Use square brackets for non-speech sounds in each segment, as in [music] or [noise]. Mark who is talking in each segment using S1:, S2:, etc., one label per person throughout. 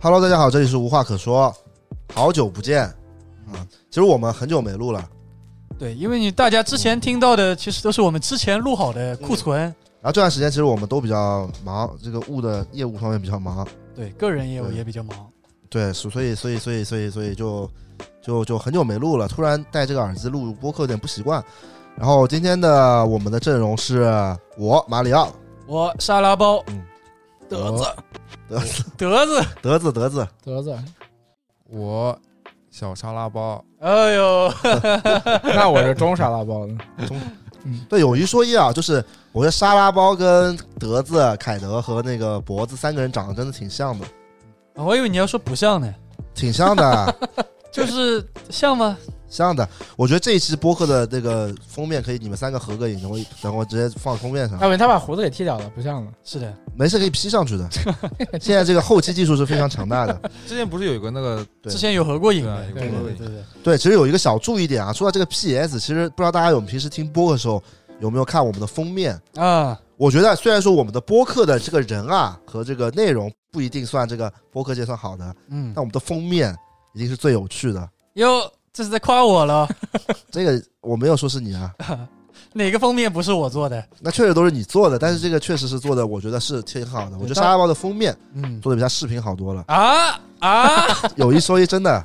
S1: Hello，大家好，这里是无话可说，好久不见啊、其实我们很久没录了，
S2: 对，因为你大家之前听到的，其实都是我们之前录好的库存，
S1: 然后这段时间其实我们都比较忙，这个物的业务方面比较忙，
S2: 对，个人业务
S1: 对
S2: 也比较忙，
S1: 对，所所以所以所以所以所以就就就很久没录了，突然戴这个耳机录播客有点不习惯。然后今天的我们的阵容是我马里奥、
S2: 我沙拉包
S1: 德
S3: 子，
S2: 德子，
S1: 德子、德子，
S3: 德子，我小沙拉包，
S2: 哎呦，
S3: 那我是中沙拉包呢。
S1: 对，有一说一啊，就是我觉得沙拉包跟德子、凯德和那个脖子三个人长得真的挺像的，
S2: 啊我以为你要说不像呢，
S1: 挺像的，
S2: 就是像吗？
S1: 像的。我觉得这一期播客的那个封面可以你们三个合个影，等我等我直接放封面上
S4: 啊
S3: 哎，，我他把胡子给剃掉了，不像了。
S2: 是的，
S1: 没事可以 P 上去的。现在这个后期技术是非常强大的。
S5: 之前不是有一个那个
S1: 对
S2: 之前有合过影的，
S5: 对
S2: 对
S3: 有合过
S2: 对
S3: 影
S2: 对对，
S1: 对，其实有一个小注意点啊，说到这个 PS，其实不知道大家有平时听播客的时候有没有看我们的封面。
S2: 对啊，
S1: 我觉得虽然说我们的播客的这个人啊和这个内容不一定算这个播客界算好的，
S2: 嗯
S1: 但，我们的封面一定是最有趣的。
S2: 哟，这是在夸我了， [laughs]
S1: 这个我没有说是你啊，
S2: 哪个封面不是我做的？
S1: 那确实都是你做的，但是这个确实是做的，我觉得是挺好的。我觉得沙拉包的封面 [laughs]
S2: 嗯
S1: 做的比他视频好多了， [laughs]
S2: 啊啊，
S1: 有一说一，真的。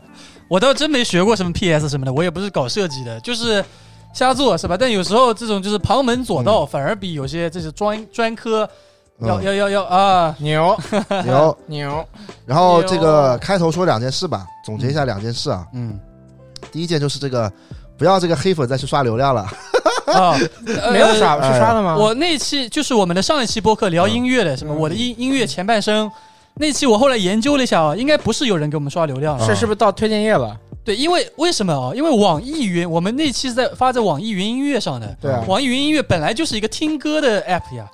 S2: 我倒真没学过什么 PS 什么的，我也不是搞设计的，就是瞎做是吧？但有时候这种就是旁门左
S3: 嗯
S2: 道，反而比有些这些专专科要、
S1: 嗯，
S2: 要要要啊，
S3: 牛
S1: 然 [laughs] 后
S3: 牛，
S1: 嗯然后
S2: 有
S1: 这个开头说两件事吧，总结一下两件事啊。
S2: 嗯
S1: 第一件就是这个，不要这个黑粉再去刷流量了。 [laughs]
S2: 啊，
S3: [laughs]
S2: 呃
S3: 没有刷，
S1: 哎
S3: 是刷的吗？
S2: 我那期就是我们的上一期播客聊音乐的，什么
S3: 嗯
S2: 我的音音乐前半生。那期我后来研究了一下啊，应该不是有人给我们刷流量了。啊
S3: 是是不是到推荐页了？
S2: 对，因为为什么啊？因为网易云，我们那期是在发在网易云音乐上的。
S3: 对啊，
S2: 网易云音乐本来就是一个听歌的 app 呀，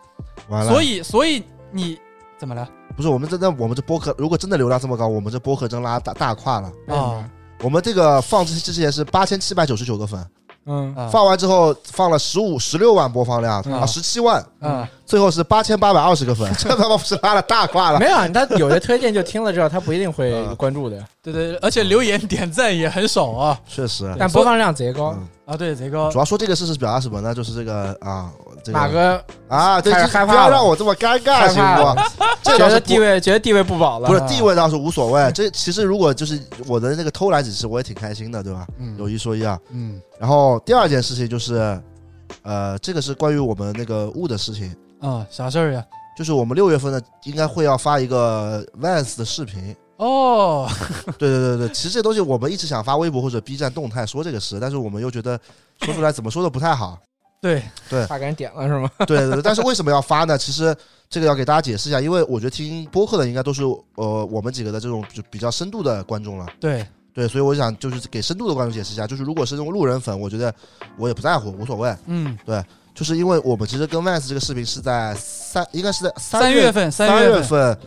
S1: 完了，
S2: 所以所以你怎么了
S1: 不是我们真的，我们这播客如果真的流量这么高，我们这播客真拉大大胯了。
S3: 为什么
S2: 啊，
S1: 我们这个放之之前是八千七百九十九个粉，
S3: 嗯，
S2: 啊
S1: 放完之后放了十五十六万播放量
S2: 嗯
S1: 啊，十七万，
S2: 啊
S1: 最后是八千八百二十个粉， [laughs] 这他妈不是拉了大胯了？
S3: 没有啊，他有的推荐就听了之后，他不一定会
S1: 嗯
S3: 关注的，
S2: 对对，而且留言点赞也很少啊
S1: 确实，
S3: 但播放量贼高
S1: 嗯。
S2: 啊！对，贼高
S1: 主要说这个事是表达什么呢？就是这个啊，这
S3: 哪
S1: 个
S3: 个
S1: 啊，对，
S3: 开始
S1: 这
S3: 害
S1: 不
S3: 怕
S1: 要
S3: 了
S1: 让我这么尴尬
S3: 害
S1: 行
S3: 怕
S1: 不
S3: 了？？
S1: 这
S3: 觉
S1: 倒
S3: 得
S1: 是
S3: 地位觉得地位不保了，
S1: 不是地位倒是无所谓。这其实如果就是我的那个偷懒几期，我也挺开心的，对吧？有一说一啊。
S2: 嗯
S1: 然后第二件事情就是，呃，这个是关于我们那个物的事情，
S2: 啊，啥事儿呀？
S1: 就是我们六月份呢应该会要发一个 Vans 的视频。
S2: 哦，
S1: 对对对对，其实这东西我们一直想发微博或者 B 站动态说这个事，但是我们又觉得说出来怎么说的不太好。
S2: 对，
S3: 怕给人点了是吗？
S1: 对对对，但是为什么要发呢？其实这个要给大家解释一下，因为我觉得听播客的应该都是呃我们几个的这种就比较深度的观众了。
S2: 对，
S1: 对，所以我想就是给深度的观众解释一下，就是如果是那种路人粉，我觉得我也不在乎，无所谓。
S2: 嗯，
S1: 就是因为我们其实跟 Vans 这个视频是在三，应该是在
S2: 三月
S1: 月
S2: 份，
S1: 三
S2: 月份，
S1: 份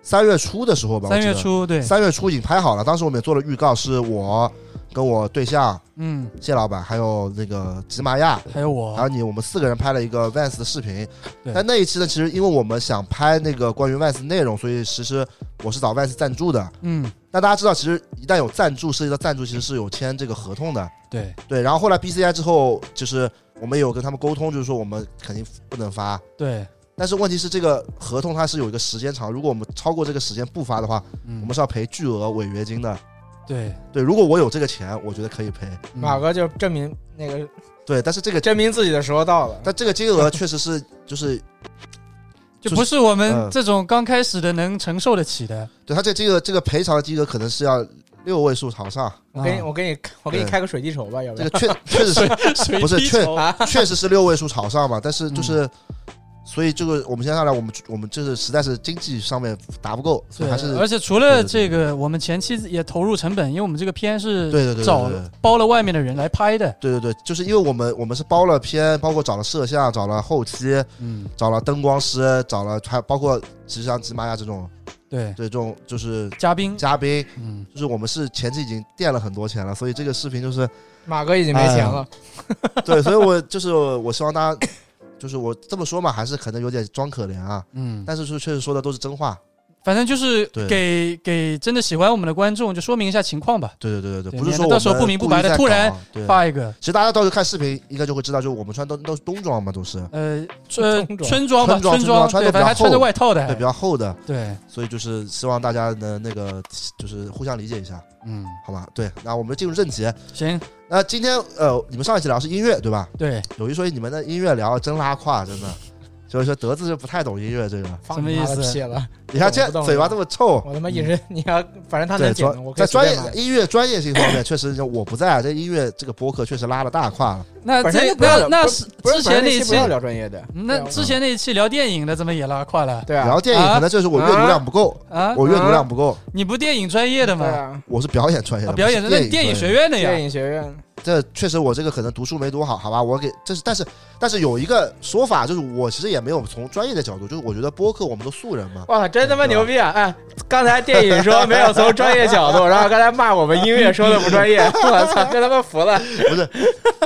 S1: 三月初的时候吧，
S2: 三
S1: 我
S2: 月
S1: 记得
S2: 初，对，
S1: 三月初已经拍好了，当时我们也做了预告，是我跟我对象
S2: 嗯，
S1: 谢老板，还有那个吉玛亚，
S2: 还有
S1: 还
S2: 我，
S1: 有你，我们四个人拍了一个 Vans 的视频。
S2: 对
S1: 但那一期呢，其实因为我们想拍那个关于 Vans 内容，所以其实我是找 Vans 赞助的。
S2: 嗯，
S1: 但大家知道，其实一旦有赞助，涉及到赞助，其实是有签这个合同的。
S2: 对
S1: 对，然后后来 BCI 之后，就是我们有跟他们沟通，就是说我们肯定不能发。
S2: 对，
S1: 但是问题是，这个合同它是有一个时间长，如果我们超过这个时间不发的话，我
S2: 嗯
S1: 们，是要赔巨额违约金的。
S2: 对，
S1: 对，如果我有这个钱，我觉得可以赔。
S2: 嗯
S3: 马哥就证明那个
S1: 对，但是这个
S3: 证明自己的时候到了。
S1: 但这个金额确实是就是就
S2: 就
S1: 是
S2: 不是我们
S1: 嗯
S2: 这种刚开始的能承受得起的。
S1: 对他这这个这个赔偿的金额可能是要六位数朝上，
S3: 我给你，
S2: 啊
S3: 我给你，我给你
S1: 对
S3: 开个水滴筹吧，要不
S1: 这
S3: 然
S1: 个确确实是
S2: 水 [laughs]
S1: 不是
S2: 滴
S1: 确
S2: 筹
S3: 啊
S1: 确实是六位数朝上嘛，但是
S2: 嗯
S1: 就是。所以这个我们现在下来，我们我们就是实在是经济上面达不够，所
S2: 对
S1: 以还是，
S2: 而且除
S1: 对
S2: 了
S1: 对对
S2: 这个，我们前期也投入成本，因为我们这个片是
S1: 对对对对
S2: 找
S1: 对对
S2: 包了外面的人来拍的，
S1: 对对对，就是因为我们我们是包了片，包括找了摄像，找了后期，
S2: 嗯，
S1: 找了灯光师，找了还包括其实像吉玛亚这种，
S2: 对，
S1: 对这种就是
S2: 嘉宾，
S1: 嘉宾，
S2: 嗯，
S1: 就是我们是前期已经垫了很多钱了，所以这个视频就是
S3: 马哥已经没钱了。
S1: [laughs] 对，所以我就是我希望大家，就是我这么说嘛，还是可能有点装可怜啊，
S2: 嗯，
S1: 但是说确实说的都是真话，
S2: 反正就是
S1: 对
S2: 给给真的喜欢我们的观众就说明一下情况吧，
S1: 对对对对
S2: 对
S1: 不是
S2: 免
S1: 说
S2: 得
S1: 我
S2: 到时候
S1: 们
S2: 不明不白
S1: 故意
S2: 的
S1: 在
S2: 突然
S1: 搞对
S2: 发一个
S1: 其实大家到时候看视频应该就会知道，就是我们穿都都是冬装嘛，都是
S2: 呃呃
S3: 春装
S2: 春装吧，
S1: 春装
S2: 春装
S1: 春装穿得
S2: 对，反正
S1: 比较
S2: 还穿着
S1: 厚
S2: 外套的
S1: 对
S2: 还，
S1: 比较厚的，
S2: 对，
S1: 所以就是希望大家能那个就是互相理解一下，
S2: 嗯，
S1: 好吧？对，那我们进入正题。
S2: 行，
S1: 那今天呃，你们上一期聊是音乐对吧？
S2: 对，
S1: 有一说一，你们的音乐聊真拉胯，真的。 [laughs] 所以说德子是不太懂音乐这个，
S2: 什么意思
S5: 放你妈的屁了！
S1: 你看这
S5: 懂不懂
S1: 嘴巴这么
S2: [laughs]
S1: 臭，
S5: 我他妈隐身，你要反正他
S1: 对
S5: 能剪
S1: 专
S5: 的，我可
S1: 在
S5: 以
S1: 专
S5: 随便
S1: 业
S5: 买
S1: 音乐专业性方面，确实我不在啊，这音乐这个播客确实拉了大�胯了。
S2: 那
S5: 本身
S2: 这
S5: 就不要聊
S2: 那那
S5: 不
S2: 是
S5: 不是
S2: 之前
S5: 那
S2: 一
S5: 期
S2: 期嗯
S5: 不，要聊专业的，对
S2: 那
S5: 啊
S2: 之前那一期聊电影的怎么也拉胯了
S5: 对啊，
S1: 聊电影可能就是我阅读量不够，
S2: 啊？
S1: 我阅读量不够，
S2: 你不电影专业的
S5: 对
S2: 吗？
S5: 啊，
S1: 我是表演专业
S2: 啊，
S1: 的，
S2: 表演
S1: 不
S2: 的
S1: 是
S2: 那
S1: 电
S2: 电影
S1: 专业
S2: 学院的
S5: 电
S2: 呀，
S5: 影学院
S1: 这确实我这个可能读书没读好，好吧，我给这是，但是但是有一个说法，就是我其实也没有从专业的角度，就是我觉得播客我们都素人嘛，
S5: 哇，真他妈牛逼啊！哎，刚才电影说没有从专业角度，然后刚才骂我们音乐说的不专业，我操，真他妈服了！
S1: 不是，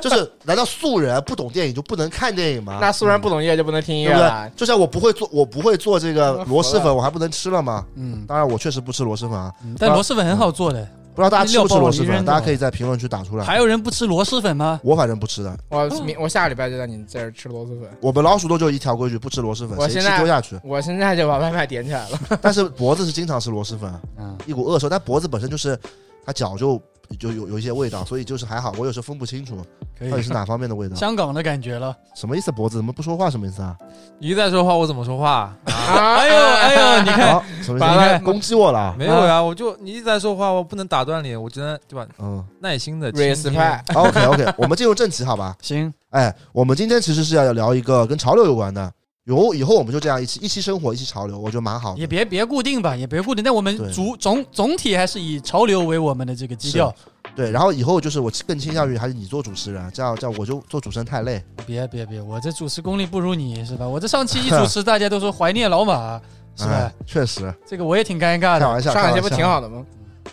S1: 就是难道素人不懂电影就不能看电影吗？
S5: 那素然不懂音乐就不能听音
S1: 啊对
S5: 乐
S1: 不
S5: 了
S1: 对？，就像我不会做，我不会做这个螺蛳
S5: 服了
S1: 粉，我还不能吃了吗？
S2: 嗯，
S1: 当然，我确实不吃螺蛳粉啊，
S2: 但螺蛳粉很好做的，
S1: 不知道大家吃不吃螺蛳
S2: 料包我一
S1: 粉，
S2: 扔
S1: 大家可以在评论区打出来。
S2: 还有人不吃螺蛳粉吗？
S1: 我反正不吃的，
S5: 我明我下个礼拜就在你这儿吃螺蛳粉，
S1: 我们老鼠都只有一条规矩，不吃螺蛳粉，
S5: 我
S1: 谁
S5: 现
S1: 吃
S5: 在
S1: 丢下去。
S5: 我现在就把外卖点起来了。
S1: 但是脖子是经常吃螺蛳粉，啊
S2: 嗯，
S1: 一股恶臭。但脖子本身就是它脚就就有有一些味道，所以就是还好，我有时候分不清楚
S2: 可
S5: 哎
S1: 到底
S2: 以
S1: 是，哪方面的味道。
S2: 香港的感觉了。
S1: 什么意思？脖子怎么不说话？什么意
S5: [laughs]
S1: 思啊？
S3: 你一再说话，我怎么说 [laughs] 话？
S5: 啊
S2: 哎呦哎呦，
S5: [laughs]
S2: 你看
S1: 好，什么
S5: 完
S1: 意
S5: 了
S1: 思？攻击我了啊？
S3: 没有呀，我就你一直在说话，我不能打断你，我只能对吧？
S1: 嗯
S3: 耐心的
S5: respect，
S1: ，OK OK，我们进入正题好吧？
S2: 行，
S1: 哎，我们今天其实是要聊一个跟潮流有关的。有以后我们就这样一期一期生活一期潮流，我觉得蛮好的。
S2: 也别别固定吧，也别固定。但我们
S1: 对
S2: 主总总体还是以潮流为我们的这个基调，
S1: 对，然后以后就是我更倾向于还是你做主持人，这样这样我就做主持人太累。
S2: 别别别，我这主持功力不如你是吧？我这上期
S1: [laughs]
S2: 一主持，大家都说怀念老马，是吧
S1: 哎？？确实，
S2: 这个我也挺尴尬
S1: 开
S2: 的。
S1: 玩笑，
S5: 哎上一期不
S1: 节
S5: 挺？好的吗？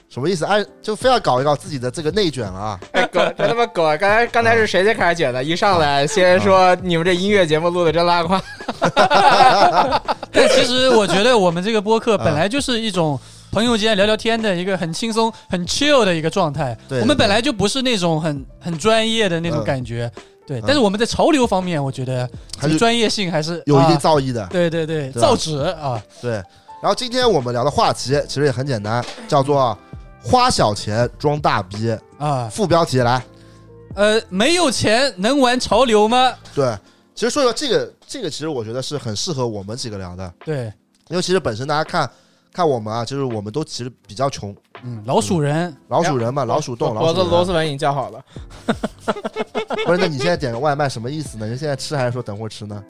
S1: 什么意思？哎，就非要搞一搞自己的这个内卷了啊！
S5: 哎，狗，真他妈狗！刚才刚才是谁先开始卷的？一上
S1: 啊
S5: 来先说你们这音乐节目录的真拉胯，
S2: 但其实我觉得我们这个播
S1: [laughs] 嗯
S2: 客本来就是一种朋友间聊聊天的一个很轻松、很 chill 的一个状态。
S1: 对
S2: 我们
S1: 对
S2: 本来就不是那种很很专业的那种
S1: 嗯
S2: 感觉，对
S1: 嗯。
S2: 但是我们在潮流方面，我觉得
S1: 还
S2: 这个
S1: 是
S2: 专业性还是
S1: 有一定
S2: 啊
S1: 造诣的。
S2: 对对对，
S1: 对吧
S2: 造纸啊，
S1: 对，然后今天我们聊的话题其实也很简单，叫做“花小钱装大逼
S2: 啊”，，
S1: 副标题来。
S2: 呃，没有钱能玩潮流吗？
S1: 对，其实说实话，这个这个其实我觉得是很适合我们几个聊的，
S2: 对，
S1: 因为其实本身大家看看我们啊，就是我们都其实比较穷，
S2: 嗯，老鼠人，
S1: 老鼠人嘛，老鼠洞，老
S5: 哎我
S1: 鼠
S5: 的螺
S1: 人。
S5: 蛳粉已经叫好了。
S1: 不是，那你现在点个外卖什么意思呢？你现在吃还是说等会儿吃呢？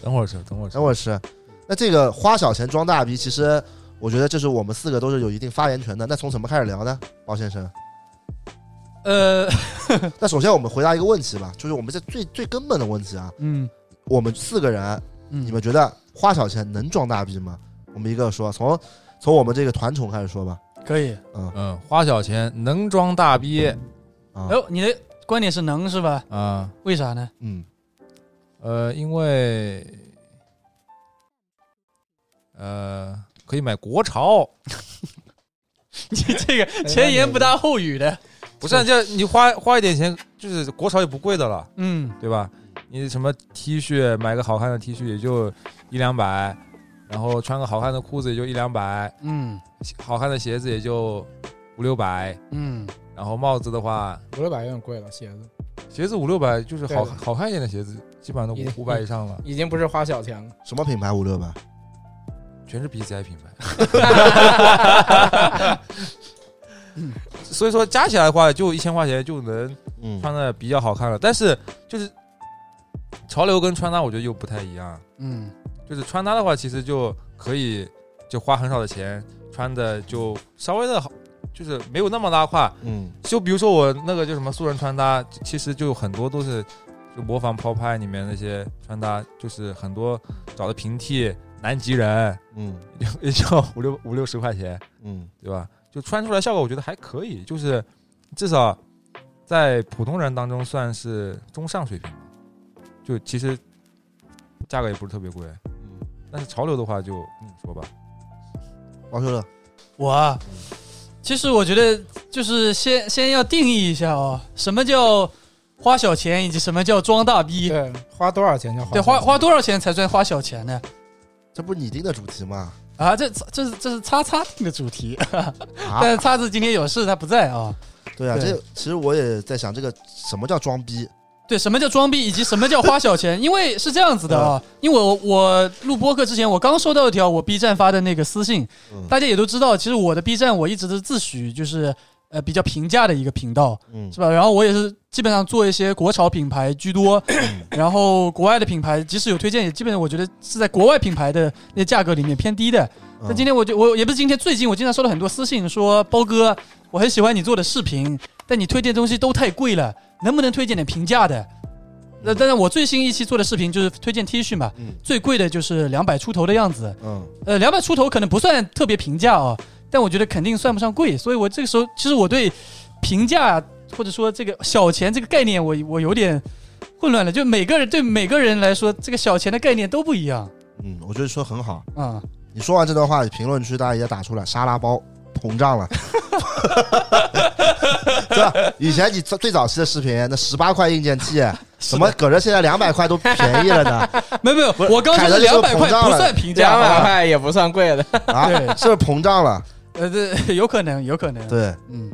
S3: 等会儿吃，等会儿吃
S1: 等。会儿吃。那这个花小钱装大逼，其实我觉得这是我们四个都是有一定发言权的。那从什么开始聊呢，包先生？
S2: 呃，
S1: 那首先我们回答一个问题吧，就是我们这最最根本的问题啊，
S2: 嗯
S1: 我们四个人，
S2: 嗯，
S1: 你们觉得花小钱能装大逼吗？我们一个说，从从我们这个团宠开始说吧。
S2: 可以。
S1: 嗯
S3: 嗯，花小钱能装大逼
S1: 啊
S2: 哎，呦，你的观点是能是吧？
S3: 啊，
S2: 为啥呢？
S1: 嗯，
S3: 呃，因为呃可以买国潮，
S2: 你 [laughs] 这个 [laughs] 前言不搭后语的，
S3: 不是这你花花一点钱，就是国潮也不贵的了，
S2: 嗯，
S3: 对吧？你什么 T 恤买个好看的 T 恤也就一两百，然后穿个好看的裤子也就一两百，
S2: 嗯
S3: 好看的鞋子也就五六百，
S2: 嗯，
S3: 然后帽子的话，
S5: 五六百有点贵了，鞋子
S3: 鞋子五六百就是好
S5: 对的
S3: 好看一点的鞋子，基本上都
S5: 也
S3: 五五百以上了，
S5: 已经不是花小钱了。
S1: 什么品牌五六百？
S3: 全是 BCI 品牌。
S5: [laughs]
S3: 所以说加起来的话，就一千块钱就能
S1: 嗯，
S3: 穿的比较好看了。但是就是潮流跟穿搭，我觉得又不太一样。
S2: 嗯，
S3: 就是穿搭的话，其实就可以就花很少的钱，穿的就稍微的好，就是没有那么拉胯。
S1: 嗯，
S3: 就比如说我那个叫什么素人穿搭，其实就很多都是就模仿抛拍里面那些穿搭，就是很多找的平替南极人，
S1: 嗯
S3: 也就五六五六十块钱，
S1: 嗯
S3: 对吧？就穿出来效果，我觉得还可以，就是至少在普通人当中算是中上水平吧。就其实价格也不是特别贵，
S1: 嗯，
S3: 但是潮流的话就嗯说吧，
S1: 王秋乐，
S2: 我啊，其实我觉得就是先先要定义一下哦，什么叫花小钱，以及什么叫装大逼。
S4: 对，花多少钱叫花？
S2: 对，花花多少钱才算花小钱呢？
S1: 这不是你定的主题吗？
S2: 啊，这这是这是叉叉定的主题， [laughs] 但
S1: 啊，
S2: 是叉子今天有事，他不在啊。
S1: 对啊，
S2: 对
S1: 这其实我也在想，这个什么叫装逼？
S2: 对，什么叫装逼，以及什么叫花
S1: [laughs]
S2: 小钱？因为是这样子的啊，
S1: 嗯
S2: 因为我我录播客之前，我刚收到一条我 B 站发的那个私信，
S1: 嗯
S2: 大家也都知道，其实我的 B 站我一直都自诩就是呃比较平价的一个频道，
S1: 嗯
S2: 是吧？然后我也是基本上做一些国潮品牌
S1: [coughs]
S2: 居多，然后国外的品牌即使有推荐，也基本上我觉得是在国外品牌的那价格里面偏低的。
S1: 嗯
S2: 那今天我就我也不是今天，最近我经常收到很多私信说，包哥，我很喜欢你做的视频，但你推荐的东西都太贵了，能不能推荐点平价的？那当然，我最新一期做的视频就是推荐 T 恤嘛，
S1: 嗯
S2: 最贵的就是两百出头的样子。
S1: 嗯
S2: 呃，两百出头可能不算特别平价哦，但我觉得肯定算不上贵，所以我这个时候其实我对平价或者说这个小钱这个概念我，我有点混乱了。就每个人对每个人来说，这个小钱的概念都不一样
S1: 嗯，我觉得说很好。
S2: 啊、
S1: 你说完这段话，评论区大家也打出来，沙拉包膨胀了。 [laughs] 对吧？以前你最最早期的视频，那十八块硬
S2: [laughs]
S1: 件器，怎么搁着现在两百块都便宜了呢？
S2: 没有没有，我刚说
S1: 凯
S2: 的
S1: 子
S2: 两
S1: 说
S2: 百块
S1: 膨胀
S2: 不
S1: 了
S2: 算平价
S5: 两百
S2: 吧，
S4: 哎
S5: 块也不算贵的。
S1: 啊，
S2: 对
S1: 是不是膨胀了？
S2: 呃，这 [laughs] 有可能，有可能，
S1: 对
S2: 嗯，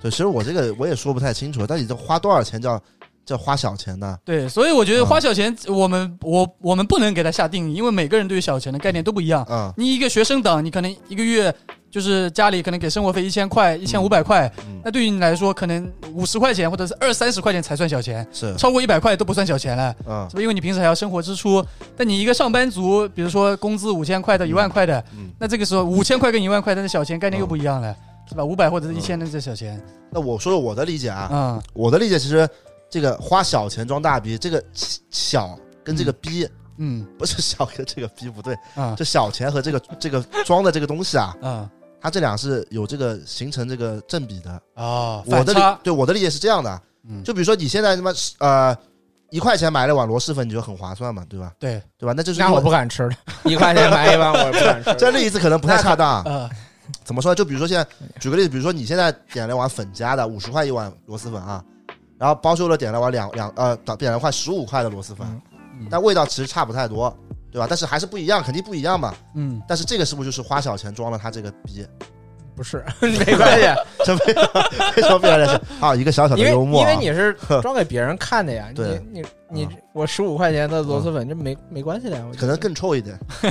S1: 对，其实我这个我也说不太清楚，到底这花多少钱叫叫花小钱呢？
S2: 对，所以我觉得
S1: 嗯
S2: 花小钱，我们我我们不能给他下定义，因为每个人对于小钱的概念都不一样。
S1: 嗯
S2: 你一个学生党，你可能一个月就是家里可能给生活费一千块、一千五百块，
S1: 嗯，
S2: 那对于你来说，可能五十块钱或者是二三十块钱才算小钱，
S1: 是
S2: 超过一百块都不算小钱了，
S1: 嗯
S2: 是吧？因为你平时还要生活支出。但你一个上班族，比如说工资五千块到一万块的，
S1: 嗯。
S2: 那这个时候五千块跟一万块，但是小钱概念又不一样了，是吧？五百或者是一千的这小钱，
S1: 那我说说我的理解啊，
S2: 啊，
S1: 我的理解其实这个花小钱装大逼，这个小小跟这个逼、
S2: 嗯
S1: 不是小跟这个逼不对，
S2: 啊
S1: 这小钱和这个这个装的这个东西啊，
S2: 啊
S1: 它这俩是有这个形成这个正比的。
S2: 啊，
S1: 哦我
S2: 反
S1: 的理
S2: 差，
S1: 对我的理解是这样的，啊
S2: 嗯
S1: 就比如说你现在他妈呃一块钱买了碗螺蛳粉，你觉得很划算嘛，对吧？
S2: 对，
S1: 对吧？那就是
S4: 那
S1: 因为
S4: 我不敢吃了。
S5: 一块钱买一碗，我也不
S4: [laughs]
S5: 敢吃。
S1: 这例子可能不太恰当啊。
S2: 呃，
S1: 怎么说呢？就比如说现在，
S4: 哎
S1: 举个例子，比如说你现在点了一碗粉加的五十块一碗螺蛳粉啊，然后包修了点了碗两两呃点了一块十五块的螺蛳粉，
S4: 嗯
S2: 嗯
S1: 但味道其实差不太多，对吧？但是还是不一样，肯定不一样嘛。
S2: 嗯，
S1: 但是这个是不是就是花小钱装了他这个逼？ [laughs]
S4: 不 [laughs] 是，
S5: 没关系，
S1: 这为什么为什么变成这样？啊，一个小小的
S4: 因为
S1: 幽默、
S4: 因
S1: 啊
S4: 为你是
S1: 呵
S4: 装给别人
S1: [laughs]
S4: 看的呀。
S1: 对嗯
S4: 你你你，我十五块钱的螺蛳粉，这没没关系的呀。我觉
S1: 可
S4: 得
S1: 能更臭一点， [laughs]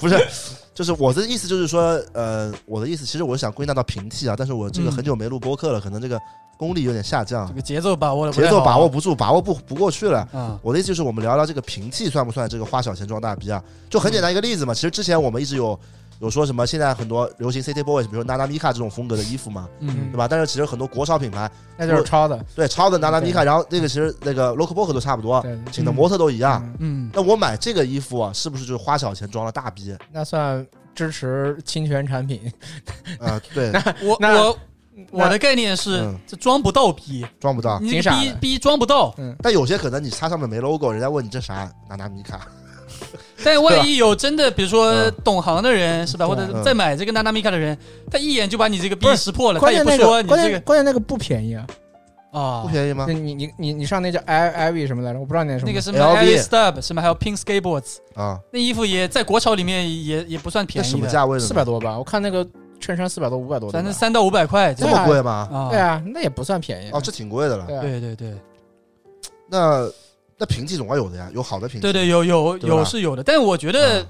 S1: 不是，就是我的意思就是说，呃，我的意思其实我是想归纳到平替啊，但是我这个
S2: 嗯
S1: 很久没录播客了，可能这个功力有点下降啊
S2: 这，个节奏把握的
S1: 节奏把握不住，把握不不过去了。
S2: 啊，
S1: 我的意思就是，我们聊聊这个平替算不算这个花小钱装大逼啊？就很简单一个例子嘛。其实之前我们一直有有说什么，现在很多流行 City Boys，比如说 Nana Mika 这种风格的衣服嘛，
S2: 嗯
S1: 对吧？但是其实很多国潮品牌，
S4: 那就是抄的。
S1: 对抄的 Nana
S4: 对
S1: Mika，然后那个其实那个 Local Book 都差不多，
S4: 对，
S1: 请的模特都一样。
S4: 嗯
S2: 嗯
S1: 那我买这个衣服啊，是不是就是花小钱装了大逼？
S4: 那算支持侵权产品。
S1: 啊，对，
S2: 我
S4: 那
S2: 我我的概念是
S1: 嗯，啊
S2: 这装不到逼，
S1: 装不到。
S2: 你
S4: 挺
S2: 这
S4: 傻
S2: 逼
S4: 的
S2: 逼装不到，
S4: 嗯
S1: 但有些可能你它上面没 logo，人家问你这啥，Nana Mika，
S2: 但万一有真的，比如说
S1: 嗯
S2: 懂行的人是吧，
S4: 对
S2: 或者
S1: 嗯
S2: 在买这个娜娜米卡的人，他一眼就把你这个
S4: 不
S2: 逼
S4: 是
S2: 识破了，嗯他
S4: 关
S2: 也
S4: 键
S2: 不
S4: 那
S2: 说
S4: 个
S2: 你
S4: 关
S2: 这
S4: 键
S2: 个
S4: 关键那个不便宜啊！
S2: 啊
S1: 不，便宜吗
S4: 那？你你你你上那叫 i ivy 什么来着？我不知道念什么。
S2: 那个什么
S1: LV
S2: Alice Stub 什么还有 Pink Skateboards，
S1: 啊，
S2: 那衣服也在国潮里面也也不算
S1: 这
S2: 便
S1: 什
S2: 宜
S1: 么
S2: 的，
S1: 价位呢？
S4: 四百多吧，我看那个衬衫四百多五百多的
S2: 反
S4: 吧。
S2: 正三到五百块
S1: 这
S2: 这
S4: 对
S2: 样
S1: 么贵吗？
S2: 啊
S4: 对，啊，那也不算便宜。
S1: 哦，这挺贵的了。
S4: 对啊
S2: 对对对
S1: 那那平替总要有的呀，有好的平替。
S2: 对对，有有
S1: 对吧
S2: 有是有的，但我觉得
S1: 嗯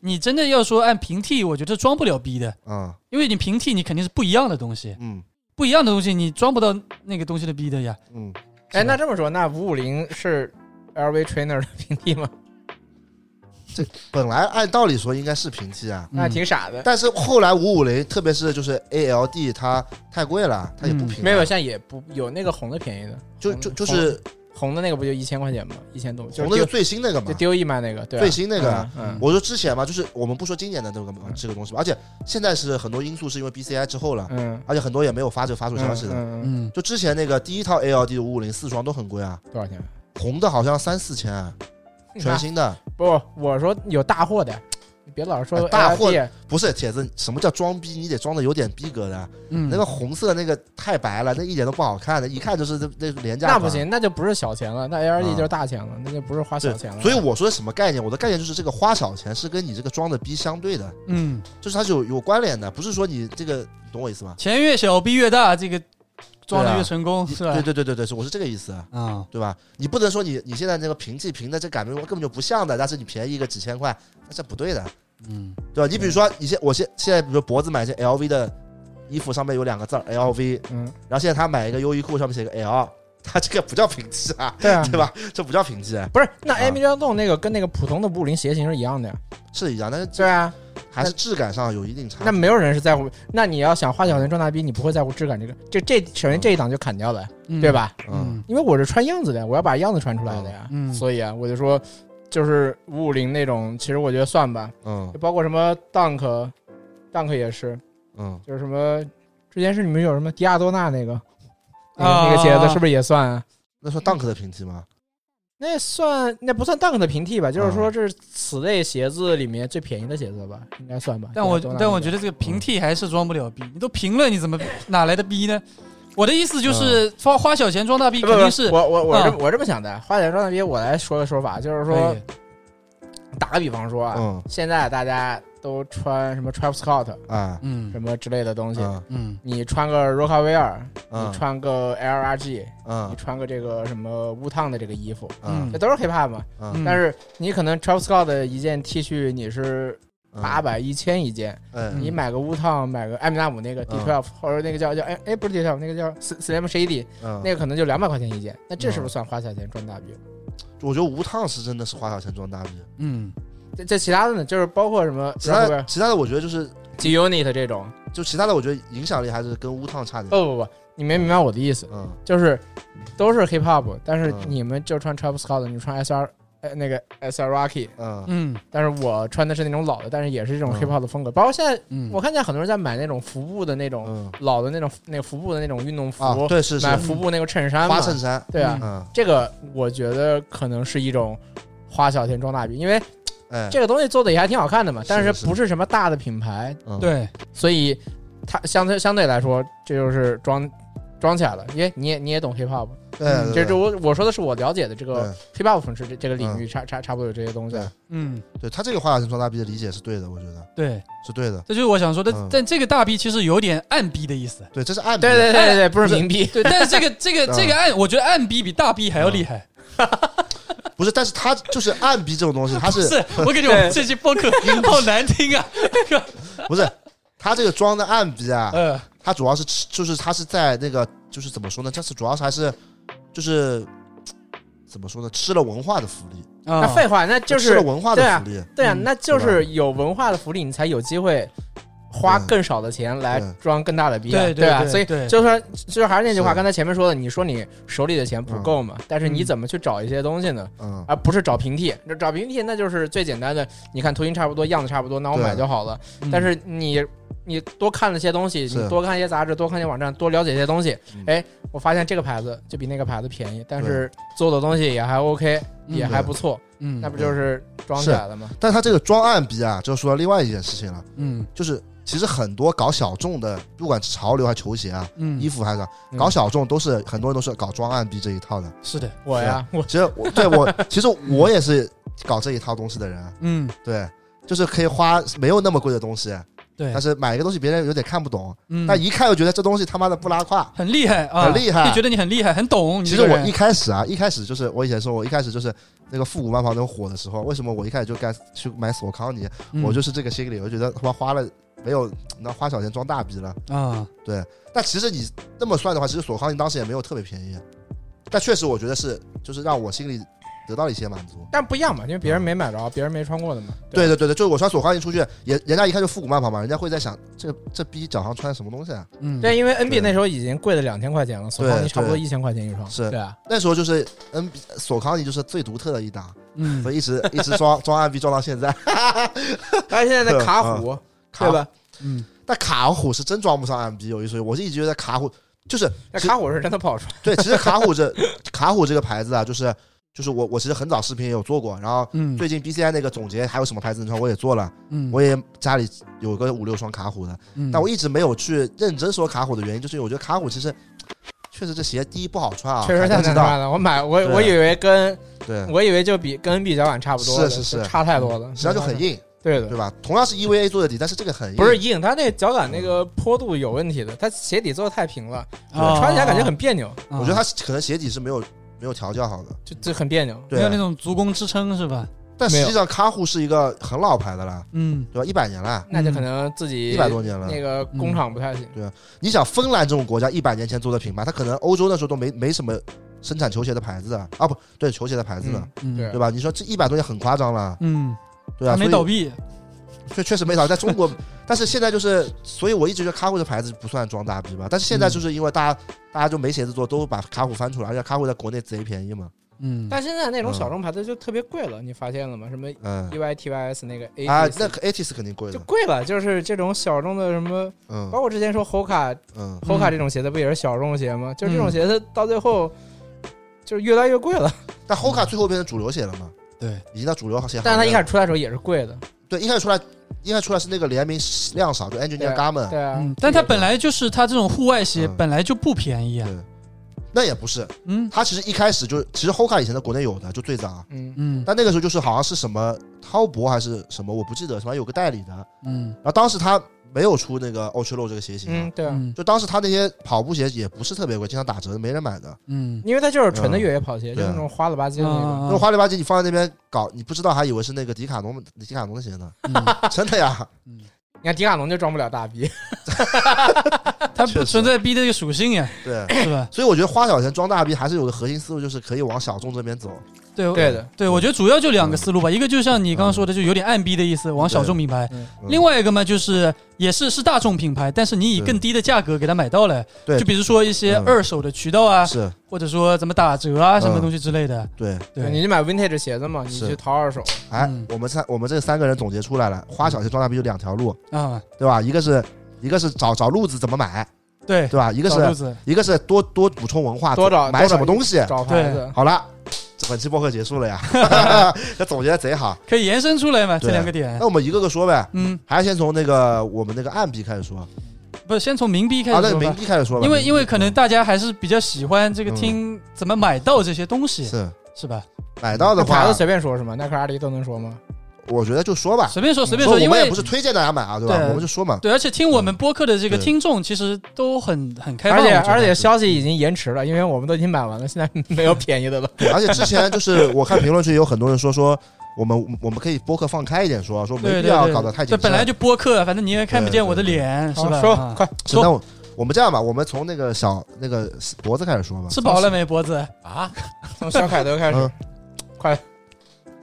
S2: 你真的要说按平替，我觉得装不了逼的，
S1: 嗯
S2: 因为你平替你肯定是不一样的东西，
S1: 嗯
S2: 不一样的东西你装不到那个东西的逼的呀。
S1: 嗯，
S4: 哎，那这么说，那五五零是 LV trainer 的平替吗？
S1: 嗯本来按道理说应该是平替啊，
S4: 那
S2: 嗯
S4: 挺傻的。
S1: 但是后来五五零，特别是就是 ALD 它太贵了，它也不平、
S4: 嗯
S1: 啊
S4: 没有，，现在也不有那个红的便宜的，
S1: 就就就是
S4: 红的那个不就一千块钱吗？一千多，就
S1: 红
S4: 是
S1: 那个
S4: 丢
S1: 最新那个嘛
S4: 就，丢一卖那个，对啊，
S1: 最新那个
S4: 嗯嗯，
S1: 我说之前嘛，就是我们不说今年的那个嘛
S4: 嗯
S1: 这个东西嘛，而且现在是很多因素是因为 BCI 之后了，
S4: 嗯，
S1: 而且很多也没有发这个发售消息的。
S4: 嗯，
S2: 嗯，
S1: 就之前那个第一套 ALD 五五零四双都很贵啊，
S4: 多少
S1: 嗯
S4: 钱？嗯啊
S1: 红的好像三四千，全新的。
S4: 不，我说有大货的，你别老是说
S1: 哎大
S4: LRP
S1: 货不是铁子，什么叫装逼？你得装的有点逼格的。啊
S2: 嗯，
S1: 那个红色那个太白了，那一点都不好看的，一看就是那那廉价
S4: 那
S1: 款。
S4: 不行，那就不是小钱了，那 L R D
S1: 啊
S4: 就是大钱了，那就不是花
S1: 对
S4: 小钱了。
S1: 所以我说的什么概念？我的概念就是这个花小钱是跟你这个装的逼相对的，
S2: 嗯，
S1: 就是它是有有关联的，不是说你这个，你懂我意思吗？
S2: 钱越小逼越大，这个装
S1: 对
S2: 的
S1: 啊
S2: 越成功
S1: 你
S4: 哦
S2: 是吧？
S1: 对对对对对，是我是这个意思，
S2: 啊，
S1: 对吧？你不能说你你现在那个平替平的这感觉根本就不像的，但是你便宜一个几千块，那这不对的，
S2: 嗯
S1: 对吧？你比如说，你现我现现在比如说脖子买一件 LV 的衣服，上面有两个字儿 LV，
S4: 嗯，
S1: 然后现在他买一个优衣库，上面写个 L，他这个不叫平替啊，
S4: 对啊，
S1: 对吧？这不叫平替，
S4: 不是那
S1: 啊
S4: Amy 张栋那个跟那个普通的布林鞋型是一样的呀。
S1: 是一样，但是
S4: 对啊，
S1: 还是质感上有一定差
S4: 那
S1: 距。
S4: 没有人是在乎。那你要想花小钱装大逼，你不会在乎质感这个。这这首先这一档就砍掉了，
S2: 嗯，
S4: 对？吧？
S1: 嗯
S2: 嗯
S4: 因为我是穿样子的，我要把样子穿出来的呀。
S2: 嗯
S4: 所以啊，我就说，就是五五零那种，其实我觉得算吧，
S1: 嗯
S4: 就包括什么 Dunk，Dunk 也是，
S1: 嗯，
S4: 就是什么之前是你们有什么迪亚多纳那个那个、
S2: 啊
S4: 那个鞋子是不是也算啊？
S1: 那说 Dunk 的平替吗？
S4: 那算那不算 Dunk 的平替吧？就是
S2: 啊
S4: 说这是此类鞋子里面最便宜的鞋子吧，应该算吧。
S2: 但我
S4: 迪亚多纳那个
S2: 但我觉得这个平替还是装不了逼，你都平了，你怎么哪来的逼呢？我的意思就是花花小钱装大逼，
S4: 嗯不
S2: 肯
S4: 不
S2: 定
S4: 不
S2: 是
S4: 我我我
S2: 啊
S4: 这
S1: 嗯
S4: 我这么想的，花钱装大逼，我来说个说法，就是说
S2: 哎
S4: 打个比方说啊，
S1: 嗯
S4: 现在大家都穿什么 Travis Scott
S1: 啊
S2: 嗯
S4: 什么之类的东西，
S1: 嗯
S2: 嗯
S4: 你穿个 r o c a w a r
S1: 嗯
S4: 你穿个 LRG，你
S1: 嗯
S4: 穿个这个什么乌烫的这个衣服，
S1: 嗯
S2: 嗯
S4: 这都是 hiphop 嘛。
S1: 嗯，
S4: 但是你可能 Travis Scott 的一件 T 恤你是八
S1: 把
S4: 百一千一件，
S1: 嗯
S4: 你买个乌烫，买个艾米纳姆那个 D
S1: 嗯
S4: twelve，或者那个叫叫哎哎不是 D twelve，那个叫 Slim Shady，
S1: 嗯，
S4: 那个可能就两百块钱一件。那这是不
S1: 嗯
S4: 是算花小钱装大逼？
S1: 我觉得无烫是真的是花小钱装大逼，
S2: 嗯
S4: 这这其他的呢，就是啊包括什么
S1: 其他的其他的我觉得就是
S4: G Unit 这种。
S1: 就其他的我觉得影响力还是跟无烫差
S4: 不
S1: 点。
S4: 不不，你没明白我的意思，
S1: 嗯
S4: 就是都是 hip hop，但是
S1: 嗯
S4: 你们就穿 Travis Scott，你穿 S R 呃那个 S R Rocky，
S1: 嗯
S2: 嗯
S4: 但是我穿的是那种老的，但是也是这种
S1: 嗯
S4: hip hop 的风格。包括现在
S2: 嗯，
S4: 我看见很多人在买那种服部的那种
S1: 嗯
S4: 老的那种那个服部的那种运动服，
S1: 啊，对是是
S4: 买服部那个衬衫嘛
S1: 花，衬衫，
S4: 对啊，
S1: 嗯
S4: 这个我觉得可能是一种花小钱装大逼，因为
S1: 哎
S4: 这个东西做的也还挺好看的嘛，
S1: 是
S4: 但是
S1: 是
S4: 不是什么大的品牌，
S1: 嗯
S2: 对，
S4: 所以它相对相对来说，这就是装装起来了。因为你也你也懂 hip hop，
S1: 对，
S4: 嗯
S1: 对
S4: 这这我我说的是我了解的这个
S1: 对嗯
S4: hip hop 城市这这个领域差差差不多有这些东西
S1: 对。
S2: 嗯
S1: 对他这个花小钱装大逼的理解是对的，我觉得
S2: 对，
S1: 是对的，
S2: 这就是我想说的
S1: 嗯。
S2: 但这个大逼其实有点暗逼的意思。
S1: 对，这是暗比啊
S4: 对对对对对，不
S2: 不
S4: 是
S2: 是 [laughs]
S4: 冥币，
S2: 对，但是这个这个
S1: 嗯
S2: 这个暗，我觉得暗逼比大逼还要厉害。
S1: 不是，但是他就是暗比这种东
S4: [laughs]
S1: 西，他
S2: 不
S4: 嗯
S1: 是
S2: 是，我感觉我们这期播客好难听啊。
S1: 不是他这个装的暗比啊？
S4: 嗯
S2: 呃，
S1: 它主要是吃，就是它是在那个，就是怎么说呢？这是主要是还是就是怎么说呢？吃了文化的福利，
S4: 那
S2: 啊
S4: 废话，那就
S1: 吃
S4: 是
S1: 了文化的福利。
S4: 对啊，
S2: 嗯
S4: 那就
S1: 对
S4: 是有文化的福利，你才有机会花
S1: 对
S4: 更少的钱来
S1: 对
S4: 装更大的逼啊，
S2: 对对
S4: 吧？
S2: 对
S4: 所以
S2: 对
S4: 就算就是还是那句话，
S1: 是
S4: 刚才前面说的，你说你手里的钱不够嘛，但是你
S2: 嗯
S4: 怎么去找一些东西呢？
S1: 嗯
S4: 而不是找平替，那找平替那就是最简单的，你看图形差不多，样子差不多，那我
S1: 对
S4: 买就好了。
S2: 嗯
S4: 但是你你多看了些东西，
S1: 是
S4: 你多看一些杂志，多看一些网站，多了解一些东西
S1: 嗯。
S4: 哎，我发现这个牌子就比那个牌子便宜，但是做的东西也还 OK，
S2: 嗯
S4: 也还不错，
S2: 嗯
S4: 那不就是装起来了吗？
S1: 但他这个装暗逼啊，就说到另外一件事情了，
S2: 嗯
S1: 就是其实很多搞小众的，不管是潮流还是球鞋啊、
S2: 嗯
S1: 衣服还是
S4: 嗯
S1: 搞小众，都是很多人都是搞装暗逼这一套的。
S2: 是的，
S4: 我呀，我
S1: 其实我对
S4: [laughs]
S1: 我其实我也是搞这一套东西的人，啊
S2: 嗯
S1: 对，就是可以花没有那么贵的东西，
S2: 对
S1: 但，是买一个东西别人有点看不懂，
S2: 嗯
S1: 但一看又觉得这东西他妈的不拉胯。
S2: 很厉害啊，
S1: 很厉害
S2: 就觉得你很厉害，很懂。你
S1: 其
S2: 这
S1: 实
S2: 个
S1: 我
S2: 人
S1: 一开始啊，一开始就是我以前说，我一开始就是那个复古慢跑那个火的时候，为什么我一开始就该去买索康尼？
S2: 嗯
S1: 我就是这个心理，我觉得他妈花了没有，那花小钱装大逼了。
S2: 啊，
S1: 但其实你那么算的话，其实索康尼当时也没有特别便宜，啊但确实我觉得是就是让我心里得到了一些满足。
S4: 但不一样嘛，因为别人没买着，别人没穿过的嘛。
S1: 对
S4: 吧，
S1: 对对对，就是我穿索康尼出去，也人家一看就复古慢跑嘛，人家会在想这这逼脚上穿什么东西啊？
S2: 嗯，
S4: 对，因为 NB
S1: 对
S4: 那时候已经贵了两千块钱了，索康尼差不多一千块钱一双，
S1: 是
S4: 对啊，
S1: 那时候就是 N 索康尼就是最独特的一档，
S2: 嗯
S1: 所以一直一直装装暗逼装到现
S2: [laughs]
S1: 在。
S4: 而现
S1: [laughs]
S4: 在的卡虎，
S1: 卡
S4: 对吧？
S2: 嗯
S1: 但卡虎是真装不上 MB，有一说一，我是一直觉得卡虎就是
S4: 那卡虎是真的不好穿，
S1: 对，其实卡虎这卡虎这个牌子啊，就是就是我我其实很早视频也有做过，然后
S2: 嗯，
S1: 最近 BCI 那个总结还有什么牌子能穿我也做了，
S2: 嗯，
S1: 我也家里有个五六双卡虎的，
S2: 嗯，
S1: 但我一直没有去认真说卡虎的原因，就是因为我觉得卡虎其实确实这鞋第一不好穿啊，
S4: 确实
S1: 大
S4: 太
S1: 家知
S4: 难
S1: 道
S4: 穿了。我买我
S1: 对
S4: 我以为跟
S1: 对，
S4: 我以为就比跟 B 脚板差不多的，
S1: 是是是嗯
S4: 差太多了，
S1: 实际上就很硬，
S4: 对的
S1: 对。吧？同样是 EVA 做的底，但是这个很硬，嗯
S4: 不是硬，它那脚感那个坡度有问题的，它鞋底做的太平了，
S2: 啊
S4: 穿起来感觉很，别扭，
S2: 啊
S1: 我觉得它可能鞋底是没有没有调教好的，
S4: 就就很别扭。
S2: 没有那
S1: 对。
S2: 种足弓支撑是吧？
S1: 但
S4: 没
S1: 实
S4: 有
S1: 际上，卡虎是一个很老牌的啦，
S2: 嗯，
S1: 对吧？一百年啦，
S4: 那就可能自己
S1: 嗯一百多年了。嗯
S4: 呃那个工厂不太行。
S1: 你想，芬兰这种国家一百年前做的品牌，它可能欧洲那时候都没没什么生产球鞋的牌子啊，啊不对，球鞋的牌子呢，
S2: 嗯
S4: 对
S1: 对吧？你说这一百多年很夸张了，
S2: 嗯，
S1: 对啊，
S2: 还没
S1: 所以
S2: 倒闭，
S1: 确确实没少，在中国，但是现在就是，所以我一直觉得卡虎的牌子不算装大逼吧。但是现在
S2: 嗯
S1: 就是因为大家、大家就没鞋子做，都把卡虎翻出来，而且卡虎在国内贼便宜嘛，
S2: 嗯，
S4: 但现在那种小众牌子就特别贵了，你发现了吗？什么
S1: 嗯
S4: E Y T Y S 那个 A
S1: 啊，那 ATIS 肯定贵
S4: 就
S1: 的，
S4: 贵了，就是这种小众的什么，
S1: 嗯
S4: 包括之前说 Hoka
S1: 嗯，
S4: Hoka 这种鞋子不也是小众鞋吗？就这种
S2: 嗯
S4: 鞋子到最后就是越来越贵了，
S1: 但 Hoka 最后变成主流鞋了嘛，
S2: 对，
S1: 已经到主流鞋行业了。
S4: [laughs] 但是它一开
S1: 始
S4: 始出来的时候也是贵 [laughs] 的，
S1: 对一开始出来，一开始出来是那个联名量少，就 Engineer
S4: 对
S1: Garment，
S4: 对啊
S2: 嗯，，但它本来就是它这种户外鞋
S1: 嗯
S2: 本来就不便宜啊，
S1: 对那也不是，
S2: 嗯
S1: 它其实一开始就其实 Hoka 以前在国内有的，就最早啊，
S4: 嗯，
S2: 嗯
S1: 但那个时候就是好像是什么滔博还是什么，我不记得，什么有个代理的，
S2: 嗯
S1: 然后当时他没有出那个 Ultra Low 这个鞋型啊、
S4: 嗯，对啊，
S2: 嗯
S1: 就当时他那些跑步鞋也不是特别贵，经常打折，没人买的。
S2: 嗯，啊
S4: 因为它就是纯的越野跑鞋，
S1: 嗯
S4: 就是那种花了吧唧的那种。
S1: 那、花里吧唧，你放在那边搞，你不知道还以为是那个迪卡侬迪卡侬的鞋呢， [laughs]
S2: 嗯
S1: 真的呀。
S2: 嗯
S4: 你看迪卡侬就装不了大逼，
S2: 它不存在逼的这个属性呀，
S1: 对，
S2: 是吧？
S1: 所以我觉得花小钱装大逼还是有个核心思路，就是可以往小众这边走。
S2: [laughs] 对
S4: 对的，
S2: 对，我觉得主要就两
S1: 嗯
S2: 个思路吧，一个就像你刚刚说的，就有点暗逼的意思，往小众品牌；
S1: 嗯
S2: 另外一个嘛，就是也是是大众品牌，但是你以更低的价格给它买到了，
S1: 对
S2: 就比如说一些
S1: 嗯
S2: 二手的渠道啊，
S1: 是
S2: 或者说怎么打折啊，什么
S1: 嗯
S2: 东西之类的。
S1: 对，
S2: 对，
S4: 你就买 vintage 鞋子嘛，你
S1: 是
S4: 去淘 [laughs] 二手，
S1: 哎，
S2: 嗯
S1: 我们三我们这三个人总结出来了，花小钱装大逼就两条路，
S2: 啊，
S1: 对吧？一个是一个是找找路子怎么买，
S2: 对
S1: 对，吧？一个
S2: 小路
S1: 是啊
S2: 子，
S1: 一个是多多补充文化，
S4: 多找
S1: 买什么
S4: 多
S1: 东西。
S4: 找牌子。
S1: 好了，这本期播客结束了
S2: [laughs]
S1: 呀， [laughs] 这总结的贼好。
S2: 可以延伸出来嘛？这
S1: 对啊
S2: 两个点
S1: 那，我们一个个说呗，
S2: 嗯，
S1: 还是先从那个我们那个暗币开始说，啊，
S2: 不是先从冥币开始
S1: 那
S2: 说
S1: 冥
S2: 吧，
S1: 币开始说吧，
S2: 因为
S1: 冥币
S2: 因为可能大家还是比较喜欢这个
S1: 嗯
S2: 听怎么买到这些东西，
S1: 是
S2: 是吧？
S1: 买到的
S4: 那牌
S1: 话
S4: 子，随便说是吗？耐克、阿迪都能说吗？
S1: 我觉得就说吧，
S2: 随便说随便
S1: 说
S2: 说，
S1: 我
S2: 因
S1: 们也
S2: 为
S1: 嗯不是推荐大家买啊，对吧？
S2: 对
S1: 我们就说嘛，
S2: 对，而且听我们播客的这个
S1: 对
S2: 听众其实都很很开放，
S4: 而且
S2: 我觉得
S4: 而且消息已经延迟了，因为我们都已经买完了，现 [laughs] 在没有便宜的了。
S1: 而且之前就是我看评论区有很多人说说。我们我们可以播客放开一点说，说没
S2: 对
S1: 必
S2: 对
S1: 要
S2: 对，
S1: 搞得太
S2: 这
S1: 紧
S2: 本来
S1: 张。
S2: 就播客，啊反正你也看不见我的脸，是
S4: 好
S2: 吧？
S4: 说
S2: 啊
S4: 快
S1: 是那我我们这样吧，我们从那个小那个脖子开始说吧。
S2: 吃饱了没，脖子？
S3: 啊，
S4: 从小凯德开始
S1: 嗯，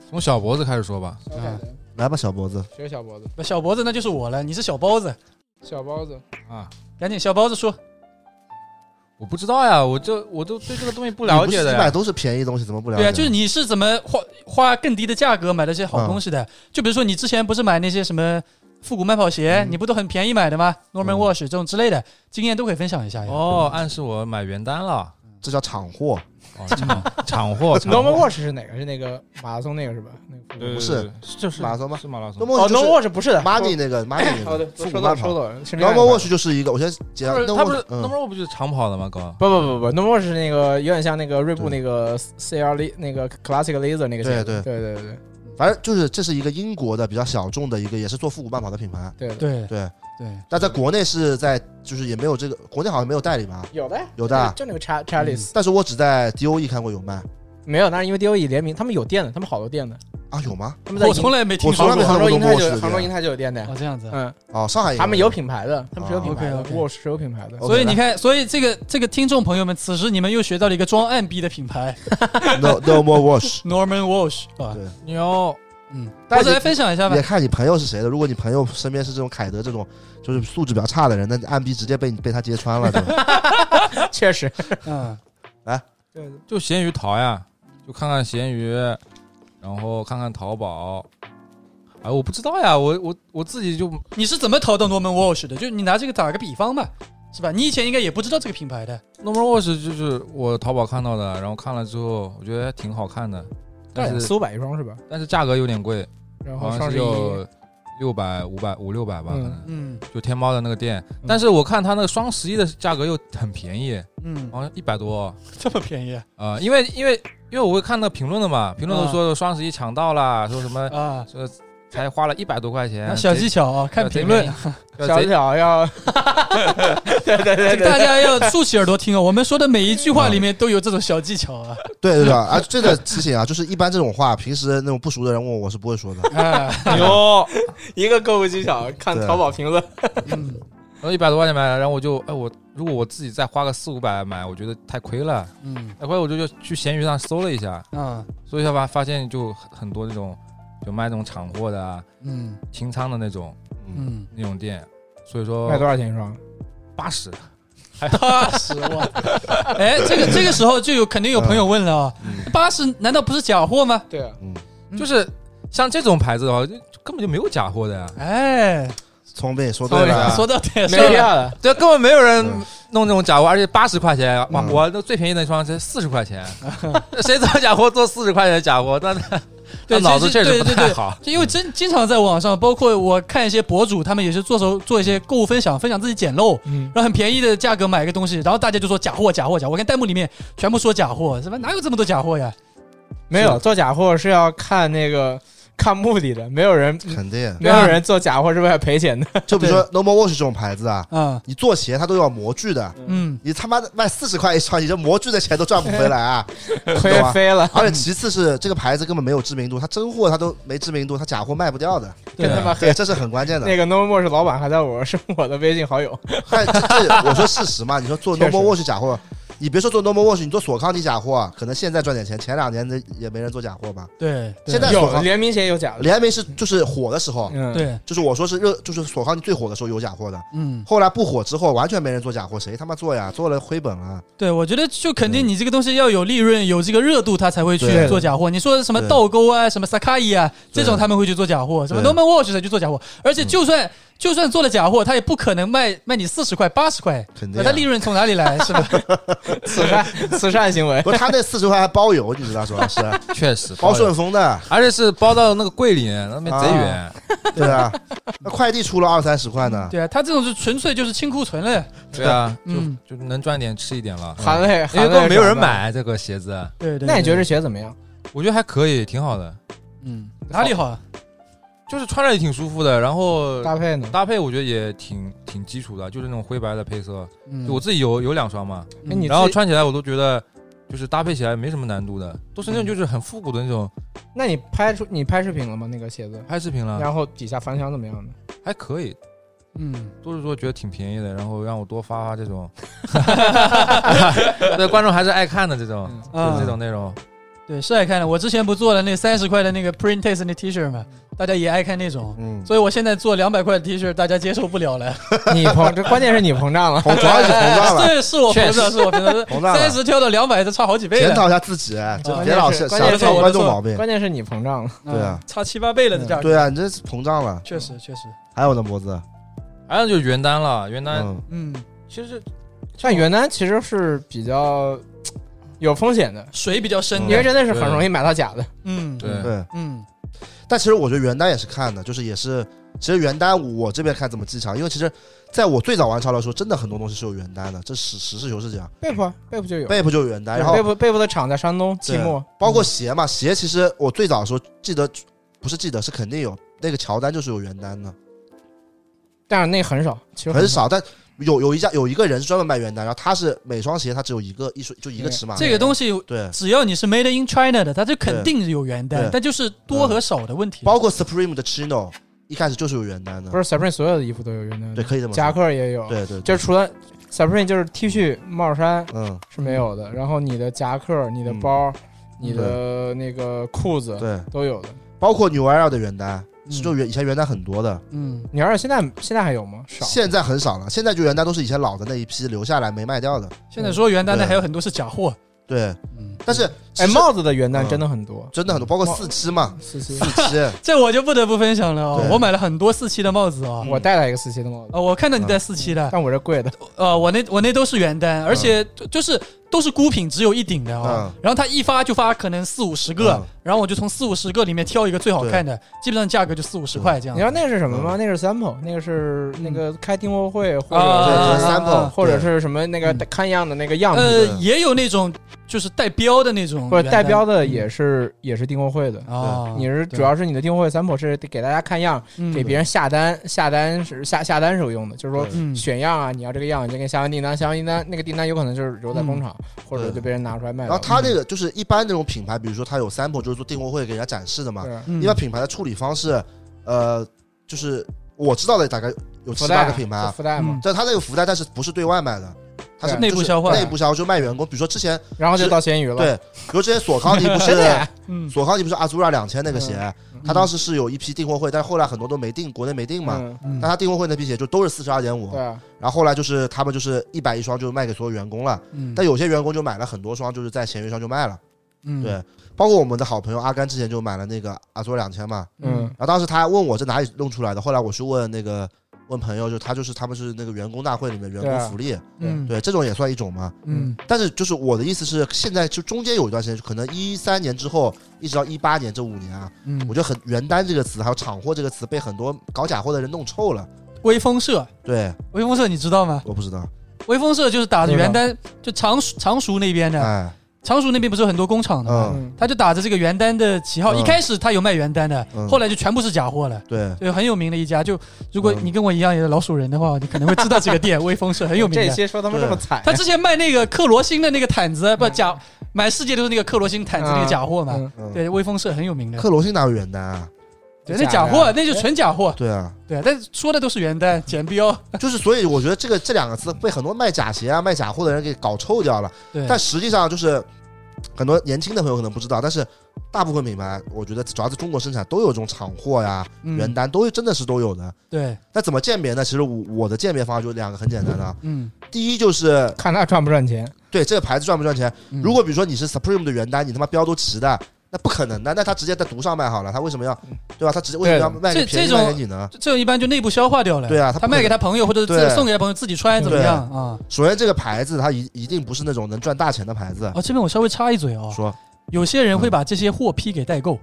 S3: 从小脖子开始说吧。
S4: 小凯德
S1: 来吧，小脖子，
S4: 谁是小包子？
S1: 嗯
S2: 不啊小脖子那就是我了，你是小包子，
S4: 小包子，
S3: 啊，
S2: 赶紧小包子说，
S3: 我不知道呀，我这我都对这个东西不
S1: 不
S3: 了解的
S1: 你买
S3: 呀。
S1: 都是便宜东西，怎么不了解？
S2: 对啊，就是你是怎么花花更低的价格买到这些好东西
S1: 嗯
S2: 的？就比如说你之前不是买那些什么复古慢跑鞋，你不都很便宜买的吗？Norman
S1: 嗯
S2: Wash 这种之类的经验都可以分享一哎下呀。
S3: 哦，暗示我买原单了。
S1: 这叫厂货， [laughs]
S3: 哦，厂厂货，厂
S4: Norman
S3: 货
S4: Watch 是哪个？是那个马拉松那个是吧？那个
S3: 对对
S1: 不是
S3: 对对呃就是
S1: 马拉松吗
S3: 是马拉
S1: 那
S3: 松。
S1: 么
S4: 哦
S1: 就是
S4: ，Norman Watch 不是的。
S1: Money 那个 Money 那
S4: 哦，对
S1: 个，复
S4: 收
S1: 古
S4: 到
S1: 慢跑
S4: 收。到了。是
S1: Normal Watch
S4: 是
S1: 就是一个，我先解
S3: 他
S1: 释
S3: 不是他不是
S1: 嗯
S3: Normal 不就是长跑的吗？哥，
S4: 不不不不，Normal Watch 是那个有点像那个锐步那个 CL 那个 Classic Laser 那个
S1: 对
S4: 鞋子。对对对对
S1: 反正就是这是一个英国的比较小众的一个，也是做复古慢跑的品牌。
S4: 对对。
S2: 对
S1: 对，
S2: 对，
S1: 但在国内是在就是也没有这个，国内好像没有代理吧？
S4: 有的呀，
S1: 有的啊
S4: 就那个 Cha Chalice
S1: 但是我只在 DOE 看过有卖
S4: 没有，那是因为 DOE 联名，他们有店的，他们好多店的，
S1: 啊，有吗？
S4: 他们在
S2: 我哦从来没听
S1: 我从来
S2: 说
S1: 没
S2: 过
S1: 看过
S4: 杭州银泰
S1: Normal
S4: 就
S1: Watch
S4: 杭州银
S1: 的
S4: 泰就有店的呀
S2: 哦，，这样子。
S4: 嗯，
S1: 哦，上海也
S4: 他们有品牌的，他们是有
S1: 哦
S4: 品牌的
S2: OK，OK
S4: ，Watch 是有品牌的
S1: 哦，
S2: 所以你看，所以这个这个听众朋友们，此时你们又学到了一个装暗逼的品牌 [laughs]
S1: No No More Watch，
S2: Norman Wash 啊
S1: 对，
S3: 牛，
S2: 嗯，
S1: 但
S2: 我
S1: 是
S2: 再来分享一下吧
S1: 也。看你朋友是谁的。如果你朋友身边是这种凯德这种就是素质比较差的人，那暗逼直接被你被他揭穿了，对吧？
S4: 确实，
S2: 嗯，
S4: 对，
S3: 就闲鱼淘呀，就看看闲鱼，然后看看淘宝。哎，我不知道呀，我我我自己就
S2: 你是怎么淘到 Norman Wash 的？就你拿这个打个比方吧，是吧？你以前应该也不知道这个品牌的，
S3: Normal Watch 就是我淘宝看到的，然后看了之后我觉得还挺好看的，
S4: [laughs]
S3: 但是
S4: 四五百一双是吧？
S3: 但是价格有点贵，
S4: 然
S3: 好
S4: 后
S3: 像
S4: 双
S3: 是
S4: 十一
S3: 有六百、五百、五六百吧，可
S4: 嗯
S3: 能
S2: 嗯
S3: 就天猫的那个店。但是我看它那个双十一的价格又很便宜，
S2: 嗯，
S3: 好像一百多。
S2: 这么便宜啊
S3: 呃，因为因为因为我会看那评论的嘛，评论
S4: 嗯
S3: 都说双十一抢到了，说什么
S2: 啊！
S3: 说才花了一百多块钱，
S2: 小技巧啊，看
S3: 贼
S2: 评论
S3: 便，贼
S4: 小
S3: 贼
S4: 巧要， [laughs] 对对对
S2: 这个
S4: 对，
S2: 大家要竖起耳朵听哦。我们说的每一句话里面都有这种小技巧 [laughs] 啊。
S1: 对对对啊，这个提醒啊，就是一般这种话，平时那种不熟的人问我，我是不会说的。
S2: 哎，
S4: 牛，一个购物技巧，看
S1: 对
S4: 淘宝评论，
S2: 嗯
S3: 然后一百多块钱买了，然后我就哎我如果我自己再花个四五百买，我觉得太亏了。
S2: 嗯
S3: 那后来我就就去闲鱼上搜了一下，
S2: 啊
S3: 搜一下吧，发现就很很多那种就卖那种厂货的啊，
S2: 嗯
S3: 清仓的那种
S2: [laughs] 嗯，
S3: 那种店，所以说
S4: 卖多少钱一双？
S3: 八十，
S2: [laughs] 八十万。 [laughs] 哎，这个这个时候就有肯定有朋友问了啊，
S1: 嗯
S2: 八十难道不是假货吗？
S4: 对啊，
S1: 嗯，
S2: 嗯
S3: 就是像这种牌子的话，就根本就没有假货的呀，
S2: 哎，
S1: 聪明说对
S3: 聪明
S1: 了，
S2: 说到点
S4: 没
S2: 上
S4: 必
S2: 了。
S4: 要的，
S3: 对，根本没有人
S1: 嗯
S3: 弄这种假货，而且八十块钱，哇，
S1: 嗯
S3: 我那最便宜那双才四十块钱，谁做假货做四十块钱的假货？那那
S2: 对
S3: 那脑子
S2: 其实
S3: 确实
S2: 对
S3: 不
S2: 对
S3: 太
S2: 对 [laughs]
S3: 好。
S2: 就因为真经常在网上，包括我看一些博主，他们也是做手做一些购物分享，分享自己捡漏，
S4: 嗯，
S2: 然后很便宜的价格买一个东西，然后大家就说假货假货假货。我看弹幕里面全部说假货，什么哪有这么多假货呀？
S4: 没有做假货是要看那个看目的的，没有人
S1: 啊 [laughs] 肯定。
S4: 没有人做假货是为了赔
S1: [laughs]
S4: 钱的，
S1: 就比如说 Normal Watch 这种牌子啊，
S2: 啊，
S1: 你做鞋它都要模具的，
S2: 嗯，
S1: 你他妈的卖四十块一双，你这模具的钱都赚不回来啊！
S4: 亏飞了，
S1: 而且其次是这个牌子根本没有知名度，它真货它都没知名度，它假货卖不掉的，
S4: 跟他妈
S1: 对，这是很关键的。
S4: 那个 No More 是老板还在我是我的微信好友，
S1: 但这这，我说事实嘛，你说做
S4: 确实
S1: normal watch 假货，你别说做 normal watch，你做索康尼假货，啊可能现在赚点钱，前两年的也没人做假货吧。
S2: 对，对
S1: 现在索
S4: 有
S1: 康
S4: 联名鞋有假的，
S1: 联名是就是火的时候，
S4: 嗯，
S2: 对，
S1: 就是我说是热，就是索康尼最火的时候有假货的，
S2: 嗯，
S1: 后来不火之后完全没人做假货，谁他妈做呀？做了亏本啊了。
S2: 对，我觉得就肯定你这个东西要有利润，有这个热度，他才会去
S1: 对
S2: 做假货。你说什么
S1: 对
S2: 倒钩啊，什么 Sakai 啊，这
S1: 对
S2: 种他们会去做假货，什么
S1: 对
S2: Norman Watch 才去做假货。而且就算就算做了假货，他也不可能卖卖你四十块、八十块，
S1: 肯定
S2: 那
S1: 啊
S2: 他利润从哪里来？是吧？
S4: 慈
S1: [laughs]
S4: 善慈善行为，
S1: 不是他那四十块还包邮，你知道主要是啊
S3: [laughs] 确实
S1: 包顺，丰的，
S3: 而且是包到那个桂林那边贼远，
S1: 对啊，那快递出了二三十块呢。
S2: 对啊，他这种是纯粹就是清库存了。
S3: 对啊，
S2: 嗯
S3: 就就能赚点吃一点了。嗯
S4: 含泪，
S3: 因
S4: 含
S3: 为
S4: 泪
S3: 根本没有人
S4: 爽的。
S3: 买这个鞋子，啊
S2: 对对。
S4: 那你觉得
S2: 对
S4: 这鞋怎么样？
S3: 我觉得还可以，挺好的，
S2: 嗯哪里好啊？
S3: 就是穿着也挺舒服的，然后
S4: 搭配呢？
S3: 搭配我觉得也挺挺基础的，就是那种灰白的配色。
S2: 嗯
S3: 就我自己有有两双嘛，
S4: 哎你
S3: 然后
S4: 自己
S3: 穿起来我都觉得就是搭配起来没什么难度的，都是那种就是很复古的那种
S4: 那你拍出你拍视频了吗？那个鞋子，
S3: 拍视频
S1: 啊嗯
S3: 了，
S4: 然后底下反响怎么样呢？
S3: 还可以，
S2: 嗯，
S3: 都是说觉得挺便宜的，然后让我多发发这
S1: [laughs]
S3: 种，对观众还是爱看的这种，
S1: 嗯
S3: 就
S2: 啊，
S3: 是这种内容。
S2: 对，是爱看的。我之前不做了那三十块的那个 Print Taste 那 T 恤嘛，大家也爱看那种，
S1: 嗯，
S2: 所以我现在做两百块的 T 恤，大家接受不了了。
S4: 你膨，这关键是你膨胀了。
S1: 膨主要是膨胀了，
S2: [laughs] 对，是我膨胀，是我膨胀，
S1: 膨胀
S2: 三
S1: 了。
S2: 十跳到两百，这差好几倍
S1: 检
S2: 了，
S1: 讨一下自己，就别
S4: 关键
S1: 老
S4: 是
S1: 是
S4: 关
S1: 想
S4: 键
S2: 是
S1: 挑
S2: 我
S1: 观
S2: 的
S1: 众
S2: 错
S1: 毛病。
S4: 关键是你膨胀了，
S2: 嗯
S1: 对啊
S2: 差七八倍了这价格，
S1: 对啊，你这是膨胀了。
S2: 确实确实，
S1: 还有呢，脖子，
S3: 还有就是原单了，原单
S1: 嗯，
S2: 嗯，
S3: 其实
S4: 但原单其实是比较有风险的，
S2: 水比较深
S1: 嗯
S4: 因为
S2: 的，
S4: 真的是很容易买到假的。
S2: 嗯，
S3: 对
S1: 对。
S2: 嗯
S1: 但其实我觉得原单也是看的，就是也是，其实原单我这边看怎么技巧，因为其实在我最早玩潮流的时候，真的很多东西是有原单的，这实实事求是讲。
S4: 贝普贝普就有，
S1: 背部就有原单，然后
S4: 贝普贝普的厂在山东
S1: 对
S4: 即墨，
S1: 包括鞋嘛，鞋其实我最早的时候记得不是记得是肯定有那个乔丹就是有原单的，
S4: 嗯但是那很少，其实
S1: 很。少，但有有一家有一个人是专门卖原单，然后他是每双鞋他只有一个一双就一个尺码，
S2: 这个东西
S1: 对，
S2: 只要你是 Made in China 的，它就肯定有原
S1: 嗯
S2: 单
S1: 对，嗯
S2: 但就是多和少的问题。
S1: 包括 Supreme 的 Chino 一开始就是有原单的
S4: 不，是 Supreme 所有的衣服都有原单
S1: 对，
S4: 的，
S1: 可以这么
S4: 夹
S1: 说，
S4: 克也有，
S1: 对对，
S4: 就
S1: 对
S4: 是除了 Supreme 就是 T 恤、帽衫
S1: 嗯，
S4: 是没有的，然后你的夹克、你的包、你的那个裤子
S1: 对，
S4: 都有的。
S1: 包括 New Era 的原单，是就
S2: 嗯
S1: 原以前原单很多的，
S2: 嗯
S4: 你要是现在现在还有吗？少，
S1: 现在很少了，现在就原单都是以前老的那一批留下来没卖掉的。
S2: 现在说原单的
S1: 对
S2: 还有很多是假货。
S1: 对，
S2: 嗯
S1: 但是
S4: 哎，
S1: 其实
S4: 帽子的元旦真的很多，
S1: 真的很多，包括四七嘛，
S4: 四七，
S1: 四七，
S2: 这我就不得不分享了哦
S1: 对，
S2: 我买了很多四期的帽子啊、
S4: 我戴了一个四七的帽
S1: 嗯
S4: 子，
S2: 啊，我看到你戴四期的，
S4: 但我是贵的，
S2: 呃，我那我那都是原单，而且就就是都是孤品，只有一顶的啊、
S1: 嗯
S2: 然后他一发就发可能四五十个，
S1: 嗯
S2: 然后我就从四五十个里面挑一个最好看的，基本上价格就四五十块这样
S4: 你知。道嗯那是什么
S1: 嗯
S4: 吗？那是 sample，那个是那个开订货会或
S1: 对
S4: 者
S2: 啊
S1: 就是，sample，
S4: 或者
S1: 对
S4: 是什么那个
S2: 嗯
S4: 看样的那个样
S2: 呃
S4: 子，
S1: 对，
S2: 也有那种就是带标的那种原单，
S4: 或者带标
S1: 嗯
S4: 的也是也是订货会的。
S2: 啊，
S4: 你是
S2: 对
S4: 主要是你的订货会 sample 是给大家看样，
S2: 嗯
S4: 给别人下单，下单是下下单时候用的，就是说
S1: 对
S2: 嗯
S4: 选样啊，你要这个样，你就给下完订单，下完订单那个订单有可能就是留在工厂，或者就被人拿出来卖
S1: 嗯然
S4: 了。嗯
S1: 后它这个就是一般这种品牌，比如说它有 sample，就是做订货会给人家展示的嘛。
S4: 对
S2: 嗯
S1: 一般品牌的处理方式，呃，就是我知道的大概有
S4: 福
S1: 七
S4: 袋
S1: 八
S4: 啊
S1: 个品牌
S4: 就
S1: 啊，
S4: 福袋嘛
S2: 嗯，
S1: 但它这个福袋，但是不是对外卖的，它是
S4: 对
S1: 就是
S2: 内部消化
S1: 内部销就卖员工。比如说之前，
S4: 然后就到闲鱼了。
S1: 对，比如之前索康尼不
S4: 真
S1: 是
S4: 的呀，
S2: 嗯
S1: 索康尼不是阿祖拉两千那个鞋，
S4: 嗯
S1: 它当时是有一批订货会，但是后来很多都没订，国内没订嘛。
S4: 嗯，
S2: 嗯
S1: 但它订货会那批鞋就都是四十二点五
S4: 对，啊，
S1: 然后后来就是他们就是一百一双就卖给所有员工了，
S2: 嗯
S1: 但有些员工就买了很多双，就是在闲鱼上就卖了。
S2: 嗯
S1: 对，包括我们的好朋友阿甘之前就买了那个阿祖两千嘛，
S4: 嗯
S1: 然后当时他还问我这哪里弄出来的，后来我去问那个问朋友，就他就是他们是那个员工大会里面员
S4: 对
S1: 工
S4: 啊
S1: 福利，
S2: 嗯
S1: 对，这种也算一种嘛。
S2: 嗯
S1: 但是就是我的意思是，现在就中间有一段时间，就可能一三年之后一直到一八年这五年啊，
S2: 嗯
S1: 我觉得很“原单”这个词还有“厂货”这个词被很多搞假货的人弄臭了。
S2: 微风社，
S1: 对，
S2: 微风社你知道吗？
S1: 我不知道，
S2: 微风社就是打着
S4: 知道
S2: 原单，就常熟常熟那边的，
S1: 哎，
S2: 常熟那边不是有很多工厂的吗？
S1: 嗯，
S4: 嗯，
S2: 他就打着这个原单的旗号，
S1: 嗯
S2: 一开始他有卖原单的，
S1: 嗯
S2: 后来就全部是假货了。
S1: 对，
S2: 对，很有名的一家。就如果
S1: 嗯
S2: 你跟我一样也是老鼠人的话，你可能会知道这个店，微风社很有名 [laughs]
S4: 这
S2: 的。嗯
S4: 些说他们这么惨，
S2: 他之前卖那个克罗心的那个毯子，不假满世界都是那个克罗心毯子那个
S4: 嗯
S2: 假货嘛。
S4: 嗯
S1: 嗯，
S2: 对，微风社很有名的。
S1: 克罗心哪有原单啊？
S2: 对，
S4: 假
S2: 那
S4: 的啊
S2: 假哎
S4: 呀
S2: 货，那就纯假货。
S1: 对啊，
S2: 对，但是说的都是原单剪标。
S1: 就是所以我觉得这个这两个词被很多卖假鞋啊、卖假货的人给搞臭掉了。
S2: 对，
S1: 但实际上就是很多年轻的朋友可能不知道，但是大部分品牌，我觉得只要在中国生产，都有这种厂货呀、
S2: 嗯
S1: 原单，都真的是都有的。
S2: 对，
S1: 那怎么鉴别呢？其实我我的鉴别方法就两个很简单的，
S2: 嗯，
S1: 第一就是
S4: 看他赚不赚钱。
S1: 对这个牌子赚不赚钱。
S2: 嗯
S1: 如果比如说你是 Supreme 的原单，你他妈标都齐的。那不可能的，那他直接在毒上卖好了，他为什么要，
S2: 嗯
S1: 对吧？他直接为什么要卖给
S2: 这
S1: 便宜
S2: 这种
S1: 卖给你呢？
S2: 这种一般就内部消化掉了。
S1: 对啊他
S2: 他
S1: 不可
S2: 卖给他朋友或者自
S1: 对
S2: 送给他朋友自己穿怎么
S1: 对
S2: 样啊？
S1: 首先，这个牌子它一一定不是那种能赚大钱的牌子。
S2: 哦，这边我稍微插一嘴哦，
S1: 说
S2: 有些人会把这些货批给代购，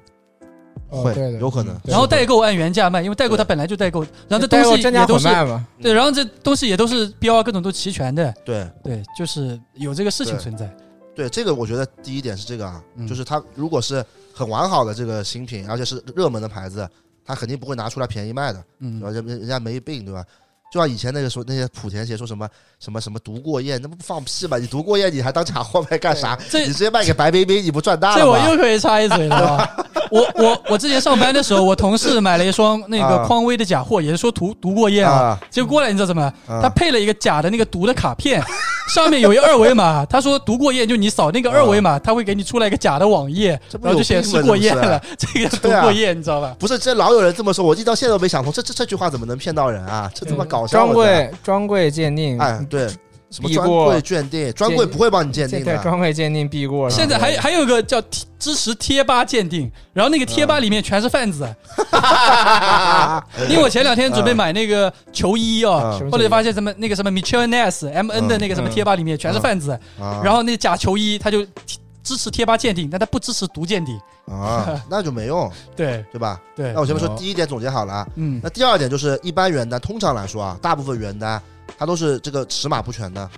S4: 哦
S1: 会
S4: 对的
S1: 有可能
S4: 嗯
S2: 然后代购按原价卖，因为代购
S1: 对
S2: 他本来就代购，然后这
S4: 带
S2: 东
S4: 货
S2: 西
S4: 真
S2: 也
S4: 假
S2: 都
S4: 混
S2: 是
S4: 卖嘛，
S2: 对，然后这东西也都是标啊，各种都齐全的，
S1: 对
S2: 对，就是有这个事情
S1: 对
S2: 存在。
S1: 对，这个我觉得第一点是这个啊，
S2: 嗯
S1: 就是它如果是很完好的这个新品，而且是热门的牌子，它肯定不会拿出来便宜卖的，
S2: 嗯
S1: 对吧？，人人家没病，对吧？就像以前那个说那些莆田鞋说什么什么什么毒过验，那不放屁嘛！你毒过验你还当假货卖干啥？
S2: 这
S1: 你直接卖给白冰冰，你不赚大
S2: 这
S1: 了
S2: 我
S1: 吗？
S2: 又可以插一嘴了啊。我我我之前上班的时候，我同事买了一双那个
S1: 啊
S2: 匡威的假货，也是说涂涂过液啊，
S1: 啊，
S2: 结果过来你知道怎么？
S1: 他
S2: 他配了一个假的那个毒的卡片， [laughs] 上面有一二维码。他说读过页，就你扫那个二维码，他会给你出来一个假的网页
S1: 啊这，不
S2: 然后就显示过页
S1: 有病
S2: 了
S1: 吗。
S2: [laughs] 这个是读过页，你知道吧？
S1: 不是这老有人这么说，我一到现在都没想通，这这这句话怎么能骗到人啊？这他妈搞笑！
S4: 专
S1: 我觉得
S4: 柜专柜鉴定，
S1: 哎，对，什么
S4: 避
S1: 专
S4: 过
S1: 柜鉴定，专柜不会帮你鉴定
S4: 对
S1: [laughs] 的。
S4: 专柜鉴定必
S1: 啊
S4: 过了。
S2: 现在还还有一个叫贴支持贴吧鉴定，然后那个贴吧里面全是贩子。
S1: 啊
S2: 因为我前两天准备买那个球衣
S1: 啊
S2: 哦
S4: 嗯，
S2: 后来就发现什么那个什么 Michel Ness M N
S1: 嗯
S2: 的那个什么贴吧里面全是贩子，
S1: 然
S2: 然后那假球衣他就贴支持贴吧鉴定，但他不支持毒鉴定。
S1: 啊，那就没用，
S2: 对
S1: 对吧？
S2: [laughs] 对
S1: 那，我前面说
S4: 有
S1: 第一点总结好了啊，
S2: 嗯
S1: 那第二点就是一般原单，通常来说啊，大部分原单它都是这个尺码不全的。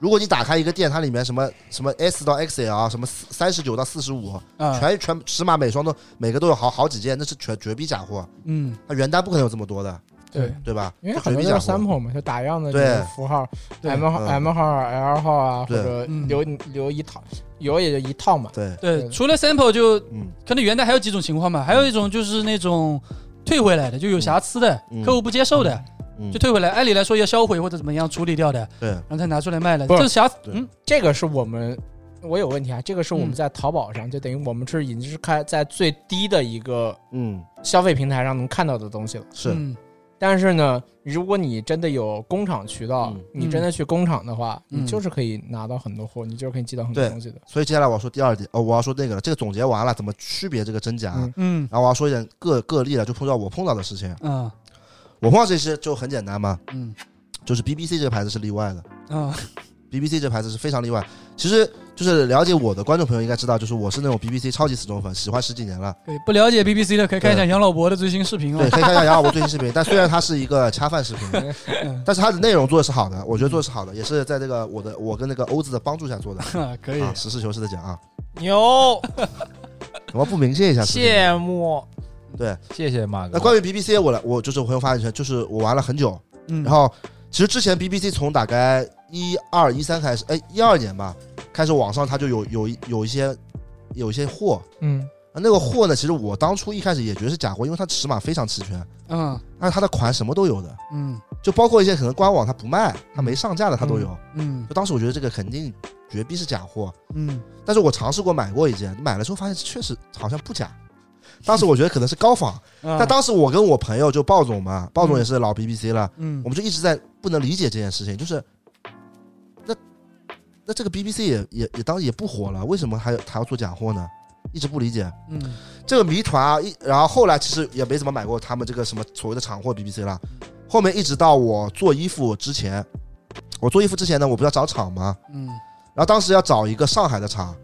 S1: 如果你打开一个店，它里面什么什么 S 到 XL，什么三十九到四十五，
S4: 嗯
S2: 啊
S1: 全全尺码每双都每个都有好好几件，那是绝绝逼假货。
S2: 嗯
S1: 它原单不可能有这么多的，
S2: 对
S1: 对吧？
S4: 因为
S1: 这
S4: 很
S1: 绝
S4: 多
S1: 逼
S4: 都
S1: 假
S4: 是
S1: 货。
S4: sample 嘛，就打样的
S1: 对
S4: 这种符号
S2: 对
S4: ，M 号、
S1: 嗯
S4: M 号、L 号啊，或
S1: 对
S4: 者
S2: 嗯
S4: 留留一套，有也就一套嘛。
S1: 对，
S2: 对，
S4: 对
S2: 除了 sample 就
S1: 嗯
S2: 可能原来还有几种情况嘛，还有一种就是那种退回来的，就有瑕疵的，
S1: 嗯
S2: 客户不接受的，
S1: 嗯
S2: 就，退回来。按理来说要销毁或者怎么样处理掉的，
S1: 对，
S2: 然后才拿出来卖的。
S4: 不
S2: 这
S4: 是
S2: 是瑕疵，
S1: 对
S2: 嗯，
S4: 这个是我们，我有问题啊，这个是我们
S2: 嗯
S4: 在淘宝上，就等于我们是已经是开在最低的一个
S1: 嗯
S4: 消费平台上能看到的东西了。
S1: 是，
S2: 嗯
S4: 但是呢，如果你真的有工厂渠道，
S1: 嗯
S4: 你真的去工厂的话，
S2: 嗯
S4: 你就是可以拿到很多货，你就是可以寄到很多
S1: 对
S4: 东西的。
S1: 所以接下来我要说第二点，哦，我要说那个了，这个总结完了，怎么区别这个真假？
S4: 嗯
S2: 嗯
S1: 然后我要说一点个个例了，就碰到我碰到的事情，
S2: 嗯
S1: 我碰到这些就很简单嘛，
S2: 嗯
S1: 就是 BBC 这个牌子是例外的
S2: 嗯
S1: ，BBC 这个牌子是非常例外。其实就是了解我的观众朋友应该知道，就是我是那种 BBC 超级死忠粉，喜欢十几年了。
S2: 对，不了解 BBC 的可以看一下杨老伯的最新视频啊
S1: 对，
S2: 了。
S1: 可以看一下杨老伯最新视频。但虽然它是一个恰饭视频，
S2: 嗯
S1: 但是它的内容做的是好的，我觉得做的是好的，也是在这个我的我跟那个欧子的帮助下做的。
S2: 啊可以，
S1: 啊，实事求是的讲啊，
S5: 牛，
S1: 我们不明谢一下？
S5: 羡慕。
S3: 谢谢马哥。
S1: 那关于 BBC，我来，我就是我朋友发言权，就是我玩了很久，
S2: 嗯，
S1: 然后其实之前 BBC 从大概一二一三开始，哎，一二年吧，开始网上它就有有一有一些有一些货，
S4: 嗯，
S1: 啊那个货呢，其实我当初一开始也觉得是假货，因为它尺码非常齐全，
S2: 嗯
S1: 但是它的款什么都有的，
S2: 嗯
S1: 就包括一些可能官网它不卖，它没上架的它都有。
S2: 嗯
S1: 就当时我觉得这个肯定绝逼是假货，
S2: 嗯
S1: 但是我尝试过买过一件，买了之后发现确实好像不假。当时我觉得可能是高仿，
S2: 嗯，
S1: 但当时我跟我朋友就鲍总嘛，鲍总
S2: 嗯
S1: 也是老 BBC 了，
S2: 嗯
S1: 我们就一直在不能理解这件事情，就是那那这个 BBC 也也也当也不火了，为什么还有还要做假货呢？一直不理解
S2: 嗯
S1: 这个谜团啊！一然后后来其实也没怎么买过他们这个什么所谓的厂货 BBC 了。后面一直到我做衣服之前，我做衣服之前呢，我不是要找厂吗？
S2: 嗯
S1: 然后当时要找一个上海的厂，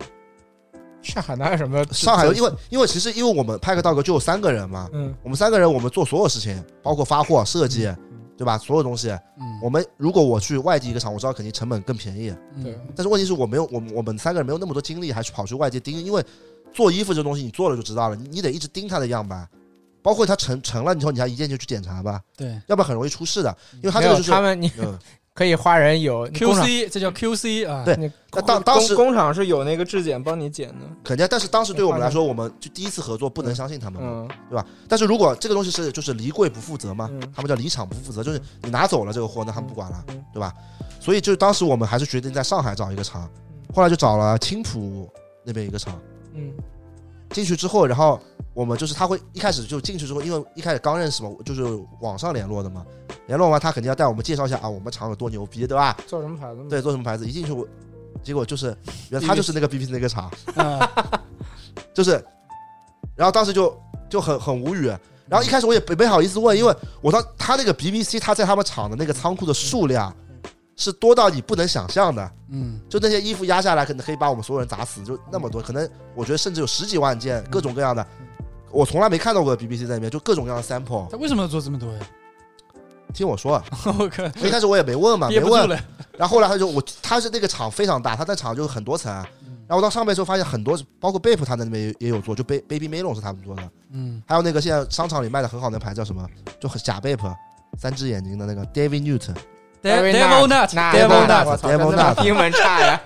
S4: 上海哪有什么？
S1: 上海因为因为其实因为我们派克道格就有三个人嘛，
S4: 嗯
S1: 我们三个人我们做所有事情，包括发货、设计，对吧？所有东西，
S2: 嗯，
S1: 我们如果我去外地一个厂，我知道肯定成本更便宜，
S4: 对
S2: 嗯
S1: 但是问题是我没有，我们我们三个人没有那么多精力，还去跑去外界盯，因为做衣服这东西你做了就知道了，你你得一直盯它的样板，包括它成成了以后，你还一件件去检查吧，
S2: 对
S1: 要不然很容易出事的，因为它
S4: 嗯没
S1: 这个
S4: 有
S1: 就是
S4: 他，们，你
S1: 嗯，
S4: [laughs] 可以花人有工厂，
S2: QC 这叫 QC 啊，
S1: 对
S4: 你
S1: 那当当时
S6: 工厂是有那个质检帮你检的，
S1: 肯定，但是当时对我们来说，我们就第一次合作，不能相信他们嘛，
S4: 嗯
S1: 但是如果这个东西是就是离柜不负责嘛
S4: 嗯，
S1: 他们叫离场不负责，就是你拿走了这个货，那他们不管了
S4: 嗯，
S1: 对吧？所以就当时我们还是决定在上海找一个厂，后来就找了青浦那边一个厂。
S4: 嗯
S1: 进去之后，然后我们就是他会一开始就进去之后，因为一开始刚认识嘛，就是网上联络的嘛，联络完他肯定要带我们介绍一下啊，我们厂有多牛逼，对吧？
S4: 做什么牌子？
S1: 对，做什么牌子？一进去我，结果就是原来他就是那个 BP 那个厂，
S2: 啊
S1: 就是，然后当时就就很很无语。然后一开始我也没没好意思问，因为我当他那个 BBC，他在他们厂的那个仓库的数量是多到你不能想象的，
S2: 嗯
S1: 就那些衣服压下来，可能可以把我们所有人砸死，就那么多，可能我觉得甚至有十几万件，各种各样的，
S2: 嗯
S1: 我从来没看到过 BBC 在里面，就各种各样的 sample
S2: 他。为什么要做这么多呀？ [laughs]
S1: 听我说，
S2: 我靠，
S1: 我一开始我也没问嘛，
S2: 憋
S1: 啊没
S2: 不住
S1: 问，
S2: 了，
S1: 然后后来他就我他是那个厂非常大，他在厂就是很多层，啊
S2: 嗯
S1: 然后我到上面的时候发现很多，包括 Bape 他在那边也也有做，就 Ba- Baby Melon 是他们做的，
S2: 嗯
S1: 还有那个现在商场里卖的很好的那牌叫什么，就很假 Bape，三只眼睛的那个 David Newton。
S4: Every
S2: ，Devil
S4: night，那
S2: Nut，Devil
S1: Nut，
S4: 我操
S1: Devil
S4: 真他妈
S1: Nut
S4: 英文差
S1: [laughs]
S4: 呀！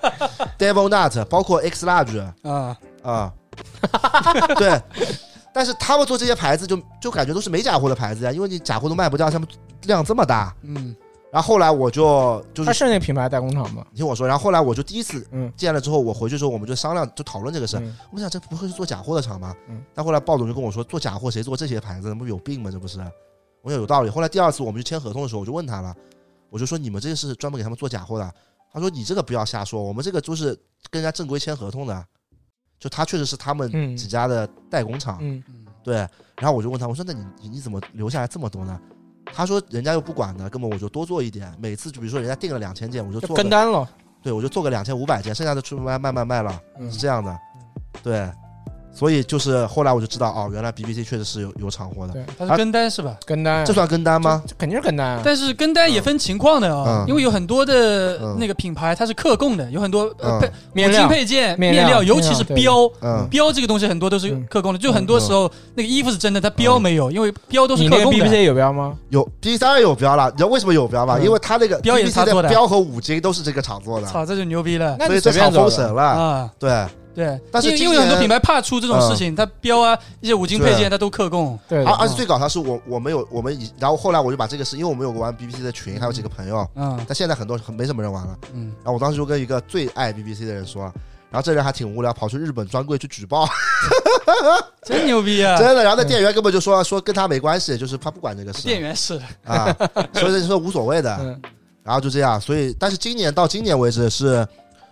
S1: Devil Nut，包括 X Large
S2: 啊，
S1: 啊、 [laughs] 对。但是他们做这些牌子就就感觉都是没假货的牌子呀，因为你假货都卖不掉，他们量这么大。
S2: 嗯
S1: 然后后来我就就
S4: 他
S1: 是
S4: 是那品牌代工厂吗？
S1: 你听我说，然后后来我就第一次
S4: 嗯
S1: 见了之后，我回去之后我们就商量就讨论这个事。
S4: 嗯
S1: 我们想这不会是啊做假货的厂吧？
S4: 嗯
S1: 但后来鲍总就跟我说，做假货谁做这些牌子？那不有病吗？这不是？我想有道理。后来第二次我们去签合同的时候，我就问他了，我就说你们这是专门给他们做假货的。他说你这个不要瞎说，我们这个就是跟人家正规签合同的，就他确实是他们
S4: 嗯
S1: 几家的代工厂。
S4: 嗯，
S2: 嗯
S1: 对，然后我就问他，我说那你你你怎么留下来这么多呢？他说人家又不管呢，根本我就多做一点，每次就比如说人家订了两千件，我就
S4: 就
S1: 做
S4: 跟
S1: 个，
S4: 单了。
S1: 对我就做个两千五百件，剩下的出卖卖卖卖了，
S4: 嗯
S1: 是这样的，对，所以就是后来我就知道哦，原来 BBC 确实是有有厂货的，
S4: 对
S2: 他是跟单是吧？
S4: 跟单，啊
S1: 这算跟单吗？
S4: 这肯定是跟单啊。
S2: 但是跟单也分情况的啊，
S1: 嗯
S2: 因为有很多的
S1: 嗯
S2: 那个品牌它是克供的，有很多
S1: 嗯
S2: 呃配
S4: 面
S2: 五金
S4: 料
S2: 配件、
S4: 面
S2: 面料，
S4: 料
S2: 尤其
S4: 面料
S2: 是
S4: 对
S2: 标。
S1: 嗯，
S2: 标这个东西很多都是
S4: 嗯
S2: 克供的，就很多时候那个衣服是真的，它标没有，因为标都是
S4: 你
S2: 克
S4: 那个
S2: 供的。
S4: BBC 有标吗？
S1: 有 BBC 当然有标了，你知道为什么有标吗？
S4: 嗯
S1: 因为他那个
S2: 标也是
S1: BBC
S2: 他做
S1: 的
S2: 的
S1: 标和五金都是这个厂做的，
S2: 操，这就牛逼了
S4: 那
S1: 所
S4: 你
S1: 以这
S4: 随
S1: 厂
S4: 便
S1: 封
S4: 走
S1: 神
S4: 了。
S1: 了，
S2: 啊！
S1: 对。
S2: 对，
S1: 但是
S2: 因为因
S1: 今
S2: 为有很多
S1: 年
S2: 品牌怕出这种事情，它标啊一些五金配件它都克供。
S4: 对，
S1: 啊
S4: 嗯
S1: 而
S4: 啊对
S1: 而且最搞笑是我我们有我们以然后后来我就把这个事，因为我们有个玩 BBC 的群，还有几个朋友，
S2: 嗯
S1: 但现在很多很没什么人玩了。
S2: 嗯，
S1: 然后我当时就跟一个最爱 BBC 的人说，然后这人还挺无聊，跑去日本专柜去举报，
S2: 真牛逼啊！
S1: 真的。然后那店员根本就说说跟他没关系，就是他不管这个事
S2: 店员是，
S1: 啊，所以说无所谓的。
S4: 嗯
S1: 然后就这样，所以但是今年到今年为止是，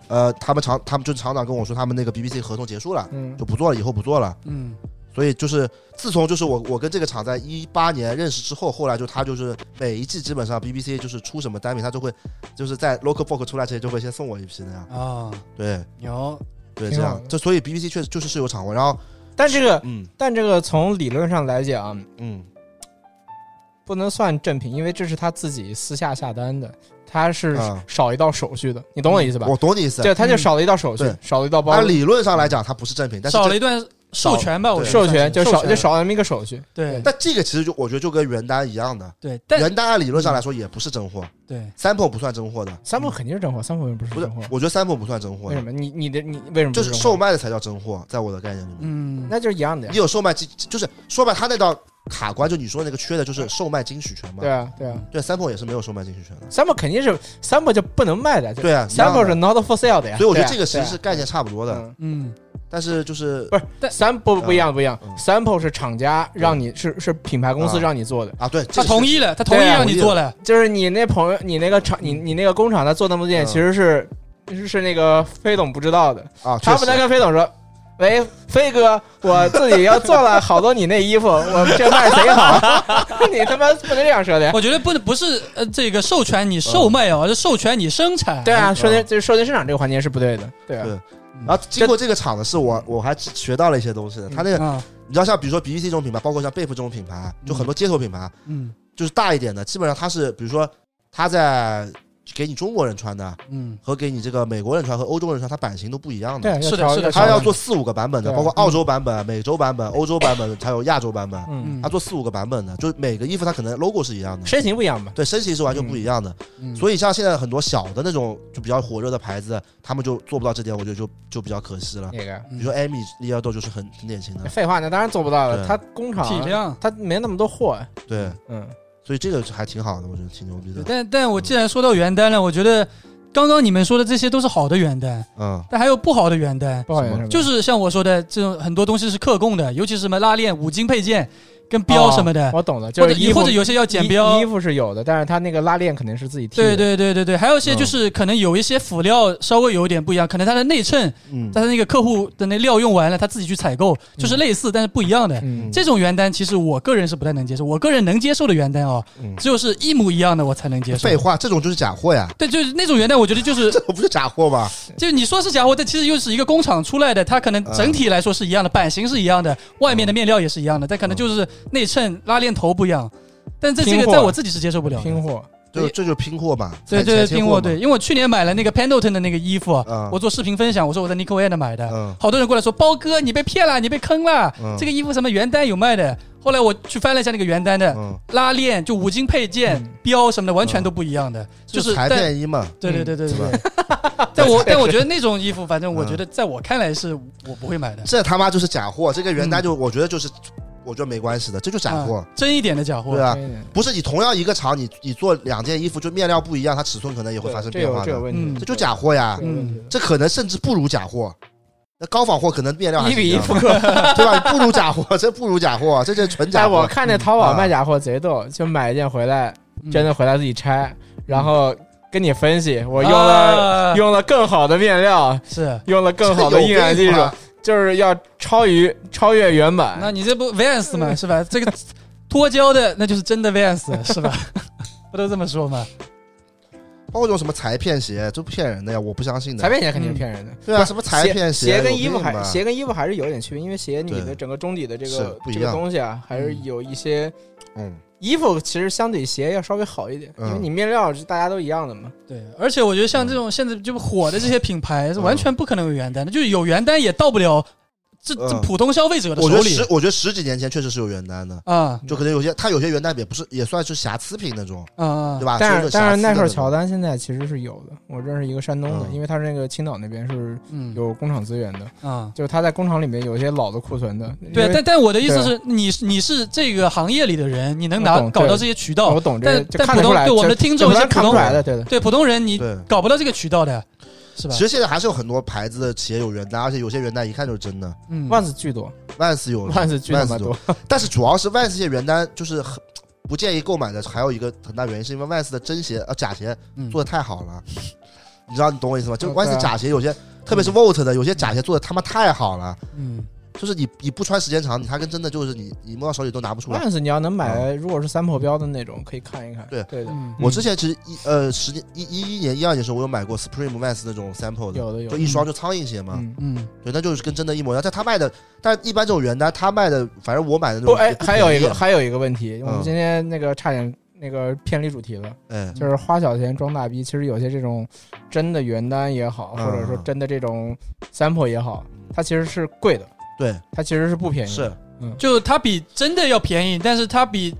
S1: 呃，他们厂他们就厂长跟我说，他们那个 BBC 合同结束了，
S4: 嗯
S1: 就不做了，以后不做了。
S2: 嗯
S1: 所以就是自从就是我我跟这个厂在一八年认识之后，后来就他就是每一季基本上 BBC 就是出什么单品，他就会就是在 Local Fork 出来之前就会先送我一批那样。
S2: 啊，
S1: 对
S2: 牛，
S1: 对，
S4: 挺
S1: 这
S4: 好
S1: 样这所以 BBC 确实就是是有厂货，然后
S4: 但这个
S1: 嗯
S4: 但这个从理论上来讲，
S1: 嗯
S4: 不能算正品，因为这是他自己私下下单的，他是
S1: 啊
S4: 少一道手续的，你懂我意思吧？
S1: 我懂你意思。
S4: 对，他就少了一道手续
S1: 嗯对，
S4: 少了一道包
S1: 按理论上来讲，它不是正品，但是
S2: 少
S1: 这
S2: 了一段授权吧，我觉得
S4: 授权，就
S2: 算是
S4: 少就少了那么一个手续。
S2: 对
S1: 但这个其实就我觉得就跟原单一样的，
S2: 对，但
S1: 原单按理论上来说也不是真货
S2: 对
S1: ，sample 不算真货的，
S4: 三部肯定是真货，三部不是
S1: 嗯不是
S4: 真嗯货，。
S1: 我觉得 sample 不算真货
S4: 为
S1: 的
S4: 什，么？你你的你为什么不
S1: 就是是
S4: 真货
S1: 售卖的才叫真货，在我的概念里面，
S2: 嗯，
S4: 那就是一样
S1: 你
S4: 的呀。
S1: 有售卖金，就是说白了，他那道卡关，就你说那个缺的就是售卖金许权嘛
S4: 对，啊，对啊，
S1: 对，sample 也是没有售卖金许权的，
S4: 三部肯定是三部就不能卖的，就
S1: 对啊，一
S4: 三
S1: 样
S4: 部
S1: 的
S4: 是 not for sale 的呀。
S1: 所以我觉得
S4: 对啊
S1: 这个其实是
S4: 对啊
S1: 概念差不多的，
S4: 嗯
S2: 嗯
S1: 但是就是
S4: 不是，但 sample 不一样，不一样
S1: 嗯
S4: ，sample 是厂家让你是是品牌公司
S1: 啊
S4: 让你做的，
S1: 啊，对，这
S2: 他
S1: 个是
S2: 同意了，他同意
S4: 对啊
S2: 让你做了，
S4: 就是你那朋友，你那个厂，你你那个工厂，他做那么多
S1: 嗯
S4: 件，其实是是是那个飞董不知道的，
S1: 啊，确
S4: 他不
S1: 实
S4: 能跟飞董说。喂，飞哥，我自己要做
S1: [laughs]
S4: 了好多你那衣服，我这卖谁好？你他妈不能这样说
S1: 嗯
S4: 的呀！
S2: 我觉得不能不是呃这个授权你售卖啊，而是授权你生产，嗯
S4: 嗯对，啊，授权就是授权市场这个环节是不对的，对啊
S1: 嗯对，然后经过这个厂的事，我我还学到了一些东西的。他那个，
S4: 嗯
S2: 啊，
S1: 你知道，像比如说 BBC 这种品牌，包括像贝芙这种品牌，就很多街头品牌，
S2: 嗯
S1: 就是大一点的，基本上它是，比如说它在给你中国人穿的
S2: 嗯，
S1: 和给你这个美国人穿和欧洲人穿，它版型都不一样的。
S4: 对，
S2: 是的
S4: 调
S2: 是的嗯
S4: 要
S1: 它
S4: 调
S1: 要
S4: 整
S1: 做四五个版本的，
S4: 对
S1: 包括澳洲版本、美洲版本、欧洲版本，还有亚洲版本。
S4: 嗯，
S1: 它做四五个版本的，就是每个衣服它可能 logo 是一样的，
S4: 身形不一样嘛，
S1: 对，身形是完全不一样
S2: 嗯
S1: 的。所以像现在很多小的那种就比较火热的牌子，他们就做不到这点，我觉得就就比较可惜
S2: 嗯
S1: 了。
S4: 那个
S1: 比如说艾米利奥豆就是很很典型的，
S4: 废话，那当然做不到了，
S1: 对
S4: 他工厂啊
S2: 体量。
S4: 他没那么多货，
S1: 对，
S4: 嗯，
S1: 所以这个还挺好的，我觉得挺牛逼的。
S2: 但但我既然说到原单了，我觉得刚刚你们说的这些都是好的原单，
S1: 嗯，
S2: 但还有不好的原单，
S4: 不好意
S1: 什
S4: 思，
S2: 就是像我说的这种很多东西是克供的，尤其是什么拉链、五金配件跟标什么的，
S4: 我懂了，哦就
S2: 或者
S4: 是衣服
S2: 或者有些要剪
S4: 衣
S2: 标
S4: 衣。服是有的，但是他那个拉链肯定是自己剃的，
S2: 对对对对对，还有一些
S1: 嗯
S2: 就是可能有一些辅料稍微有一点不一样，可能它的内衬，
S1: 嗯
S2: 它的那个客户的那料用完了，他自己去采购，就是类似但是不一样的。
S4: 嗯，
S2: 这种原单其实我个人是不太能接受，我个人能接受的原单哦，
S1: 嗯
S2: 只有是一模一样的我才能接受
S1: 废。话，这种就是假货呀， [laughs]
S2: 对，就是那种原单，我觉得就是 [laughs]
S1: 这种不是假货吧？
S2: 就是你说是假货，但其实又是一个工厂出来的，它可
S1: 嗯
S2: 能整体来说是一样的，版型是一样的，外面的面料也是一样的，但可能就是内衬拉链头不一样。但这这
S4: 拼
S2: 个
S4: 货
S2: 在我自己是接受不了的。
S4: 拼货，
S1: 就这就是拼货嘛，
S2: 对
S1: 才
S2: 对，
S1: 才切
S2: 拼
S1: 货
S2: 货
S1: 嘛
S2: 对，因为我去年买了那个 Pendleton 的那个衣服，啊
S1: 嗯
S2: 我做视频分享，我说我在 Nico Ed 买的，
S1: 嗯
S2: 好多人过来说包哥你被骗了，你被坑了，
S1: 嗯
S2: 这个衣服什么原单有卖的。后来我去翻了一下那个原单的、
S1: 嗯，
S2: 拉链，就五金配件、
S4: 嗯
S2: 标什么的，完全都不一样的，就是
S1: 嗯裁
S2: 但
S1: 片衣嘛，
S2: 对对对对
S1: 是吧嗯
S2: 对， [laughs] 但我但我觉得那种衣服，反正我觉得在我看来是我不会买的，
S1: 这他妈就是假货，这个
S4: 嗯
S1: 原单就我觉得就是，我觉得没关系的，这就假货
S2: 啊，真一点的假货。
S1: 对啊，
S4: 对
S1: 不是你同样一个厂，你你做两件衣服，就面料不一样，它尺寸可能也会发生
S4: 这
S1: 变
S4: 有
S1: 化
S4: 这有
S1: 的，
S4: 问题
S2: 嗯，
S1: 这就假货呀，
S4: 这有问题的，
S1: 这可能甚至不如假货。那高仿货可能面料还
S4: 一
S1: 是
S4: 比
S1: 样
S4: 一
S1: 的
S4: 复刻。
S1: [laughs] 对吧？不如假货， [laughs] 这不如假货，这这纯假
S4: 哎，我
S1: 货。
S4: 看那淘宝卖假货贼逗，就买一件回来，
S2: 嗯
S4: 真的回来自己拆，然后跟你分析，我用了
S2: 啊
S4: 用了更好的面料，
S2: 是，
S4: 用了更好的印染技
S1: 这有
S4: 术
S1: 病吧，
S4: 就是要超于超越原版。
S2: 那你这不 Vans 嘛是吧？这个脱胶的那就是真的 Vans 是吧？ [laughs] 不都这么说吗？
S1: 包括这种什么裁片鞋，这不骗人的呀，我不相信的。
S4: 裁片鞋肯定是骗人的，
S1: 对啊，什么裁片
S4: 鞋跟
S1: 有
S4: 衣服
S1: 病
S4: 还
S1: 吧
S4: 鞋跟衣服还是有点区别，因为鞋你
S1: 对
S4: 的整个中底的这
S1: 是
S4: 个
S1: 不一
S4: 这
S1: 样
S4: 个东西啊，还是有一些
S1: 嗯，
S4: 衣服其实相对鞋要稍微好一点，
S1: 嗯
S4: 因为你面料是大家都一样的嘛。
S2: 对，而且我觉得
S4: 嗯
S2: 像这种现在就火的这些品牌是完全不可能有原单的，就是有原单也到不了这这
S1: 嗯
S2: 普通消费者的
S1: 我
S2: 手
S1: 觉得
S2: 里
S1: 十，我觉得十几年前确实是有原单的，
S2: 啊
S1: 就可能有些，它有些原单也不是，也算是瑕疵品那种，
S2: 啊啊
S1: 对！吧？说
S4: 但是
S1: 瑕
S4: 但
S1: 疵
S4: 是耐
S1: 的
S4: 受
S1: 那种
S4: 乔丹现在其实是有的，我认识一个山东的，
S1: 嗯
S4: 因为他是那个青岛那边是
S2: 嗯
S4: 有工厂资源的，
S2: 啊。
S4: 就是他在工厂里面有一些老的库存的。
S2: 对，啊
S4: 因为啊
S2: 但但我的意思是，你是你是这个行业里的人，你能拿
S4: 我懂
S2: 搞到
S4: 对
S2: 这些渠道
S4: 我，懂这
S2: 但
S4: 个，就
S2: 但
S4: 看
S2: 普
S4: 得
S2: 通
S4: 出来，
S2: 对我们的
S4: 就
S2: 听众
S4: 就
S2: 一些
S4: 看
S2: 普
S4: 不
S2: 通
S4: 出来的，对的。
S2: 对普通人你
S1: 对
S2: 搞不到这个渠道的。是吧
S1: 其？实现在还是有很多牌子的企业有原单，而且有些原单一看就是真的。
S2: 嗯，
S4: 万斯巨多，
S1: Vans 有
S4: 万斯巨他妈多，
S1: 但是主要是 Vans 这些原单就是很不建议购买的，还有一个很大原因是因为 Vans 的真鞋呃假鞋
S2: 嗯
S1: 做的太好了，你知道你懂我意思吗？就
S4: 嗯对啊
S1: Vans 假鞋有些，特
S4: 嗯
S1: 别是 Volt 的有些假鞋做的他妈太好了，
S2: 嗯，
S1: 就是你你不穿时间长，你它跟真的就是你你摸到手里都拿不出来。
S4: 万斯你要能买，如果是三破标的那种，可以看一看。
S1: 嗯对
S4: 对的，
S2: 嗯
S1: 我之前其实一呃十年一一一年一二年的时候，我有买过 Supreme Vans 那种 sample 的，
S4: 有的有
S1: 就
S4: 的。
S1: 一双就苍蝇鞋嘛，
S4: 嗯，
S2: 嗯，
S1: 对，那就是跟真的一模一样。但他卖的，但一般这种原单他卖的，反正我买的那
S4: 不，
S1: 种
S4: 哎
S1: 也，不
S4: 还有一个
S1: 便宜，
S4: 还有一个问题，
S1: 嗯
S4: 我们今天那个差点那个偏离主题了，
S1: 哎，
S4: 就是花小钱装大逼。其实有些这种真的原单也好，
S1: 嗯
S4: 或者说真的这种 sample 也好，它其实是贵的，
S1: 对，
S4: 它其实是不便宜的。
S1: 是，
S2: 就它比真的要便宜，但是它比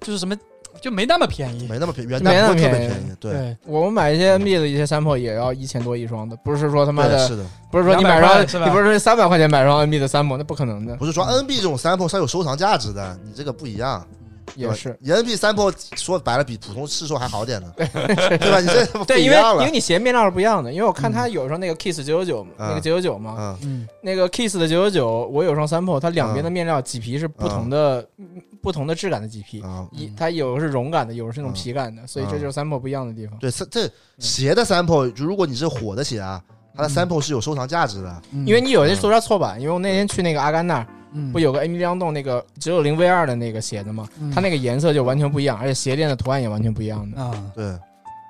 S2: 就是什么就没那么便宜。
S1: 没那么便宜，原
S4: 没
S1: 单
S4: 那
S1: 不
S4: 么
S1: 会特别
S4: 便宜
S1: 便宜，对，
S2: 对，
S4: 我们买一些 MB 的一些 sample 也要一千多一双的，不是说他妈
S1: 对，
S4: 的，
S1: 是的，
S4: 不是说你买
S2: 200块是
S4: 双，
S2: 吧
S4: 你不是说三百块钱买双 MB 的 sample，那不可能的，
S1: 不是说 NB 这种 sample 是有收藏价值的，你这个不一样，对
S4: 也
S1: 吧
S4: 是。
S1: 你 NB sample 说白了比普通市售还好
S4: [laughs]
S1: 点呢，对吧？你这不
S4: 对，
S1: 一
S4: 因为
S1: 样
S4: 因为
S1: 了，
S4: 你鞋面料是不一样的，因为我看他有时候那个 Kiss 九九九，那个
S1: 嗯
S4: 九九九嘛，
S1: 嗯，
S2: 嗯，
S4: 那个 Kiss 的九九九，我有双 sample，它两边的面料麂皮是不同的、
S1: 嗯
S4: 不同的质感的麂皮，
S1: 啊，
S4: 一
S2: 嗯
S4: 它有的是绒感的，有的是那种
S1: 嗯
S4: 皮感的，所以这就是 sample 不一样的地方。
S1: 对，这这鞋的 sample，就如果你是火的鞋啊，它的
S2: 嗯
S1: sample 是有收藏价值的，
S4: 因为你有些塑料错版，因为我那天去那个阿甘那儿，
S2: 嗯
S4: 不有个 Amy 亮洞那个九九零 V 二的那个鞋子嘛，
S2: 嗯
S4: 它那个颜色就完全不一样，而且鞋垫的图案也完全不一样
S1: 嗯
S4: 的，
S2: 啊，
S1: 对。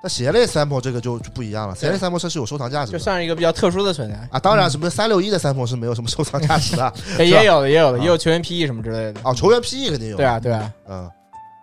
S1: 但鞋类 sample 这个就就不一样了，鞋类
S4: 对
S1: sample 是是有收藏价值
S4: 就
S1: 的，
S4: 算是一个比较特殊的存在。
S1: 啊，当然，什么三六一的三缝是没有什么收藏价值
S4: [laughs]
S1: 的
S4: 哎
S1: 是吧
S4: 也有的，也有的，
S1: 啊
S4: 也有球员 PE 什么之类的。
S1: 哦，球员 PE 肯定有，
S4: 对，啊，对啊，
S1: 嗯，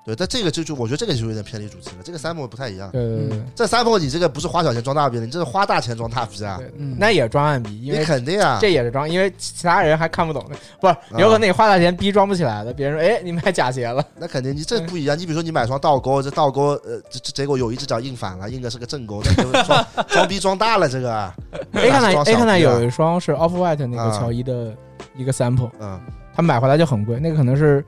S1: 对，但这个就就我觉得这个就有点偏离主题了，这个三缝不太一样，
S4: 对对对对，
S1: 这三缝你这个不是花小钱装大逼，你这是花大钱装大逼啊，
S4: 对
S2: 嗯
S4: 那也装暗 E，笔，因
S1: 你
S4: 为
S1: 肯定啊，
S4: 这也是装，因为其他人还看不懂的，不是有可能你花大钱逼装不起来的。别人说，哎，你买假鞋了，
S1: 那肯定你这不一样，你比如说你买双倒钩，这倒钩呃，这这结果有一只脚印反了，印的是个正钩，那就是
S4: [laughs]
S1: 装装逼装大了这个啊，
S4: A 哎看来
S1: 装小
S4: A 看来
S1: 逼啊
S4: 有一双是 Off White 那
S1: 啊
S4: 个乔伊的一个 sample，
S1: 嗯，
S4: 他买回来就很贵，那个可能是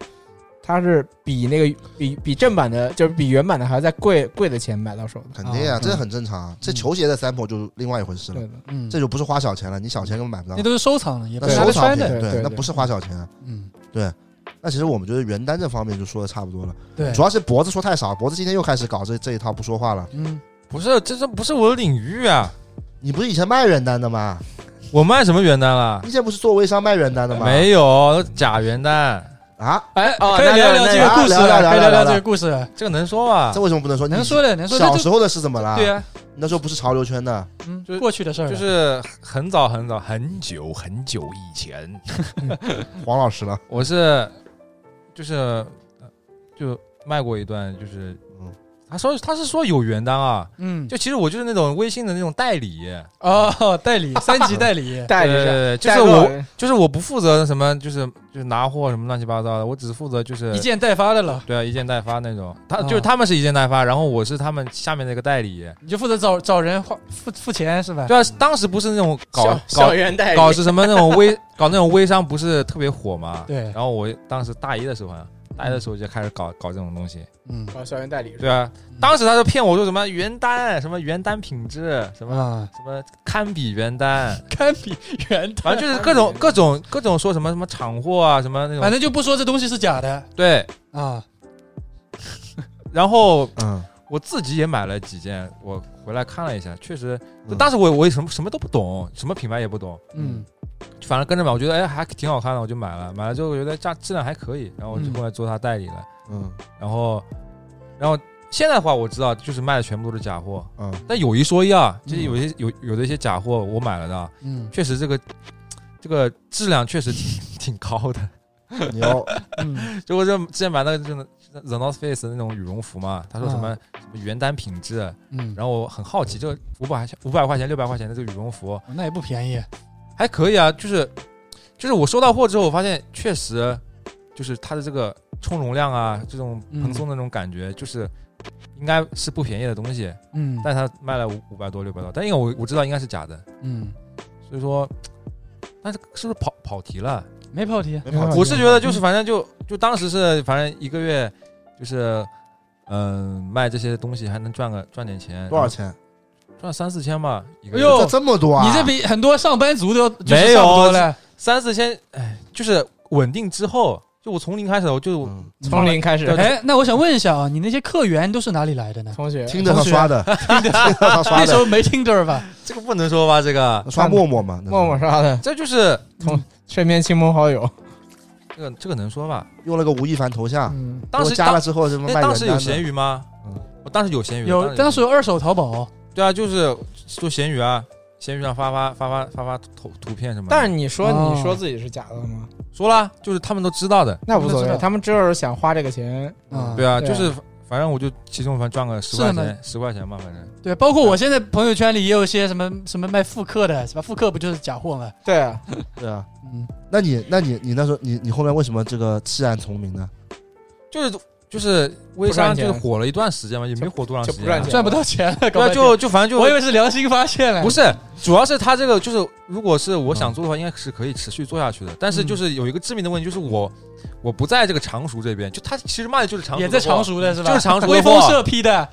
S4: 它是比那个比比正版的，就是比原版的还要再贵贵的钱买到手的。
S1: 肯定啊，
S2: 啊
S1: 这很正常，这球鞋的三缝就另外一回事了
S4: 哦嗯对，的，
S2: 嗯，
S1: 这就不是花小钱了，你小钱根本买不到
S2: 那，都是收藏的，也不
S1: 那
S2: 是拿
S1: 收
S2: 来
S1: 藏
S2: 穿
S1: 品，
S2: 的。
S4: 对对
S1: 那
S4: 对
S1: 不是花小钱。啊
S2: 嗯，
S1: 那其实我们觉得原单这方面就说的差不多了，
S2: 对，
S1: 主要是脖子说太少，脖子今天又开始搞这这一套不说话了。
S2: 嗯
S3: 不是，这这不是我的领域啊！
S1: 你不是以前卖原单的吗？
S3: 我卖什么原单了
S1: 你？以前不是做微商卖原单的吗？
S3: 没有假原单，
S1: 啊，
S2: 哎，
S5: 哦
S2: 可以
S5: 那
S2: 聊
S5: 就那
S1: 就
S2: 聊这个故事，
S1: 啊聊聊
S2: 可以
S1: 聊
S2: 聊
S1: 聊
S2: 这
S1: 聊
S2: 个故事，
S3: 这个能说啊吗
S1: 这？为什么不能说？
S2: 能说的能
S1: 你
S2: 说的，
S1: 小
S2: 这
S1: 时候的事怎么了？
S2: 对啊，
S1: 你那时候不是潮流圈的，
S2: 嗯
S3: 就，
S2: 过去的事儿了，
S3: 就是很早很早很久很久以前，
S1: 黄老师了。
S3: 我是就是呃就卖过一段，就是
S1: 嗯
S3: 他说他是说有原单啊，
S2: 嗯，
S3: 就其实我就是那种微信的那种代理，
S2: 哦，代理三级代理，
S4: 代理是
S3: 对对对呃就
S4: 代
S3: 是
S4: 购
S3: 我就是我不负责什么，就是就是拿货什么乱七八糟的，我只负责就是
S2: 一件代发的了，
S3: 对啊一件代发那种，他
S4: 嗯
S2: 啊
S3: 就是他们是一件代发，然后我是他们下面那个代理。
S2: 你就负责找找人花付付钱是吧？
S3: 对啊，当时不是那种搞
S4: 小
S3: 搞
S4: 小圆代理，
S3: 搞是什么那种微搞那种微商不是特别火嘛？
S2: 对
S3: 然后我当时大一的时候啊，大一的时候就开始搞搞这种东西。
S2: 嗯
S4: 搞哦小圆代理是吧
S3: 对啊，当时他就骗我说什么原单，什么原单品质，什么
S2: 啊，
S3: 什么堪比原单，
S2: 堪比原
S3: 反
S2: 单，
S3: 正就是各种各种各种说什么什么厂货啊，什么那
S2: 反
S3: 种
S2: 正就不说这东西是假的
S3: 对。
S2: 啊，
S3: 然后
S1: 嗯，
S3: 我自己也买了几件，我回来看了一下，确实，就
S1: 嗯
S3: 当时我我也什么什么都不懂，什么品牌也不懂，
S2: 嗯
S3: 反正跟着买，我觉得哎还挺好看的，我就买了。买了之后我觉得价质量还可以，然后我就
S2: 嗯
S3: 过来做他代理了。
S1: 嗯
S3: 然后，然后现在的话我知道，就是卖的全部都是假货。
S1: 嗯，
S3: 但有一说一啊，就
S2: 嗯
S3: 是有一些有有的一些假货我买了的，啊
S2: 嗯
S3: 确实这个这个质量确实挺 [laughs] 挺高的。
S1: 牛，
S2: 嗯
S3: 就我这之前买那个就是 The North Face 的那种羽绒服嘛，他说什么、什么原单品质，
S2: 嗯，
S3: 然后我很好奇，这五百五百块钱六百块钱的这个羽绒服
S2: 那也不便宜，
S3: 还可以啊，就是就是我收到货之后，我发现确实就是它的这个充绒量啊，这种蓬松的那种感觉，就是应该是不便宜的东西，
S2: 嗯
S3: 但它卖了五五百多六百多，但因为我我知道应该是假的，
S2: 嗯，
S3: 所以说，但是是不是跑跑题了？
S2: 没跑题，
S1: 没跑题
S3: 我是觉得
S1: 嗯
S3: 就是反正就就当时是反正一个月呃就是嗯、卖这些东西还能赚个赚点钱，
S1: 多少钱？
S3: 赚三四千吧，一个
S2: 哎
S3: 月
S2: 呦
S4: 哦
S1: 这这么多啊？
S2: 你这比很多上班族都就是
S3: 没有
S2: 差不多了，
S3: 三四千，哎，就是稳定之后，就我从零开始，我就
S1: 嗯
S4: 从零
S3: [laughs]
S4: 开始，
S2: 哎，那我想问一下啊，你那些客源都是哪里来的呢？
S4: 同学，
S1: 听着上刷的， [laughs] 听着上刷
S2: 那时
S1: 的，
S2: 候没 Tinder 吧？
S3: 这个不能说吧，这个
S1: 刷陌陌嘛，那时候
S4: 默默刷的，
S3: 这就是
S4: 身边亲朋好友，
S3: 这个这个能说吧？
S1: 用了个吴亦凡头像，
S2: 嗯，
S3: 当时
S1: 我加了之后什么
S3: 哎
S1: 卖
S3: 当时有
S1: 原
S3: 闲
S1: 单的，
S3: 鱼吗
S1: 嗯？
S3: 我当时有闲鱼的，
S2: 有当时有二手淘宝，
S3: 对啊，就是做闲鱼啊，闲鱼上发发发发发发图图片什么的。
S4: 但是你说
S2: 哦
S4: 你说自己是假的吗？
S3: 说了，就是他们都知道的，
S4: 那无所
S2: 那知
S4: 谓，
S2: 道
S4: 他们就是想花这个钱，
S2: 啊，
S3: 对啊，
S4: 对啊
S3: 就是反正我就其中反正赚个十块
S2: 是的
S3: 钱，十块钱吧，反正
S2: 对，包括我现在朋友圈里也有一些什么什么卖复刻的，是吧？复刻不就是假货吗？
S4: 对啊，
S1: 对啊。
S2: 嗯，
S1: 那你那你你那时候你你后面为什么这个弃暗从明呢？
S3: 就是就是微商
S4: 赚
S3: 就
S4: 钱
S3: 是火了一段时间嘛，也没火多长时
S4: 就
S3: 间
S4: 不
S3: 啊，
S4: 赚钱，
S2: 赚不到钱了，搞
S3: 对啊，
S2: 半天
S3: 就就反正就
S2: 我以为是良心发现了，
S3: 不是，主要是他这个就是，如果是我
S2: 嗯
S3: 想做的话，应该是可以持续做下去的。但是就是有一个致命的问题，就是我我不在这个常熟这边，就他其实卖的就是常熟的
S2: 也
S3: 货，
S2: 在常熟的是吧？
S3: 就是常熟的
S2: 微风
S3: 货
S2: 社批的，啊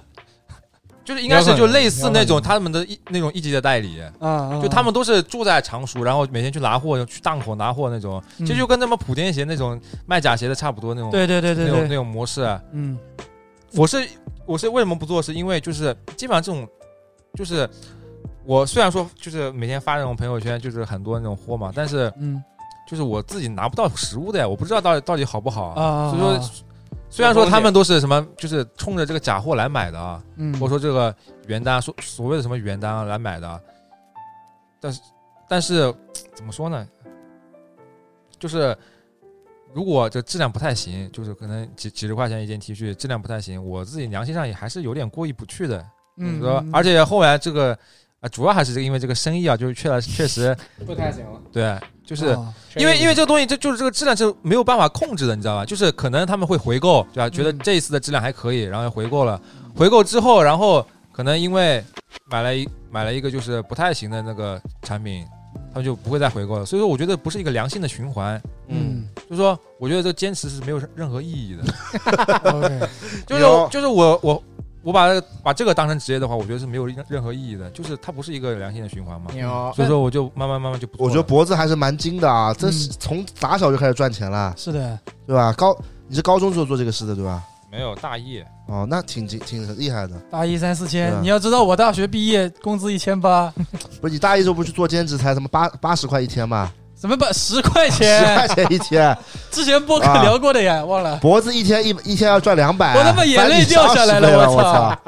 S3: 就是应该是就类似那
S4: 有
S3: 种
S4: 可
S3: 他们的一那种一级的代理，
S2: 啊
S3: 就他们都是住在常熟，然后每天去拿货，去档口拿货那种，
S2: 嗯
S3: 其实就跟他们莆田鞋那种卖假鞋的差不多那种，
S2: 对对对对
S3: 那种那
S2: 对，
S3: 种模式。啊
S2: 嗯，
S3: 我是我是为什么不做？是因为就是基本上这种，就是我虽然说就是每天发那种朋友圈，就是很多那种货嘛，但是
S2: 嗯
S3: 就是我自己拿不到实物的呀，我不知道到底到底好不好
S2: 啊啊，
S3: 所以说
S2: 啊，
S3: 虽然说他们都是什么，就是冲着这个假货来买的啊，
S2: 嗯，
S3: 或者说这个原单，说所谓的什么原单啊来买的啊，但是但是怎么说呢？就是如果这质量不太行，就是可能几几十块钱一件 T 恤，质量不太行，我自己良心上也还是有点过意不去的。
S2: 嗯，
S3: 说
S2: 嗯，
S3: 而且后来这个啊，主要还是这个因为这个生意啊，就是确了确实
S4: 不太行了，
S3: 对，就是。
S2: 啊
S3: 因为因为这个东西，这就是这个质量是没有办法控制的，你知道吧？就是可能他们会回购，对吧？觉得这一次的质量还可以，然后回购了，回购之后，然后可能因为买了一买了一个就是不太行的那个产品，他们就不会再回购了。所以说，我觉得不是一个良性的循环。
S2: 嗯
S3: 就是说，我觉得这坚持是没有任何意义的。嗯
S2: ，OK，
S3: 就是
S1: 有
S3: 就是我我我把这个把这个当成职业的话，我觉得是没有任任何意义的，就是它不是一个良性的循环嘛。
S4: 牛，
S3: 所以说，我就慢慢慢慢就不做
S1: 我
S3: 了。
S1: 觉得脖子还是蛮精的啊，这
S2: 嗯
S1: 是从打小就开始赚钱了，
S2: 是的，
S1: 对吧？高你是高中就做这个事的对吧？
S3: 没有大意。
S1: 哦，那挺挺挺厉害的。
S2: 大一三四
S1: 对
S2: 千，
S1: 啊
S2: 你要知道我大学毕业工资一千八，
S1: 不是你大一时候不是去做兼职才什么八八十块一天嘛，
S2: 怎么把十块
S1: 十块
S2: 钱？
S1: 钱一天，
S2: 之前播客
S1: 啊
S2: 聊过的呀，忘了。
S1: 脖子一天一一天要赚两百，
S2: 我他妈眼泪掉下来
S1: 了，
S2: 了
S1: 我
S2: 我操！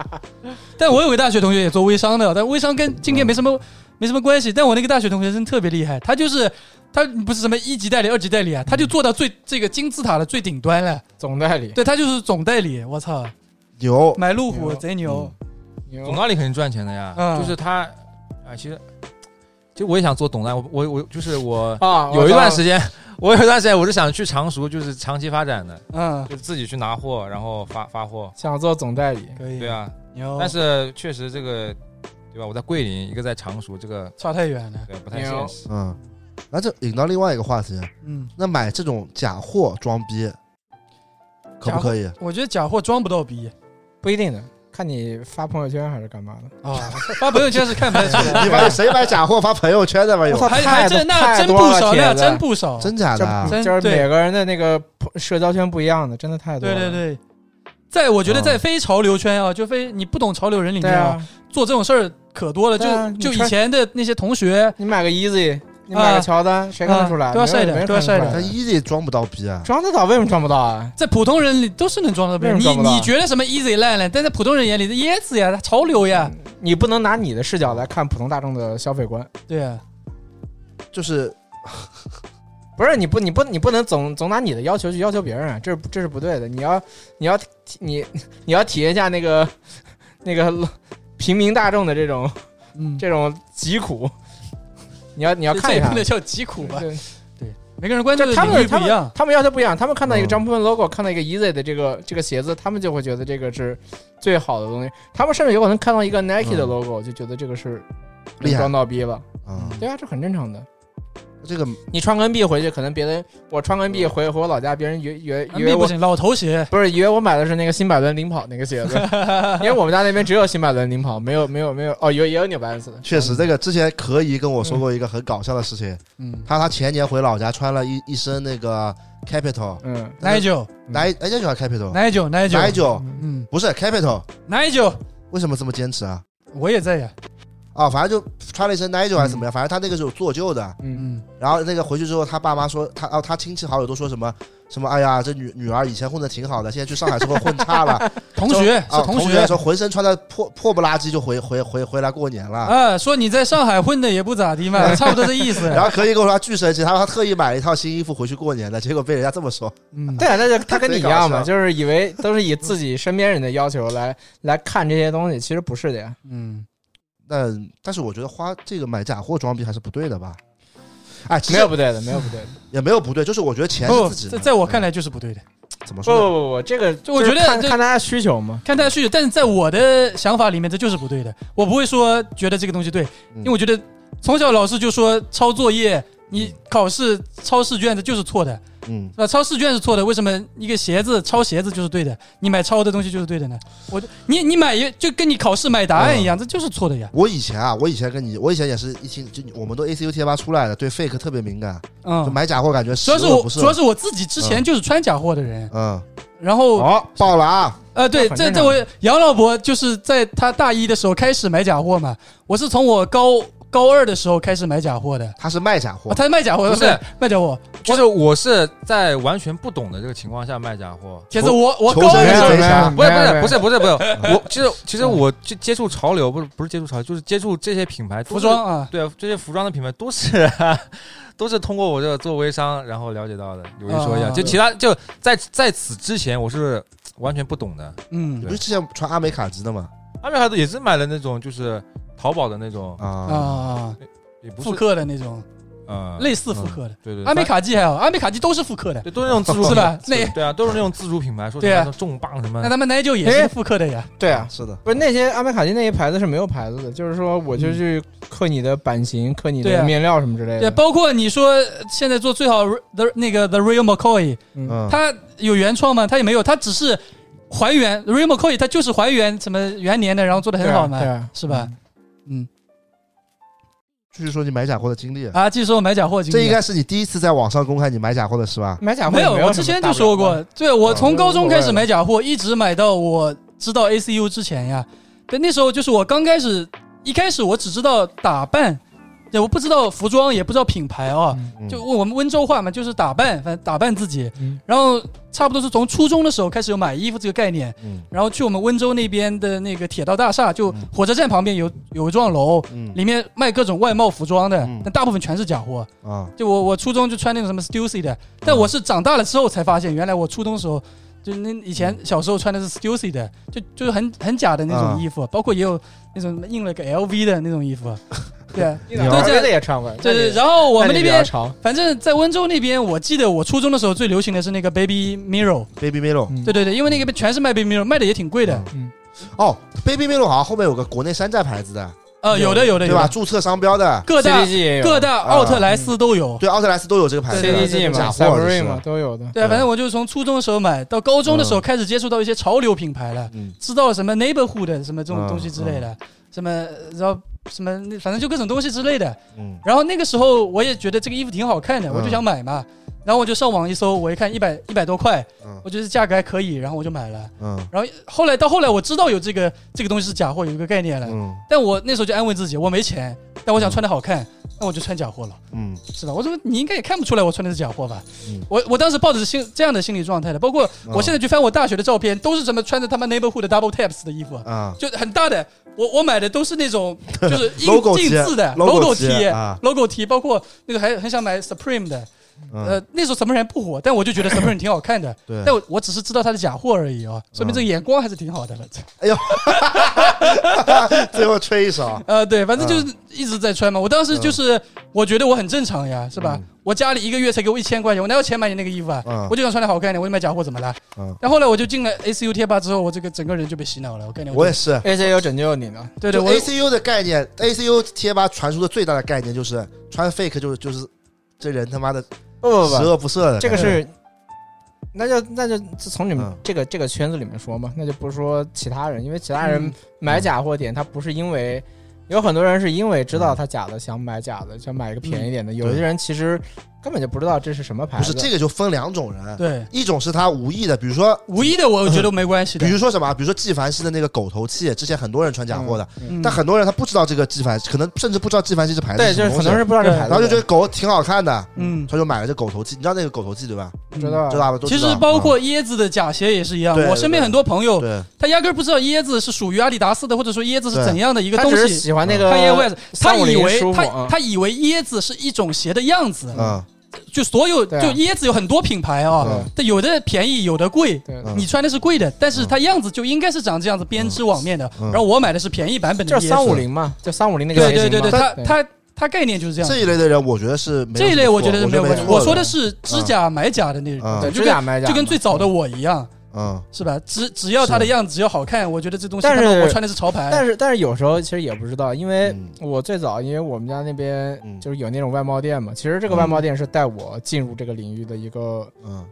S2: 但我有个大学同学也做微商的，但微商跟今天没什么、没什么关系。但我那个大学同学真特别厉害，他就是他不是什么一级代理、二级代理啊，他就做到最这个金字塔的最顶端了。
S4: 总代理，
S2: 对他就是总代理，我操，
S1: 牛，
S2: 买路虎
S4: 牛
S2: 贼牛。
S4: 牛
S3: 总，代理肯定赚钱的呀，
S2: 嗯
S3: 就是他，啊，其实，其实我也想做总代，我我我就是我
S4: 啊，
S3: 有一段
S4: 间
S3: 时间，我有一段时间我是想去常熟，就是长期发展的，
S2: 嗯，
S3: 就是自己去拿货，然后发发货，
S4: 想做总代理，
S2: 可以。
S3: 对，啊，
S2: 牛。
S3: 但是确实这个，对吧？我在桂林，一个在常熟，这个
S2: 差太远了。
S3: 对不太现实。
S1: 嗯，那这引到另外一个话题，
S2: 嗯，
S1: 那买这种假货装逼，可不可以？
S2: 我觉得假货装不到逼
S4: 不一定的，看你发朋友圈还是干嘛的。啊
S2: 啊，发朋友圈是看不太出来。
S1: 你买谁买假货发朋友圈的吗？有
S4: 我操
S2: 还
S4: [laughs] 太
S2: 还
S4: 多
S2: 真那
S4: 太
S2: 真
S4: 多
S2: 不
S4: 了
S2: 少，那
S4: 帖子
S2: 真不少。
S1: 真假的啊？
S2: 真
S4: 这就是
S2: 对
S4: 每个人的那个社交圈不一样的，真的太多
S2: 对
S4: 了。啊
S2: 对对，在我觉得
S1: 嗯
S2: 在非潮流圈啊，就非你不懂潮流人里
S4: 对
S2: 面啊，
S4: 啊，
S2: 做这种事儿可多了。就、
S4: 对啊
S2: 就
S4: 你
S2: 以
S4: 穿
S2: 前的那些同学，
S4: 你买个 Easy，你买
S2: 啊
S4: 个乔丹，谁看得出来？
S2: 啊都要晒的
S4: 没有人
S2: 都要晒的
S4: 看得
S1: 但
S4: 出来
S1: 一力装不到逼啊！
S4: 装得到为什么装不到啊？
S2: 在普通人里都是能装到别人。
S4: 为
S2: 你
S4: 什么装不到
S2: 你觉得什么 easy 烂了，但在普通人眼里，这椰子呀，潮流呀，
S4: 你不能拿你的视角来看普通大众的消费观，
S2: 对啊呀、
S1: 就是
S4: 不是你不你不你不能总总拿你的要求去要求别人啊，这是这是不对的。你要你要你你要体验一下那个那个平民大众的这种
S2: 嗯，
S4: 这种疾苦，你要你要
S2: 这
S4: 看
S2: 这
S4: 一
S2: 也
S4: 看
S2: 不能。叫疾苦吧？
S4: 对
S2: 每个人关注
S4: 就
S2: 的
S4: 他
S2: 领
S4: 们
S2: 域不
S4: 他
S2: 一
S4: 们
S2: 样。
S4: 他们要求不一样，他们看到一个
S1: 嗯
S4: Jumpman logo，看到一个 Easy 的这个这个鞋子，他们就会觉得这个是最好的东西。他们甚至有可能看到一个 Nike 的
S1: 嗯
S4: logo，就觉得这个是
S1: 厉害
S4: 装到逼了。
S1: 啊，
S4: 对啊，这很正常的。
S2: 嗯
S1: 这个
S4: 你穿个 NB 回去，可能别人我穿个 NB 回回我老家，别人以为以为以为
S2: 那不
S4: 我
S2: 行，老头
S4: [laughs]
S2: 鞋，嗯
S4: 不是以为我买的是那个新百伦领跑那个
S2: [laughs]
S4: 鞋子，因为我们家那边只有新百伦领跑，没有没有没有哦，有也有 New Balance 的，
S1: 确实，这个之前可以跟我说过一个很搞笑的事情，
S2: 嗯
S1: 他他前年回老家穿了一一身那个 Capital，
S4: 嗯，
S2: ，Nigel
S1: 哪一哎，这叫 Capital，
S2: Nigel Nigel
S1: 哪一种？
S2: 嗯
S1: 不是 Capital，
S2: ，Nigel
S1: 为什么这么坚持啊？
S2: 我也在呀，
S1: 啊，反正就穿了一身 Nigel 还是怎么样，反正他那个是有做旧的。
S2: 嗯，
S1: 然后那个回去之后，他爸妈说他哦，他亲戚好友都说什么什么，哎呀，这女女儿以前混的挺好的，现在去上海之后混差了。
S2: 同学
S1: 啊，
S2: [laughs] 是
S1: 同
S2: 学。
S1: 说浑身穿的破破不拉几就回回回回来过年了。
S2: 啊，说你在上海混的也不咋地
S4: [laughs]
S2: 嘛，差不多这意思。
S1: 然后可以跟我说他巨生气，他说他特意买了一套新衣服回去过年的，结果被人家这么说。
S2: 嗯，
S4: 对啊，那就他跟你一样嘛，
S1: 贼搞笑
S4: 就是以为都是以自己身边人的要求来来看这些东西，其实不是的
S2: [laughs]
S4: 呀。
S2: 嗯，
S1: 那但是我觉得花这个买假货装逼还是不对的吧？哎，其
S4: 没
S1: 实
S4: 有不对的，没有不对的。
S1: 也没有不对，就是我觉得钱是
S2: 不，
S1: 自己
S2: 哦在
S1: 的。嗯
S2: 在我看来 [laughs] 就是不对的。
S1: 怎么
S4: 不不
S1: 说呢？
S4: 不不，这个
S2: 就我
S4: 就是
S2: 觉得
S4: 看
S2: 这
S4: 看大家需求嘛。
S2: 看大家需求，但是在我的想法里面，这就是不对的。我不会说觉得这个东西对，
S1: 嗯
S2: 因为我觉得从小老师就说抄作业，你考试抄试卷这就是错的，
S1: 嗯，
S2: 是吧？抄试卷是错的，为什么一个鞋子抄鞋子就是对的？你买抄的东西就是对的呢？我你你买一就跟你考试买答案一
S1: 嗯
S2: 样，这就是错的呀。
S1: 我以前啊，我以前跟你，我以前也是一听就我们都 A C U 贴吧出来的，对 fake 特别敏感，就
S2: 嗯，
S1: 买假货感觉
S2: 主要是
S1: 十恶
S2: 我
S1: 不嗯赦
S2: 主要是我自己之前就是穿假货的人，
S1: 嗯，
S2: 然后
S1: 好、爆了啊！
S2: 呃，对，
S4: 那很
S2: 这
S4: 正
S2: 这
S4: 常
S2: 我杨老伯就是在他大一的时候开始买假货嘛，我是从我高高二的时候开始买假货的，
S1: 他是卖假货
S2: 啊，，他是卖假货，
S3: 不是
S2: 卖假货，
S3: 就是我是在完全不懂的这个情况下卖假货。
S2: 其实我我
S1: 求
S2: 高二
S1: 神
S2: 的
S1: 是
S2: 时候
S1: 贼
S4: 啊
S1: 侠，
S3: 不是不是不是不是不
S2: [laughs]
S3: 是，我其实其实我就接触潮流，不是不是接触潮流，就是接触这些品牌都
S2: 服
S3: 是
S2: 装啊，
S3: 对这些服装的品牌都是都是通过我这个做微商然后了解到的，有一说一啊，
S2: 啊
S3: 就其他就在在此之前我是完全不懂的。
S1: 你
S2: 嗯
S1: 不是之前穿阿美卡基的吗？
S3: 阿美卡也是买了那种就是淘宝的那种，
S1: 啊，
S2: 啊，
S3: 也不
S2: 复
S3: 是
S2: 刻的那种，
S3: 呃
S4: 啊
S2: 类似
S4: 嗯
S2: 复刻的，
S3: 对对
S2: 阿美卡基还好，阿美卡基都是复刻的，
S3: 对都是那种自 [laughs] 主
S2: 是吧
S3: 品牌
S2: 那
S3: 对啊都是那种自主品牌，说什
S2: 对啊
S3: 么重磅什么
S2: 那，他们奶酒也
S4: 哎
S2: 是复刻的呀，
S4: 对啊，
S1: 是的，
S4: 不是那些阿美卡金那些牌子是没有牌子的，就是说我就去刻你的版型、刻你
S2: 对啊
S4: 的面料什么之类
S2: 对，
S4: 的。
S2: 包括你说呃现在做最好的那个 The Real McCoy，
S4: 嗯，
S1: 嗯，
S2: 他有原创吗？他也没有，他只是还原 r e m o c o y 他就是还原什么元年的，然后做的
S4: 对
S2: 很
S4: 啊
S2: 好嘛，
S4: 对啊，
S2: 是吧？嗯
S1: 继续说你买假货的经历。
S2: 啊，继续说我买假货经历
S1: 这应该是你第一次在网上公开你买假货的是吧？
S4: 买假货
S2: 没有，
S4: 没有
S2: 我
S4: 什
S2: 之
S4: 么
S2: 前
S4: 大
S2: 就
S4: 不了
S2: 说过
S4: 的，，
S2: 对我
S4: 啊
S2: 从高中开
S4: 无所
S2: 始
S4: 谓
S2: 买假货，一直买到我知道 ACU 之前呀。对，那时候就是我刚开始，一开始我只知道打扮，对，我不知道服装，也不知道品牌啊。
S1: 嗯
S2: 就我们温州话嘛，就是打扮，反正打扮自己。
S4: 嗯
S2: 然后差不多是从初中的时候开始有买衣服这个概念，
S1: 嗯
S2: 然后去我们温州那边的那个铁道大厦，就
S4: 嗯
S2: 火车站旁边有有一幢楼，
S1: 嗯
S2: 里面卖各种外贸服装的
S1: 嗯，
S2: 但大部分全是假货。
S1: 啊，
S2: 就我我初中就穿那种什么 Stussy 的，但我是长大了之后才发现，原来我初中时候就那以前小时候穿的是 Stussy 的，就就是很很假的那种衣服，包括也有那种印了个 LV 的那种衣服，对啊，
S4: 一
S1: 你
S4: 点
S1: 要
S4: 儿别的也穿过。
S2: 对
S4: 那
S2: 对。
S4: 你
S2: 然后我们那
S4: 你比较
S2: 边，
S4: 潮，
S2: 反正在温州那边，我记得我初中的时候最流行的是那个 Baby Mirror，
S1: Baby Melo
S2: 对对对，因为那个全是卖 Baby Mirror，卖的也挺贵的，
S1: 哦，Baby Melo 好像后面有个国内山寨牌子的，
S2: 呃，有的有的
S1: 对
S2: 有
S1: 吧？
S2: 的，
S1: 注册商标的，
S2: 各大
S4: CDG 也有
S2: 各大奥特莱斯都有。
S1: 对，奥特莱斯都有这个牌子
S2: 对
S1: 的，
S2: 对
S1: 这
S4: CDG
S1: 个假
S4: 嘛
S1: 货这
S4: Sabri
S1: 是
S4: 嘛都有的。
S2: 对啊，反正我就是从初中的时候买到高中的时候
S1: 嗯
S2: 开始接触到一些潮流品牌了，
S1: 嗯
S2: 知道什么 neighborhood 什么这种
S1: 嗯
S2: 东西之类的，什么然后什么那反正就各种东西之类的。
S1: 嗯
S2: 然后那个时候我也觉得这个衣服挺好看的，
S1: 嗯
S2: 我就想买嘛。然后我就上网一搜，我一看一百一百多块，
S1: 嗯
S2: 我觉得价格还可以，然后我就买了。
S1: 嗯
S2: 然后后来到后来我知道有这个这个东西是假货，有一个概念了。
S1: 嗯
S2: 但我那时候就安慰自己，我没钱，但我想穿的好看，那我就穿假货了。
S1: 嗯
S2: 是吧？我说你应该也看不出来我穿的是假货吧？
S1: 嗯啊
S2: 我我当时抱着心这样的心理状态的，包括我现在去翻我大学的照片，都是什么穿着他们 neighborhood 的 double taps 的衣服，
S1: 啊
S2: 就很大的。我我买的都是那种就是
S1: [laughs]
S2: 印
S1: logo
S2: 印字的
S1: logo
S2: 贴
S1: 啊，
S2: logo 贴，包括那个还很想买 Supreme 的，
S1: 嗯
S2: 呃，那时候 Supreme 还不火，但我就觉得 Supreme 挺好看的，
S1: 对
S2: 但，我我只是知道它是假货而已哦，说明
S1: 嗯
S2: 这个眼光还是挺好的了。 [laughs]
S1: 最后吹一首，
S2: 呃，对，反
S1: 嗯
S2: 正就是一直在穿嘛。我当时就是我觉得我很正常呀， [laughs] 是吧
S1: 嗯？
S2: 我家里一个月才给我一千块钱，我哪有钱买你那个衣服啊
S1: 嗯？
S2: 我就想穿的好看一点，我就买假货怎么了
S1: 嗯？
S2: 但后来我就进了 ACU 贴吧之后，我这个整个人就被洗脑了。我概念，
S1: 我也是。
S4: A J U 拯救你了，
S2: 对对，
S1: 就
S2: 我
S1: ACU 的概念，ACU 贴吧传输的最大的概念就是穿 fake 就是就是这人他妈的
S4: 不不
S1: 十
S4: 不，
S1: 恶不赦的。
S4: 这个是， [laughs] 那就那就从你们
S1: 嗯
S4: 这个这个圈子里面说嘛，那就不是说其他人，因为其他人
S2: 嗯
S4: 买假货点，他不是因为。有很多人是因为
S1: 嗯
S4: 知道他假的，想买假的，想买一个便
S2: 嗯
S4: 宜点的。有些人其实根本就不知道这是什么牌
S1: 不
S4: 子。
S1: 是这个就分两种人，
S2: 对，
S1: 一种是他无意的，比如说
S2: 无意的我觉得没关系
S1: 嗯
S2: 的
S1: 比。如说什么，啊比如说纪梵希的那个狗头器，之前很多人穿假货的，
S4: 嗯，
S2: 嗯
S1: 但很多人他不知道这个纪梵，可能甚至不知道纪梵希这牌子
S4: 对，
S1: 是
S4: 就
S1: 什
S4: 是
S1: 么
S4: 很
S1: 东西
S4: 多人不知道这
S2: 对
S4: 牌子的，
S1: 然后就觉得狗挺好看的，
S2: 嗯，
S1: 他就买了这狗头器，你知道那个狗头器对吧？
S4: 知道
S1: 知道吧？都
S2: 其
S1: 知道
S2: 实包括椰子的假鞋也是一样，
S1: 对
S2: 我身边很多朋
S1: 嗯
S2: 友，
S1: 对
S2: 他压根儿不知道椰子是属于阿迪达斯的，或者说椰子是
S1: 对
S2: 怎样的一个
S4: 他
S2: 东
S4: 只是
S2: 西。
S4: 喜欢那个
S2: 他也嗯会，他以
S4: 350
S2: 为
S4: 舒服
S2: 他
S4: 嗯
S2: 他以为椰子是一种鞋的样子，
S1: 嗯
S2: 就所有就
S4: 对啊
S2: 椰子有很多品牌啊
S1: 嗯，
S2: 它有的便宜，有的贵。
S4: 对，
S1: 嗯
S2: 你穿的是贵的，但是它样子就应该是长这样子编织网面的。
S1: 嗯
S2: 然后我买的是便宜版本的椰
S4: 就是
S2: 子，
S4: 三五零嘛，就三五零那个
S2: 对
S4: 鞋型
S2: 对对对，
S4: 嘛
S2: 它它它概念就是这样
S1: 这。一类的人，我觉得是没有
S2: 这一类我觉得是
S1: 没
S2: 没有问题。
S1: 错
S2: 我说的，是知假买假的那
S1: 嗯
S2: 种，对
S4: 对
S2: 就
S4: 指
S2: 跟
S4: 甲买甲
S2: 就跟
S4: 嘛
S2: 最早的我一样，
S1: 嗯
S2: 是吧？只只要它的样子只要好看，我觉得这东西。
S4: 但是
S2: 哪怕我穿的是潮牌，
S4: 但是但是有时候其实也不知道，因为
S1: 嗯
S4: 我最早因为我们家那边
S1: 嗯
S4: 就是有那种外贸店嘛，其实这个外
S2: 嗯
S4: 贸店是带我进入这个领域的一个，
S1: 嗯。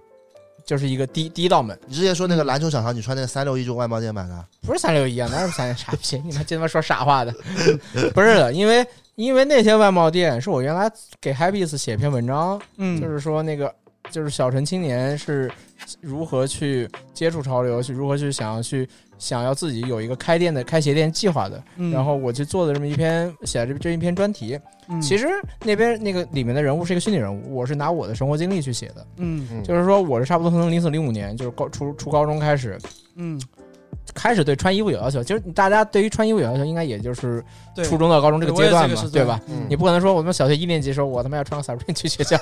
S4: 就是一个第第一道门，
S1: 你之前说那个篮球场上，你穿那个三六一就是外贸店买的，
S4: 不是三六一啊，哪有三傻逼？你们这他妈说傻话的， [laughs] 不是的，因为因为那些外贸店是我原来给 Happy's 写篇文章，
S2: 嗯，
S4: 就是说那个就是小城青年是如何去接触潮流，去如何去想要去想要自己有一个开店的开鞋店计划的，
S2: 嗯
S4: 然后我去做的这么一篇写了这这一篇专题。
S2: 嗯
S4: 其实那边那个里面的人物是一个虚拟人物，我是拿我的生活经历去写的，
S2: 嗯
S1: 嗯
S4: 就是说我是差不多从零四零五年就是高初初高中开始
S2: 嗯，
S4: 开始对穿衣服有要求，就是大家对于穿衣服有要求，应该也就是
S2: 对，
S4: 初中到高中这个阶段
S2: 对我也
S4: 嘛
S2: 是这个，时
S4: 对
S2: 段
S4: 吧？
S1: 嗯
S4: 你不可能说我们小学一年级的时候，我他妈要穿个 Supreme 去
S2: [laughs]
S4: 学校，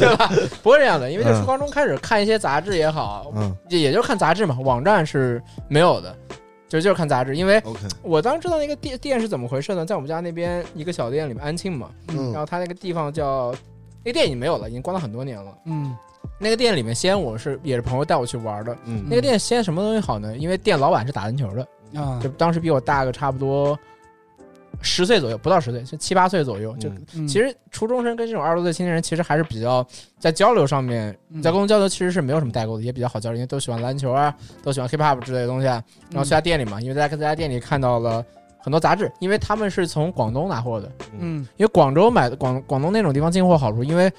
S4: 对吧？不会这样的，因为就初
S1: 嗯
S4: 高中开始看一些杂志也好，
S1: 嗯
S4: 也也就是看杂志嘛，网站是没有的，就就是看杂志，因为
S1: ，OK，
S4: 我当时知道那个店店是怎么回事呢，在我们家那边一个小店里面，安庆嘛，
S1: 嗯
S4: 然后它那个地方叫那个店已经没有了，已经关了很多年了。
S2: 嗯
S4: 那个店里面先我是也是朋友带我去玩的，
S1: 嗯嗯
S4: 那个店先什么东西好呢？因为店老板是打篮球的，
S2: 啊
S4: 就，当时比我大个差不多十岁左右，不到十岁，就七八岁左右，就。
S1: 嗯
S2: 嗯
S4: 其实初中生跟这种二十多岁青年人，其实还是比较在交流上面，
S2: 嗯
S4: 在沟通交流其实是没有什么代沟的，也比较好交流，因为都喜欢篮球啊，都喜欢 hip hop 之类的东西啊。
S1: 嗯
S4: 然后去他店里嘛，因为大家在他店里看到了很多杂志，因为他们是从广东拿货的，
S2: 嗯
S4: 因为广州买的广广东那种地方进货好处，因为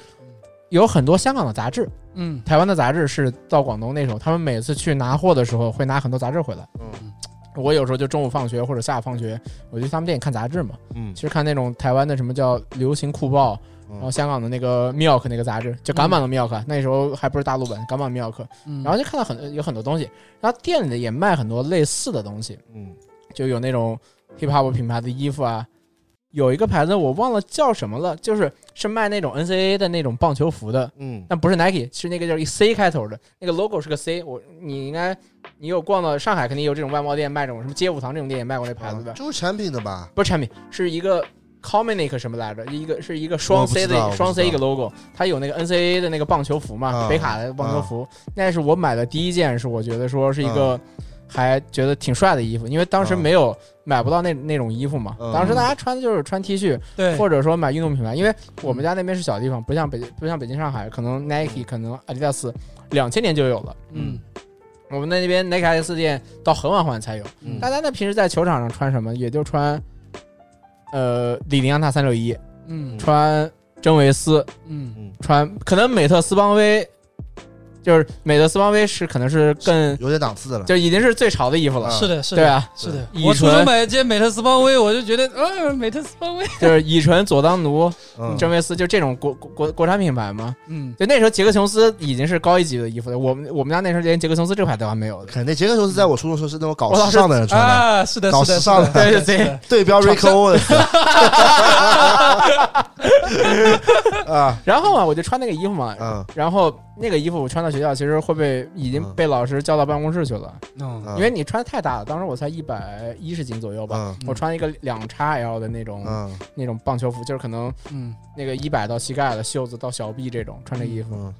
S4: 有很多香港的杂志，
S2: 嗯
S4: 台湾的杂志是到广东那时候，他们每次去拿货的时候会拿很多杂志回来。
S1: 嗯
S4: 我有时候就中午放学或者下午放学，我就去他们店里看杂志嘛，
S1: 嗯
S4: 其实看那种台湾的什么叫《流行酷报》，然后香港的那个 Milk 那个杂志，就港版的 Milk，、那时候还不是大陆版，港版 Milk，
S2: 嗯，
S4: 然后就看到很有很多东西，然后店里也卖很多类似的东西，
S1: 嗯
S4: 就有那种 hip hop 品牌的衣服啊，有一个牌子我忘了叫什么了，就是是卖那种 NCAA 的那种棒球服的，
S1: 嗯
S4: 但不是 Nike，是那个叫一 C 开头的，那个 logo 是个 C，我你应该你有逛到上海肯定有这种外贸店卖这种什么街舞堂这种店也卖过那牌子
S1: 嗯，
S4: 的，
S1: 就是产品的吧？
S4: 不是产品，是一个 Cominic 什么来着？一个是一个双
S1: 我不知
S4: C
S1: 道我
S4: 的
S1: 不
S4: 双
S1: 知道
S4: C 一个 logo，它有那个 NCAA 的那个棒球服嘛，
S1: 啊
S4: 北卡的棒球服，那是我买的第一件，是我觉得说是一个还觉得挺帅的衣服，因为当时
S1: 啊
S4: 没有买不到那那种衣服嘛，
S1: 嗯
S4: 当时大家穿的就是穿 T 恤，
S2: 对，嗯
S4: 或者说买运动品牌，因为我们家那边是小地方，不像北不像北京、上海，可能 Nike 可能 Adidas 两千年就有了，
S2: 嗯
S4: 我们那边 Nike Adidas 店到很晚很晚才有。
S2: 嗯
S4: 大家呢平时在球场上穿什么？也就穿，呃，李宁安踏三六一，
S2: 嗯
S4: 穿真维斯，
S2: 嗯
S4: 穿可能美特斯邦威，就是美特斯邦威是可能是更
S1: 有点档次的了。
S4: 就已经是最潮的衣服了，
S1: 啊
S2: 是的，是
S4: 对
S2: 的，
S4: 啊，
S2: 是的。
S4: 对
S2: 我
S4: 乙
S2: 初
S4: 醇
S2: 中买了件美特斯邦威，我就觉得，嗯，美特斯邦
S4: [laughs]
S2: 威，
S4: 就是乙醇、佐当奴、
S1: 嗯，
S4: 真维斯，就这种国国国国产品牌嘛。
S2: 嗯
S4: 就那时候杰克琼斯已经是高一级的衣服了，我们我们家那时候连杰克琼斯这个牌子都还没有的。
S1: 肯定杰克琼斯在我初中时候是那种搞
S4: 我老
S1: 时尚的人穿的，
S2: 啊，是的，
S1: 搞
S2: 是的，
S1: 时尚
S2: 是的
S4: 的
S2: 是的是的
S1: 对标 Rick Owens [laughs] 啊，
S4: 然后啊，我就穿那个衣服嘛，
S1: 嗯
S4: 然后那个衣服我穿到学校，其实会被已经
S1: 嗯
S4: 被老师叫到办公室去了。
S2: 嗯
S1: 嗯
S4: 因为你穿得太大了，当时我才一百一十斤左右吧，
S1: 嗯
S4: 我穿一个两叉 L 的那种、
S1: 嗯
S4: 那种棒球服，就是可能
S2: 嗯
S4: 那个一百到膝盖的，袖子到小臂这种穿这衣服，
S1: 嗯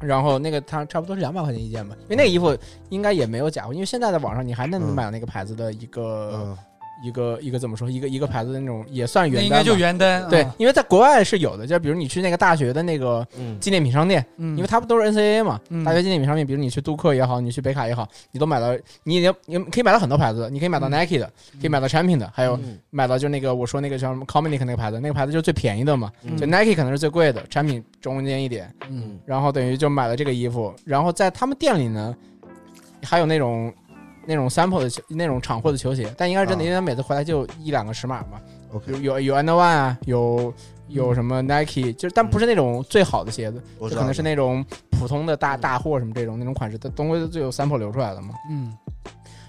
S4: 然后那个它差不多是两百块钱一件吧，因为那个衣服应该也没有假货，因为现在在网上你还能
S1: 嗯
S4: 买到那个牌子的一个、
S1: 嗯
S4: 一个一个怎么说，一个一个牌子的那种，也算
S2: 那
S4: 原
S2: 应
S4: 单
S2: 该就
S4: 吧
S2: 原单。
S4: 对
S2: 啊，
S4: 因为在国外是有的，就比如你去那个大学的那个
S1: 嗯，
S4: 纪念品商店，
S2: 嗯，
S4: 因为他们都是 NCAA 嘛，
S2: 嗯
S4: 大学纪念品商店，比如你去杜克也好，你去北卡也好，你都买到，你也你可以买到很多牌子，你可以买
S2: 嗯
S4: 到 Nike 的，可以买到产品的，
S1: 嗯
S4: 还有买到就那个我说那个叫什么 Cominic 那个牌子，那个牌子就是最便宜的嘛，
S1: 嗯
S4: 就 Nike 可能是最贵的，产品中间一点，
S2: 嗯
S4: 然后等于就买了这个衣服，然后在他们店里呢，还有那种那种 sample 的球那种厂货的球鞋，但应该是真
S1: 啊
S4: 的，因为他每次回来就一两个尺码嘛，
S1: ，OK，
S4: 有有有 N One 啊，有有什么 Nike，就是但不是那种最好的鞋子，
S1: 嗯我知
S4: 就
S1: 道
S4: 可能是那种普通的大
S1: 嗯
S4: 大货什么这种那种款式，但东归最有 sample 流出来的嘛。
S2: 嗯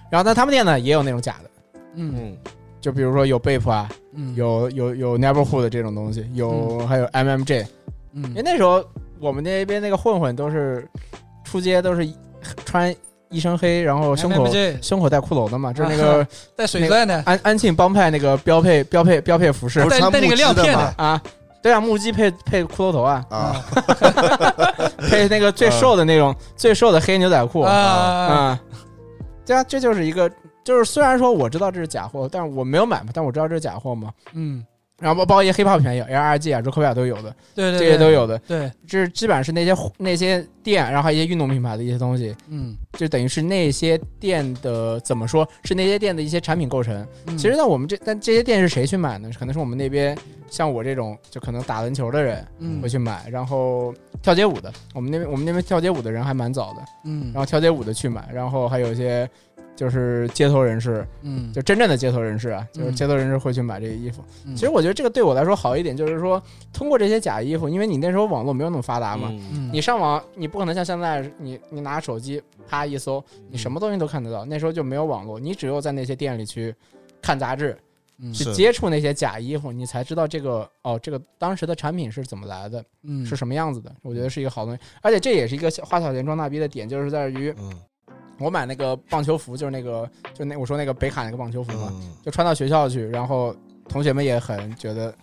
S4: 然后但他们店呢也有那种假的，
S2: 嗯
S1: 嗯
S4: 就比如说有 Bape 啊，
S2: 嗯，
S4: 有有有 Neighborhood 这种东西，
S1: 嗯
S4: 有还有 MMJ，因为
S2: 嗯
S4: 哎那时候我们那边那个混混都是出街都是穿一身黑，然后胸口
S2: MMJ
S4: 胸口带骷髅的嘛，就是那
S1: 啊
S4: 个
S2: 带水钻的，
S4: 安安庆帮派那个标配标配标配服饰
S1: 不是
S2: 带
S1: 穿
S2: 带那
S1: 木
S2: 个亮
S1: 屐的
S2: 片
S1: 吗
S2: 的？
S4: 啊。对啊，木屐配配骷髅头啊，
S1: 啊，
S4: 配那个最瘦的那种、最瘦的黑牛仔裤
S2: 嗯啊啊，
S4: 啊、对啊，这就是一个，就是虽然说我知道这是假货，但我没有买嘛，但我知道这是假货嘛。
S2: 嗯，
S4: 然后包包括一些黑 i 品牌有 LRG 啊、Rockefeller 都有的，
S2: 对
S4: 这
S2: 对，
S4: 些都，有的。
S2: 对，
S4: 这基本上是那些那些店，然后还有一些运动品牌的一些东西，
S2: 嗯，
S4: 就等于是那些店的怎么说是那些店的一些产品构成。
S2: 嗯
S4: 其实呢，我们这但这些店是谁去买呢？可能是我们那边像我这种就可能打篮球的人
S2: 嗯
S4: 会去买，然后跳街舞的，我们那边我们那边跳街舞的人还蛮早的，
S2: 嗯，
S4: 然后跳街舞的去买，然后还有一些就是街头人士，
S2: 嗯，
S4: 就真正的街头人士啊，
S2: 嗯
S4: 就是街头人士会去买这个衣服。
S2: 嗯
S4: 其实我觉得这个对我来说好一点，就是说通过这些假衣服，因为你那时候网络没有那么发达嘛，
S1: 嗯，
S2: 嗯
S4: 你上网你不可能像现在你你拿手机啪一搜，你
S2: 嗯
S4: 什么东西都看得到。那时候就没有网络，你只有在那些店里去看杂志，
S2: 嗯
S4: 去
S1: 是
S4: 接触那些假衣服，你才知道这个哦，这个当时的产品是怎么来的，
S2: 嗯
S4: 是什么样子的。我觉得是一个好东西，而且这也是一个花小钱装大逼的点，就是在于
S1: 嗯
S4: 我买那个棒球服，就是那个就那我说那个北卡那个棒球服嘛，
S1: 嗯，
S4: 就穿到学校去，然后同学们也很觉得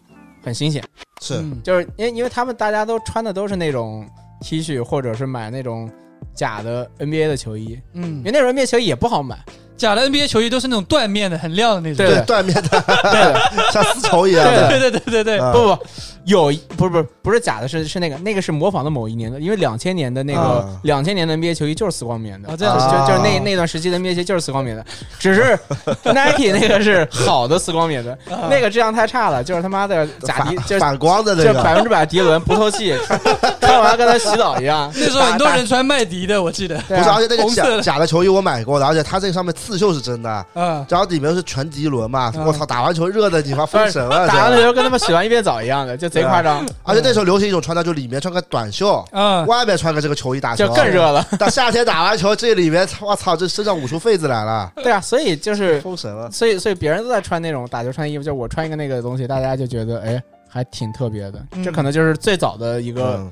S4: 很新鲜，
S1: 是
S2: 嗯
S4: 就是因为因为他们大家都穿的都是那种 T 恤，或者是买那种假的 NBA 的球衣，因为
S2: 嗯，
S4: 那时候 NBA 球衣也不
S2: [laughs]
S4: 好买，
S2: 假的 NBA 球衣都是那种缎面的，很亮的那种。
S4: 对
S1: 对
S4: 的
S1: 断面的，
S4: 对的，
S1: 像丝绸一样的，
S2: [laughs] 对对对对对，
S1: 啊
S4: 不不不，有不是不是不是假的，是是那个那个是模仿的某一年的，因为两千年的那个
S1: 啊
S4: 两千年的 NBA 球衣就是丝光棉的
S2: 啊，这样子
S4: 就就那
S1: 啊
S4: 那段时期的 NBA 球衣就是丝光棉的，只是 [laughs] Nike 那个是好的丝光棉的，
S2: 啊
S4: 那个质量太差了，就是他妈
S1: [laughs]
S4: 的假
S1: 反
S4: 迪，就是
S1: 反光的
S4: 就
S1: 那
S4: 百
S1: 个，
S4: 分之百涤纶不透气， [laughs] 穿穿完跟他洗澡一
S1: [laughs]
S4: 样。
S2: 那时候很多人穿麦迪的，我记
S4: [laughs]
S2: 得。
S4: 对
S1: 不
S4: 啊
S1: 是，而且那个
S2: 红色
S1: 假
S2: 的
S1: 假的球衣我买过的，而且它这个上面刺绣是真的，
S2: 啊，
S1: 然后里面是全涤纶嘛，
S2: 嗯
S1: 我操，打完球热的你妈封神了，
S4: 打完的
S1: 这
S4: 时候跟他们洗完一遍澡一样的，就
S1: 啊
S4: 贼夸张，
S1: 而且那时候流行一种穿搭，就里面穿个短袖。
S2: 啊，
S1: 外面穿个这个球衣打球啊
S4: 就，更热了。
S1: 到夏天打完球，这里面 [laughs] 我操，这身上捂出痱子来了，
S4: 对啊，所以就是，
S1: 封神了。
S4: 所以所以别人都在穿那种打球穿的衣服，就我穿一个那个东西，大家就觉得哎，还挺特别的。
S2: 嗯
S4: 这可能就是最早的一个
S1: 嗯，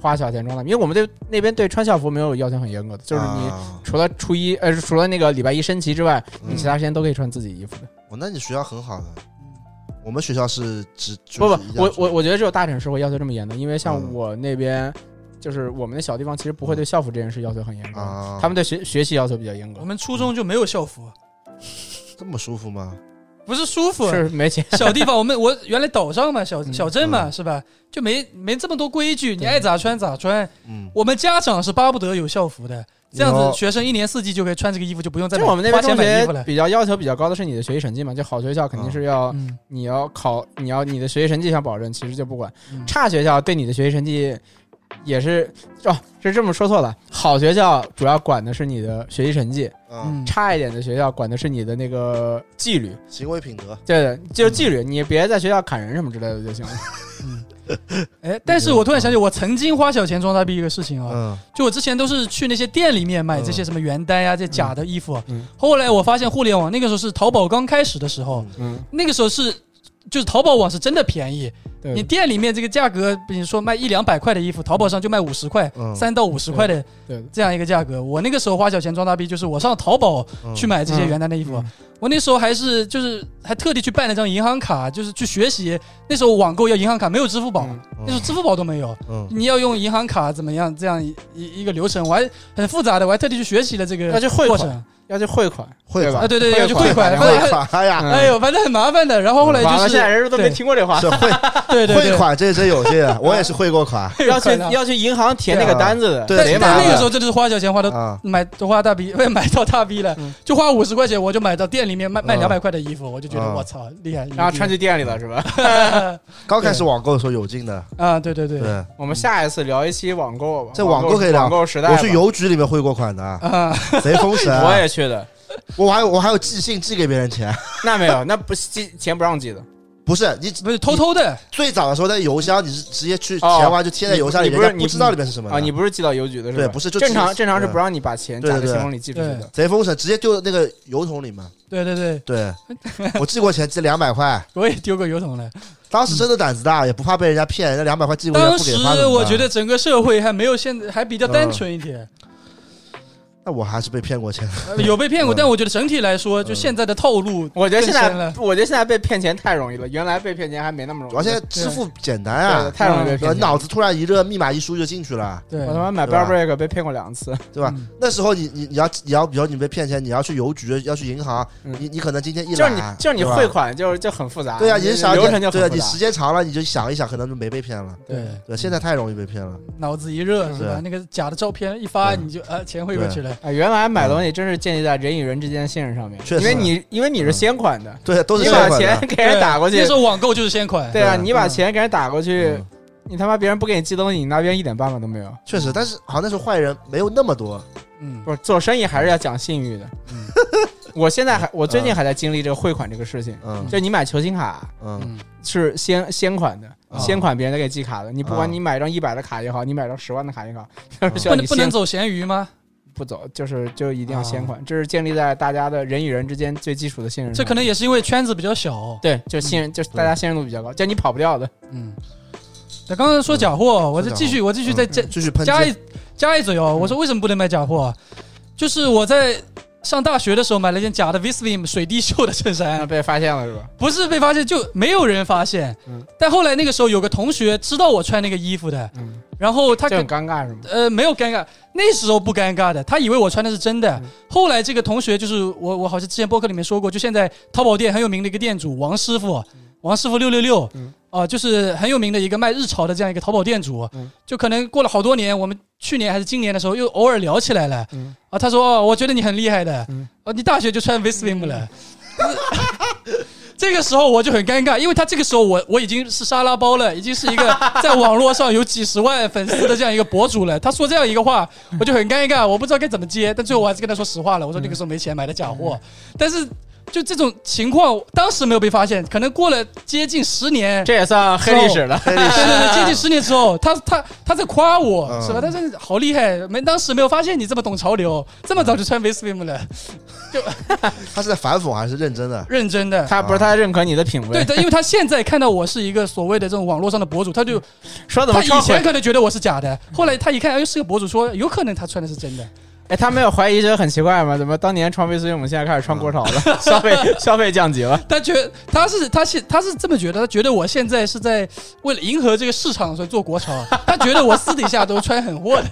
S4: 花小钱装的，因为我们对那边对穿校服没有要求很严格的，就是你
S1: 啊
S4: 除了初一呃除了那个礼拜一升旗之外，你
S1: 嗯
S4: 其他时间都可以穿自己衣服的。
S1: 哦，那你学校很好的，我们学校是只就是
S4: 不不
S1: 一，样
S4: 我我
S1: 做
S4: 我觉得只有大城市会要求这么严的，因为像
S1: 嗯
S4: 我那边，就是我们的小地方其实不会对校服这件事要求很严格，
S1: 啊，
S4: 他们对学学习要求比较严格
S2: 我，们初中就没有校服，
S1: 这么舒服吗？
S2: 不是舒服，
S4: 是没钱。
S2: [laughs] 小地方。我们我原来岛上嘛，小
S4: 嗯
S2: 小镇嘛，
S1: 嗯
S2: 是吧？就没没这么多规矩，你爱咋穿咋穿。
S1: 嗯，
S2: 我们家长是巴不得有校服的，这样
S1: 有
S2: 子学生一年四季就可以穿这个衣服，就不用再
S4: 就
S2: 买
S4: 是我们那
S2: 花钱
S4: 边中
S2: 买衣
S4: 学
S2: 服了。
S4: 比较要求比较高的是你的学习成绩嘛，就好学校肯
S1: 啊
S4: 定是要
S2: 嗯，
S4: 你要考，你要你的学习成绩想保证，其实就不管
S2: 嗯
S4: 差学校对你的学习成绩也是哦，是这么说错了，好学校主要管的是你的学习成绩，
S1: 啊，
S2: 嗯
S4: 差一点的学校管的是你的那个纪律。
S1: 行为品德，
S4: 对的，就是纪律，你别在学校砍人什么之类的就行了。
S2: 哎，但是我突然
S4: 嗯
S2: 想起，我曾经花小钱装大逼一个事情啊，
S1: 嗯
S2: 就我之前都是去那些店里面买这些
S1: 嗯
S2: 什么原单呀、这假的衣服啊
S4: 嗯。
S2: 后来我发现互联网那个时候是淘宝刚开始的时候，
S4: 嗯，
S2: 那个时候是就是淘宝网是真的便宜，
S4: 对
S2: 你店里面这个价格，比如说卖一两百块的衣服，淘宝上就卖五十块，
S1: 嗯
S2: 三到五十块的
S4: 对的
S2: 这样一个价格。我那个时候花小钱装大逼，就是我上淘宝
S1: 嗯
S2: 去买这些原单的衣服
S4: 嗯嗯。
S2: 我那时候还是就是还特地去办了张银行卡，就是去学习。那时候网购要银行卡，没有支付宝，
S4: 嗯
S2: 那时候支付宝都没有。
S1: 嗯
S2: 你要用银行卡怎么样？这样一一一个流程，我还很复杂的，我还特地去学习了这个
S4: 要去汇款
S2: 过程。
S4: 要去嗯汇款，
S1: 汇
S4: 对吧
S2: 啊，？对对，要去汇款，
S1: 汇 [laughs]
S2: 反正
S1: 款
S4: [laughs]
S1: 呀，
S2: 哎呦，反正很麻烦的。然后后来
S4: 完
S2: 就
S4: 了，现在
S2: 是
S4: 人都没
S2: 对
S4: 听过这话。
S1: 是汇
S2: 对对对
S1: 汇，款，这真有劲，啊
S4: [laughs]
S1: 我也是汇过款
S4: 要去
S2: 汇款的
S4: 要去银行填那个单子的，
S1: 对
S2: 但
S4: 贼麻
S2: 但
S4: 烦。
S2: 那个时候真的是花小钱花的
S1: 啊，
S2: 买花大逼，被买到大逼了
S4: 嗯，
S2: 就花五十块钱我就买到店里面卖卖
S1: 嗯
S2: 两百块的衣服，我就觉得
S1: 嗯
S2: 我操厉害，
S4: 然后啊穿
S2: 去
S4: 去店里了是吧？
S1: 刚开始网购的时候有劲的，
S2: [laughs] 啊，对对对，
S1: 对，
S4: 我们下一次聊一期网购吧。
S1: 这
S4: 网
S1: 网购可以聊
S4: 网购时代吧，
S1: 我去邮局里面汇过款
S4: [laughs]
S1: 的，
S2: 啊，
S1: 贼封神啊，
S4: 我也去的。
S1: 我还有我还有寄信寄给别人钱，
S4: 那没有，那不寄钱不让寄的，
S1: 不是你
S2: 不是偷偷的，
S1: 最早的时候在邮箱，你是直接去
S4: 哦
S1: 填完就贴在邮箱里，
S4: 你不是
S1: 人家不知道里面是什么的
S4: 啊，你不是寄到邮局的是吧？
S1: 对不是就
S4: 正常
S1: 直接
S4: 正常是不让你把钱
S1: 对
S4: 夹
S1: 对
S4: 在
S1: 对
S4: 信封里寄出去的。
S1: 贼封神，直接丢那个邮筒里面。
S2: 对对对，
S1: 对， [laughs] 我寄过钱，寄两百块，
S2: 我也丢过油桶了。
S1: 当时真的胆子大，也不怕被人家骗，人家两百块寄过来
S2: 当
S1: 不
S2: 时
S1: 给发怎么办啊嗯
S2: 我觉得，整个社会还没有现在还比较单纯一点，
S1: 那我还是被骗过
S4: [laughs]
S1: 钱。
S2: 呃有被骗过，
S1: 嗯
S2: 但我觉得整体来说，就
S1: 嗯
S2: 现在的套路，
S4: 我觉得现
S2: 更深
S4: 在
S2: 了，
S4: 我觉得现在被骗钱太容易了，原来被骗钱还没那么容易。
S1: 主要现在支付简单
S4: 对
S1: 啊，
S4: 太容易被
S1: 对吧
S4: 骗钱了。
S1: 脑子突然一热，密码一输就进去了，
S2: 对，
S4: 我他妈买
S1: 对吧
S4: Burberry 被骗过两次，
S1: 对吧？
S2: 嗯
S1: 那时候你你你要你要，比如你被骗钱，你要去邮局，要去银行，
S4: 嗯
S1: 你你可能今天一
S4: 就是
S1: 懒
S4: 你，就是你
S1: 对吧
S4: 汇款就是就很复杂，
S1: 对呀、啊
S4: 呀，
S1: 你是想
S4: 流程就
S1: 对呀、
S4: 很复
S1: 你
S4: 杂。
S1: 时间长了你就想一想，可能就没被骗了。
S2: 对，
S1: 对，现在太容易被骗了。
S2: 脑子一热是
S1: 对
S2: 吧？那个假的照片一发，
S1: 啊对
S2: 你就啊钱汇过去了，
S4: 啊，原来买东西真是建立在人与人之间的信任上面，
S1: 嗯确
S4: 因
S1: 实
S4: 为你因为你是先款的，
S1: 对，都是
S4: 你
S1: 现
S4: 把
S1: 款
S4: 钱
S1: 的。啊
S4: 给人打过去
S2: 那时，候网购就是先款，
S4: 对啊，
S1: 对
S4: 你把钱给人打过去
S1: 嗯，
S4: 你他妈别人不给你寄东西，你那边一点办法都没有。
S1: 确实，但是好像那时候坏人没有那么多。
S2: 嗯，
S4: 不是做生意还是要讲信誉的。
S1: 嗯
S4: [laughs] 我现在还，我最近还在经历这个汇款这个事情。
S1: 嗯
S4: 就你买球星卡
S1: 嗯
S2: 嗯，
S4: 是先先款的，
S1: 啊
S4: 先款别人再给寄卡的。你不
S1: 啊
S4: 管你买一张一百的卡也好，你买一张十万的卡也好， [laughs] 都是需要
S2: 不
S4: 啊
S2: 能
S4: 你
S2: 不能
S4: 先
S2: 走闲鱼吗？
S4: 不走，就是就一定要先款。这是建立在大家的人与人之间最基础的信任
S2: 这
S4: 上。
S2: 可能也是因为圈子比较小，
S4: 嗯对，就信任，就是大家信任度比较高，就你跑不掉的。
S2: 嗯。那刚刚说假货，我再继续，我继续再加
S1: 继续嗯喷
S2: 加
S1: 街
S2: 一加一嘴哦，我说为什么不能买假货啊？就是我在上大学的时候买了一件假的 Vislim 水滴袖的衬
S4: 那
S2: 衫，
S4: 被发现了是吧？
S2: [laughs] 不是被发现就没有人发现
S4: 嗯。
S2: 但后来那个时候有个同学知道我穿那个衣服的，
S4: 嗯，
S2: 然后他
S4: 这
S2: 跟
S4: 很尴尬是吗？
S2: 呃，没有尴尬，那时候不尴尬的，他以为我穿的是真的
S4: 嗯。
S2: 后来这个同学就是我，我好像之前播客里面说过，就现在淘宝店很有名的一个店主王师傅，王师傅六六六
S4: 嗯，
S2: 啊，就是很有名的一个卖日潮的这样一个淘宝店主
S4: 嗯。
S2: 就可能过了好多年，我们去年还是今年的时候又偶尔聊起来了
S4: 嗯。
S2: 啊，他说哦，我觉得你很厉害的
S4: 嗯，
S2: 哦，你大学就穿 Vislim 了。这个时候我就很尴尬，因为他这个时候我我已经是沙拉包了，已经是一个在网络上有几十万粉丝的这样一个博主了。他说这样一个话，我就很尴尬，我不知道该怎么接。但最后我还是跟他说实话了，我说那个时候没钱买的假货。但是就这种情况，当时没有被发现，可能过了接近十年，
S4: 这也算黑历史了。
S2: [laughs] 对对对，接近十年之后，他他他在夸我、
S1: 嗯
S2: 是吧？但是好厉害，没当时没有发现你这么懂潮流，
S1: 嗯
S2: 这么早就穿
S1: [laughs]
S2: Vislim 了，
S1: 他是在反讽还是认真的？
S2: 认真的。
S4: 他不是他认可你的品味，
S2: 对，他因为他现在看到我是一个所谓的这种网络上的博主，他
S1: 嗯
S2: 就
S4: 说怎
S2: 他
S4: 么
S2: 以
S4: 忏
S2: 前
S4: 悔？
S2: 可能觉得我是假的，后来他一看，哎，是个博主说，有可能他穿的是真的。
S4: 哎，他没有怀疑觉得很奇怪吗？怎么当年穿 V 所以我们现在开始穿国潮 [laughs] 了？消费消费降级了，
S2: 他觉得他是他现他是这么觉得，他觉得我现在是在为了迎合这个市场所以做国潮，
S1: [laughs]
S2: 他觉得我私底下都穿很货的，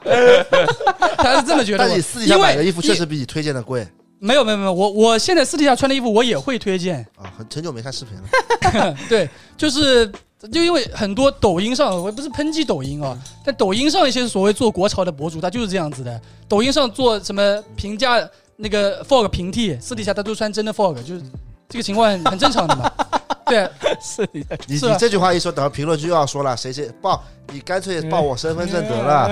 S2: [laughs] 他是这么觉得
S1: 但 [laughs]
S2: 我。
S1: 是你私底下
S2: 因为
S1: 买的衣服确
S2: 因
S1: 实比你推荐的贵
S2: 没有没有没有，我我现在私底下穿的衣服我也会推荐，
S1: 啊！很很久没看视
S2: [laughs]
S1: 频了，
S2: 嗯对，就是就因为很多抖音上，我不是抨击抖音啊，但抖音上一些所谓做国潮的博主，他就是这样子的。抖音上做什么评价那个 fog 平替，私底下他都穿真的 fog，就是这个情况很很正常的 [laughs] 嘛。对，
S4: 是的
S1: 你
S2: 是啊
S1: 你这句话一说，等会儿评论区又要说了，谁谁报你干脆报我身份证得了，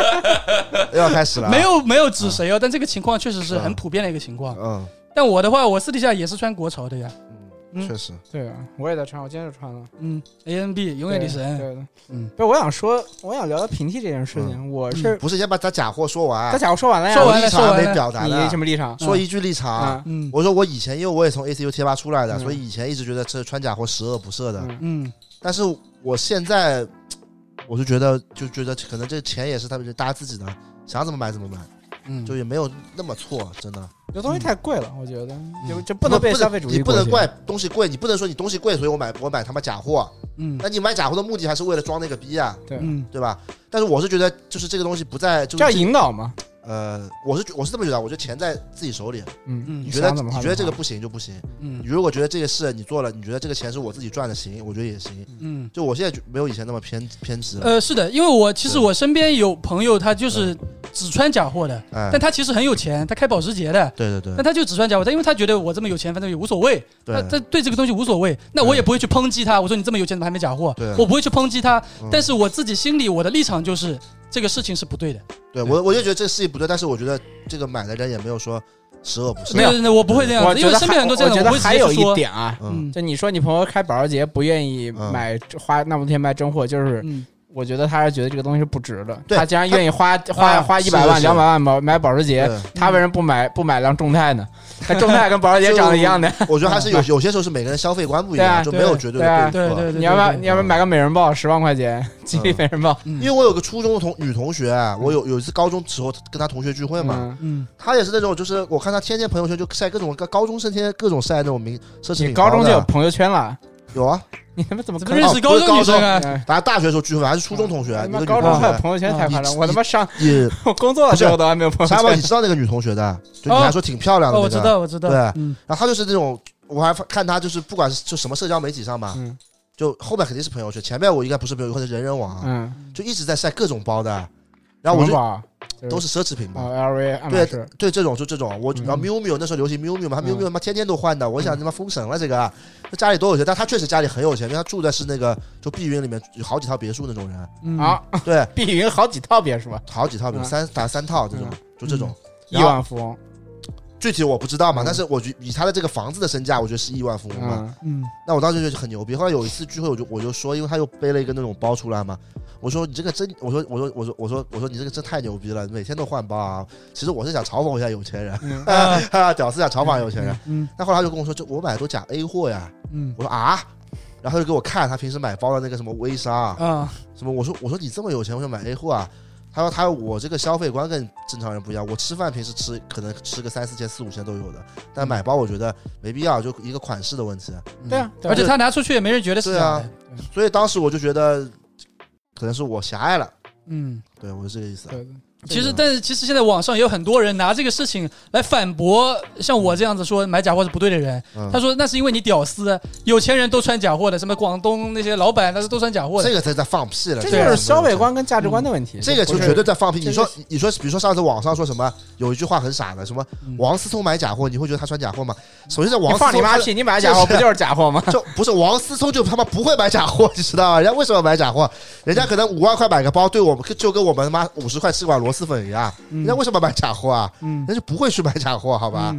S1: [laughs] 又要开始了。啊
S2: 嗯 [laughs] 没，有没有指谁哦，但这个情况确实是很普遍的一个情况。
S1: 嗯
S2: 但我的话，我私底下也是穿国潮的呀。
S1: 嗯，
S2: 嗯
S1: 确实，
S4: 对啊，我也在穿，我今天就穿了。
S2: 嗯，A N B 永远的
S4: 对
S2: 神。
S4: 对的，
S2: 嗯
S4: 嗯，不是，我想说，我想聊聊平替这件事情。我是
S1: 不是先把咱假货嗯说完
S4: 刚，才我说完了呀，
S2: 说完了
S1: 立场还
S2: 说完
S1: 没
S2: 了
S1: 表达
S4: 你
S1: 呢
S4: 什，么立场？
S1: 说一句立场。
S4: 啊，
S2: 嗯
S1: 我说我以前，因为我也从 ACU 贴吧出来的，
S4: 嗯
S1: 所以以前一直觉得这穿假货十恶不赦的。
S4: 嗯
S2: 嗯
S1: 但是我现在，我就觉得，就觉得可能这钱也是他们大家自己的，想怎么买怎么买，
S2: 嗯，
S1: 就也没有那么错，真的。
S4: 有东西太贵了，我觉得就就不能被
S1: 不
S4: 消费主义
S1: 嗯你不
S4: 裹挟
S1: 能怪东西贵，你不能说你东西贵，所以我买我买他妈假货。
S2: 嗯
S1: 那你买假货的目的还是为了装那个逼啊，
S4: 对，
S2: 嗯
S1: 对吧？但是我是觉得，就是这个东西不在，就
S4: 这要
S1: 是
S4: 引导嘛。
S1: 呃，我是我是这么觉得，我觉得钱在自己手里，
S4: 嗯，
S1: 你
S2: 嗯
S1: 觉得
S4: 想怎么
S1: 你
S4: 花
S1: 觉得这
S4: 怎么
S1: 个不行就不行，
S2: 嗯
S1: 你如果觉得这个事你做了，你觉得这个钱是我自己赚的，行，我觉得也行。
S2: 嗯。
S1: 就我现在就没有以前那么偏偏执了，
S2: 呃，是的，因为我其实
S1: 对
S2: 我身边有朋友，他就是只穿假货的，
S4: 呃
S1: 哎
S2: 但，他其实很有钱，他开保时捷的，
S1: 对对对
S2: 但他就只穿假货，但因为他觉得我这么有钱，反正也无所谓，他他
S1: 嗯对，
S2: 对这个东西无所谓，那我也不会去抨击他，我说你这么有钱怎么还没假货
S1: 对，
S2: 我不会去抨击他，
S1: 嗯
S2: 但是我自己心里我的立场就是这个事情是不对的，
S1: 对我我就觉得这个事情不对，但是我觉得这个买的人也没有说十恶不赦，
S2: 没有，那我不会这样
S4: 我
S2: 子，因
S4: 觉
S2: 为
S4: 得
S2: 身边
S4: 还
S2: 很多这样
S4: 我
S2: 的，
S4: 觉
S2: 我
S4: 得
S2: 会直
S4: 还
S2: 接
S4: 有
S2: 去
S4: 一
S2: 说，
S4: 点啊，
S1: 嗯，
S4: 就你说你朋友开保时捷不愿意
S1: 嗯
S4: 买花那么多钱买真货，就是
S2: 嗯
S4: 我觉得他是觉得这个东西是不值的。
S1: 对嗯
S4: 他竟然愿意花花
S2: 啊
S4: 花一
S1: 是
S4: 百
S1: 的
S4: 万、
S1: 是的
S4: 两百万买买保时捷，
S1: 对
S4: 他为什么不买不买辆众泰呢？他众泰跟保
S1: [laughs]
S4: 时捷长得一样的，
S1: 我觉得还是有有些时候是每个人消费观不一样，
S4: 对啊
S1: 就没有绝对
S4: 对
S1: 的
S4: 啊
S2: 对
S1: 错。
S2: 对对，
S4: 你要不要
S2: 对
S4: 你要不要买个美人豹十万块钱吉利
S1: 嗯
S4: 美人豹？
S1: 因为我有个初中的同女同学啊，我有有一次高中时候跟她同学聚会嘛，
S4: 嗯，
S2: 嗯，
S1: 她也是那种就是我看她天天朋友圈就晒各种高中生天天各种晒那种名奢侈
S4: 你
S1: 品
S4: 高
S1: 包的，
S4: 中就有朋友圈了，
S1: 有啊，
S4: 你他妈怎么
S2: 怎
S4: 可
S2: 么
S4: 能
S2: 认
S1: 哦
S2: 识
S1: 不
S2: 高
S1: 是
S2: 中
S1: 高
S2: 女生
S1: 中
S2: 啊？
S4: 嗯
S1: 反正大学时候聚会还是初中同学，
S4: 他
S1: 一
S4: 哎妈
S1: 个女
S4: 高
S1: 同
S4: 中还有
S1: 学
S4: 朋友圈太夸张，
S1: 嗯
S4: 我他妈上
S1: 也
S4: 我工作的时候都还没有朋
S1: [laughs] 沙
S4: 友
S1: 包，
S4: 圈
S1: 你。知道那个女同学的，就你还说挺漂亮的
S2: 哦，
S1: 那
S2: 我
S1: 个
S2: 知，道，我知道，
S1: 啊对
S2: 嗯
S1: 然后她就是那种，我还看她就是不管是就什么社交媒体上吧，
S4: 嗯
S1: 就后面肯定是朋友圈，前面我应该不是朋友圈，是人人网啊，
S4: 嗯，
S1: 就一直在晒各种包的，啊然后我
S4: 什
S1: 就
S4: 么宝
S1: 都是奢侈品包
S4: 啊。LV 爱马
S1: 对
S4: 仕，
S1: 对，这种就这种，我
S4: 嗯
S1: 然后 miu miu 那时候流行 miu miu 嘛，他 miu miu
S4: 嗯
S1: 他妈天天都换的，我想他妈封神了这个，他家里多有钱，但他确实家里很有钱，因为他住的是那个就碧云里面有好几套别墅那种
S4: [laughs]
S1: 人，
S2: 嗯
S4: 啊，
S1: 对，
S4: 碧云好几套别墅，
S1: 好几套别墅
S4: 嗯
S1: 三打三套这种，就这种，
S4: 亿万富翁，
S1: 具体我不知道嘛，
S4: 嗯
S1: 但是我觉以他的这个房子的身价，我觉得是亿万富翁嘛。
S4: 嗯
S2: 嗯
S1: 那我当时就觉得很牛逼。后来有一次聚会，我就我就说，因为他又背了一个那种包出来嘛，我说你这个真，我说我说我说我说我说你这个真太牛逼了，每天都换包啊。其实我是想嘲讽一下有钱
S4: [laughs]
S1: 人，
S4: 嗯
S2: 啊
S1: 哈，屌丝想嘲讽有钱人。
S2: 嗯
S1: 但后来他就跟我说，这我买的都假 A 货呀。
S2: 嗯
S1: 我说啊，然后他就给我看他平时买包的那个什么微商啊，
S2: 啊
S1: 什么我说我说你这么有钱，我想买 A 货啊。他说他我这个消费观跟正常人不一样，我吃饭平时吃可能吃个三四千四五千都有的，
S4: 嗯
S1: 但买包我觉得没必要，就一个款式的问题。
S4: 对啊，对啊
S2: 而且他拿出去也没人觉得是
S1: 对
S2: 假
S1: 啊
S2: 的，
S1: 所以当时我就觉得可能是我狭隘了，
S2: 嗯。
S1: 对我是这个意思。
S4: 对
S2: 其
S1: 啊
S2: 实，但是其实现在网上也有很多人拿这个事情来反驳像我这样子说买假货是不对的人。
S1: 嗯
S2: 他说那是因为你屌丝，有钱人都穿假货的，什么广东那些老板那是都穿假货的
S1: 这。个才在放屁了，
S4: 这
S1: 个
S4: 就是消费，观跟价值观的问题。
S1: 这个就
S4: 不是
S1: 绝对在放屁。
S4: 这个
S1: 你说你说，比如说上次网上说什么有一句话很傻的，什么
S2: 嗯
S1: 王思聪买假货，你会觉得他穿假货吗？首先是
S4: 你
S1: 王思
S4: 放
S1: 聪
S4: 你妈
S1: 他
S4: 屁！你买假货
S1: 就是
S4: 不就是假货吗？
S1: [laughs] 就不是王思聪就他妈不会买假货，你知道吗？人家为什么买假货？人家可能五万块买个包，对我们就跟我们他妈五十块吃碗螺蛳粉一样。人家为什么买假货啊？
S2: 嗯
S1: 人，家就不会去买假货，好
S2: 好
S1: 吧？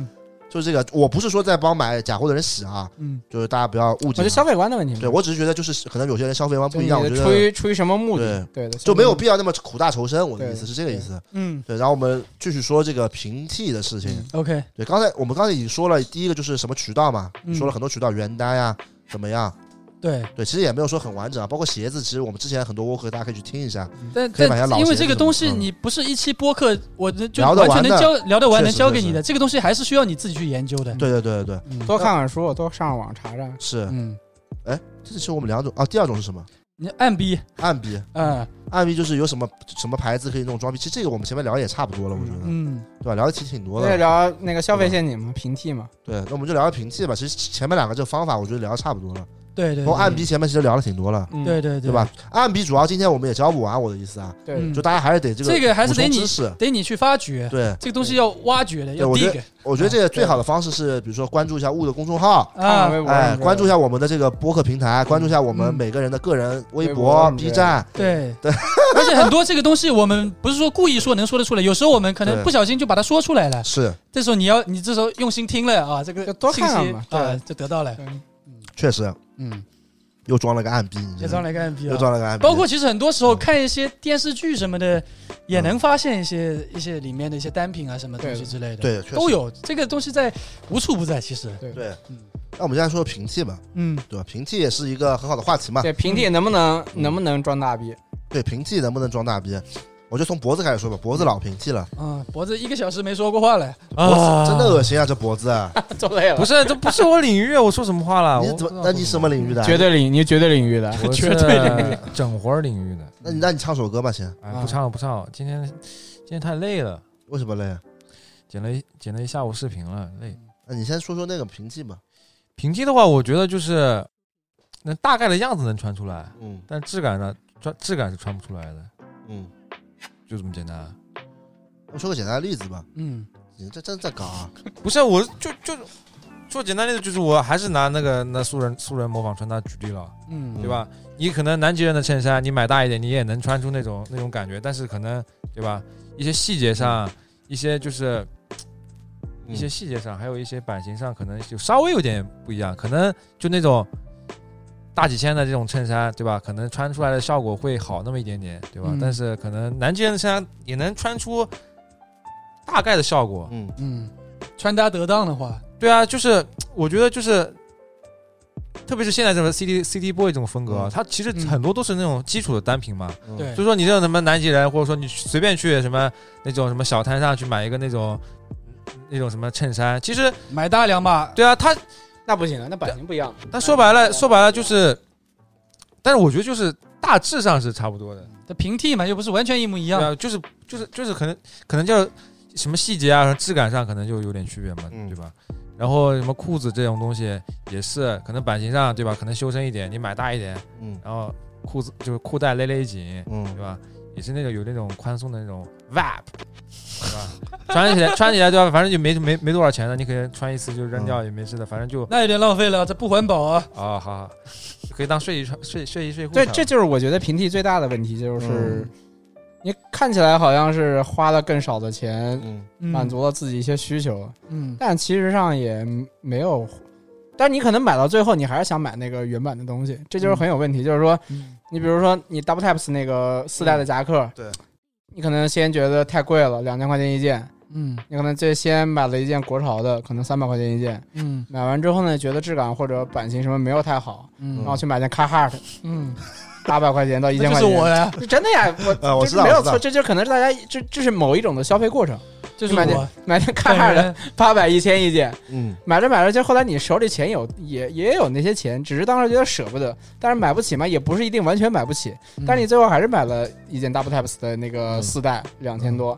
S1: 就这个，我不是说在帮买假货的人洗啊，
S2: 嗯
S1: 就是大家不要误解
S4: 我觉
S1: 啊
S4: 得。消费观的问题嘛，
S1: 对我只是觉得就是可能有些人消费观
S4: 就
S1: 不一
S4: 是你
S1: 样，我
S4: 的
S1: 觉
S4: 出
S1: 得
S4: 于出于什么目的？对的，
S1: 就没有
S4: 消费
S1: 必要那么苦大仇深。我的
S4: 对
S1: 意思是这个意思。
S2: 嗯
S1: 对，然后我们继续说这个平替的事情。
S2: ，OK，
S1: 对，刚才我们刚才已经说了第一个就是什么渠道嘛，
S2: 嗯
S1: 说了很多渠道，原单呀怎么样？
S2: 对，
S1: 对，其实也没有说很完整啊，包括鞋子，其实我们之前很多播客大家可以去听一下。
S2: 但
S1: 可以买下老
S2: 但因为
S1: 鞋
S2: 这个
S1: 子
S2: 东
S1: 什
S2: 西，
S1: 么的
S2: 你不是一期播客，我能就
S1: 聊得
S2: 完全
S1: 完
S2: 能
S1: 的
S2: 教聊得完，
S1: 确
S2: 能
S1: 实
S2: 教
S1: 确
S2: 给你
S1: 实
S2: 的。这个东西还是需要你自己去研究的。
S1: 对对对对对，
S2: 嗯，
S4: 多看看书，多上网查查。
S1: 是。
S2: 嗯，
S1: 这是我们两种啊，第二种是什么？
S2: 你暗逼，
S1: 暗逼，
S2: 嗯
S1: 暗逼就是有什么什么牌子可以弄装逼。其实这个我们前面聊的也差不多了，我觉得，
S2: 嗯
S1: 对吧？聊的其实挺多
S4: 那
S1: 的。
S4: 聊那个消费陷阱嘛，平替嘛，
S1: 对，那我们就聊聊平替吧。其实前面两个这个方法，我觉得聊的差不多了。
S2: 对对
S1: 包括
S2: 对
S1: 暗逼前面其实聊了挺多了，
S4: 嗯
S2: 对对
S1: 对吧？？暗逼主要今天我们也教不完，我的意思啊，
S4: 对
S2: 嗯，
S1: 就大家还是得这个
S2: 这个还是
S1: 补充
S2: 得你
S1: 知识。
S2: 得你去发掘，
S1: 对，
S2: 这个东西要挖掘的，要
S1: 我觉
S2: dig
S1: 我觉得这个最好的方式是，比如说关注一下物的公众号，
S4: 看看
S2: 啊
S4: 微，博
S1: 哎，
S4: 什么之类的，
S1: 关注一下我们的这个播客平台，关注一下我们
S2: 嗯
S1: 每个人的个人微
S4: 微博
S1: 博、
S4: 什么之
S1: B
S4: 类的
S1: 站，
S2: 对对， [laughs] 而且很多这个东西我们不是说故意说能说得出来，有时候我们可能
S1: 对
S2: 不小心就把它说出来了，
S1: 是
S2: 这时候你要你这时候用心听了啊，这个
S4: 就多
S2: 信
S4: 看看
S2: 息
S4: 嘛
S2: 啊就得到了，
S1: 确实
S2: 嗯，
S1: 又装了个暗逼，你
S2: 也
S1: 知道
S2: 装
S1: 吗
S2: 了一个暗比
S1: 又
S2: 啊。
S1: 装了个暗逼，
S2: 包括其实很多时候看一些电视剧什么的，也能发现一些一些里面的一些单品啊什么东西之类
S1: 嗯
S2: 的，，
S1: 对，确实
S2: 都有这个东西在无处不在，其实，
S1: 对
S2: 嗯。
S1: 那我们现在说平替吧，
S2: 嗯
S1: 对吧？平替也是一个很好的话题嘛。
S4: 对平替能不能
S1: 嗯
S4: 能不能装大逼？
S1: 对，平替能不能装大逼？我就从脖子开始说吧，脖子老平替了，
S2: 啊，脖子一个小时没说过话了，
S3: 啊
S1: 脖子真的恶心啊！这脖子，
S4: [laughs] 做累
S3: 不，是，这不是我领域，啊我说什么话了？
S1: 你
S3: 我
S1: 怎
S3: 不
S1: 么
S3: 知？道
S1: 那
S3: 说
S1: 你
S3: 什
S1: 什么领域的？啊
S4: 绝对领你绝对领域的，
S3: 我
S4: 绝
S3: 是
S4: 对领域。
S3: 整活儿领域的。
S1: 那你那你唱首歌吧，先。
S3: 哎，
S4: 啊
S3: 不唱了，不唱了，今天今天太累了。
S1: 为什么累啊？
S3: 剪了一剪了一下午视频了，累。
S1: 那你先说说那个平替吧。
S3: 平替的话，我觉得就是那大概的样子能穿出来，
S1: 嗯
S3: 但质感呢，穿质感是穿不出来的，
S1: 嗯，
S3: 就这么简单啊。
S1: 我说个简单的例子吧。
S2: 嗯，
S1: 你这真在搞啊？
S3: 不是，我就就说简单例子，就是我还是拿那个那素人素人模仿穿搭举例了，
S2: 嗯，
S3: 对吧？你可能南极人的衬衫，你买大一点，你也能穿出那种那种感觉，但是可能对吧？一些细节上，一些就是一
S2: 嗯
S3: 些细节上，还有一些版型上，可能就稍微有点不一样，可能就那种。大几千的这种衬衫，对吧？可能穿出来的效果会好那么一点点，对吧？
S2: 嗯
S3: 但是可能南极人的衬衫也能穿出大概的效果，
S1: 嗯
S2: 嗯，穿搭得当的话，
S3: 对啊，就是我觉得就是，特别是现在这种 CD CD boy 这种风格啊
S1: 嗯，
S3: 它其实
S2: 嗯
S3: 很多都是那种基础的单品嘛。
S1: 嗯
S2: 对
S3: 所以说你这种什么南极人，或者说你随便去什么那种什么小摊上去买一个那种那种什么衬衫，其实
S2: 买大两码，
S3: 对啊，它
S4: 那不行了，那版型不一样。
S3: 它说白
S4: 嗯
S3: 了说白了就是，但是我觉得就是大致上是差不多的。
S2: 它平替嘛，又不是完全一模一
S3: 对
S2: 样。
S3: 啊，就是就是就是可能可能叫什么细节啊，质感上可能就有点区别嘛，
S1: 嗯
S3: 对吧？然后什么裤子这种东西也是，可能版型上对吧？可能修身一点，你买大一点，
S1: 嗯
S3: 然后裤子就是裤带勒勒紧，对
S1: 嗯
S3: 吧？也是那种有那种宽松的那种 vibe，对吧？穿起来穿起来对吧？反正就没没没多少钱的，你可以穿一次就扔掉也没事的，反正就
S2: 那有点浪费了，这不环保啊！
S3: 啊，好好，可以当睡衣穿睡睡衣睡裤
S4: 对
S3: 穿，
S4: 这就是我觉得平替最大的问题，就是
S1: 嗯
S4: 你看起来好像是花了更少的钱，
S1: 嗯
S2: 嗯
S4: 满，足了自己一些需求，
S2: 嗯，
S4: 但其实上也没有。但你可能买到最后，你还是想买那个原版的东西，
S1: 嗯
S4: 这就是很有问题。就是说，
S2: 嗯
S4: 你比如说你 Double Taps 那个四代的夹克，
S1: 嗯对，
S4: 你可能先觉得太贵了，两千块钱一件，
S2: 嗯
S4: 你可能最先买了一件国潮的，可能三百块钱一件，
S2: 嗯
S4: 买完之后呢，觉得质感或者版型什么没有太好，然后
S2: 嗯
S4: 去买件 Carhartt，
S2: 嗯，
S4: 八百块钱到一
S2: 那
S4: 千块
S2: 就是
S4: 钱，
S2: 我呀，
S4: 真的呀，我
S1: 啊，我
S4: 这
S1: 知道，
S4: 没
S1: 我
S4: 有
S1: 知道
S4: 错，，这就可能是大家这这是某一种的消费过程，
S2: 就是
S4: 买
S2: 我
S4: 点。买件 Carhartt
S2: 本
S4: 八百一千一件，
S1: 嗯
S4: 买着买着就后来你手里钱有也也有那些钱，只是当时觉得舍不得，但是买不起嘛，也不是一定完全买不起，
S2: 嗯
S4: 但是你最后还是买了一件 Double Taps 的那个
S1: 嗯
S4: 四代两千多，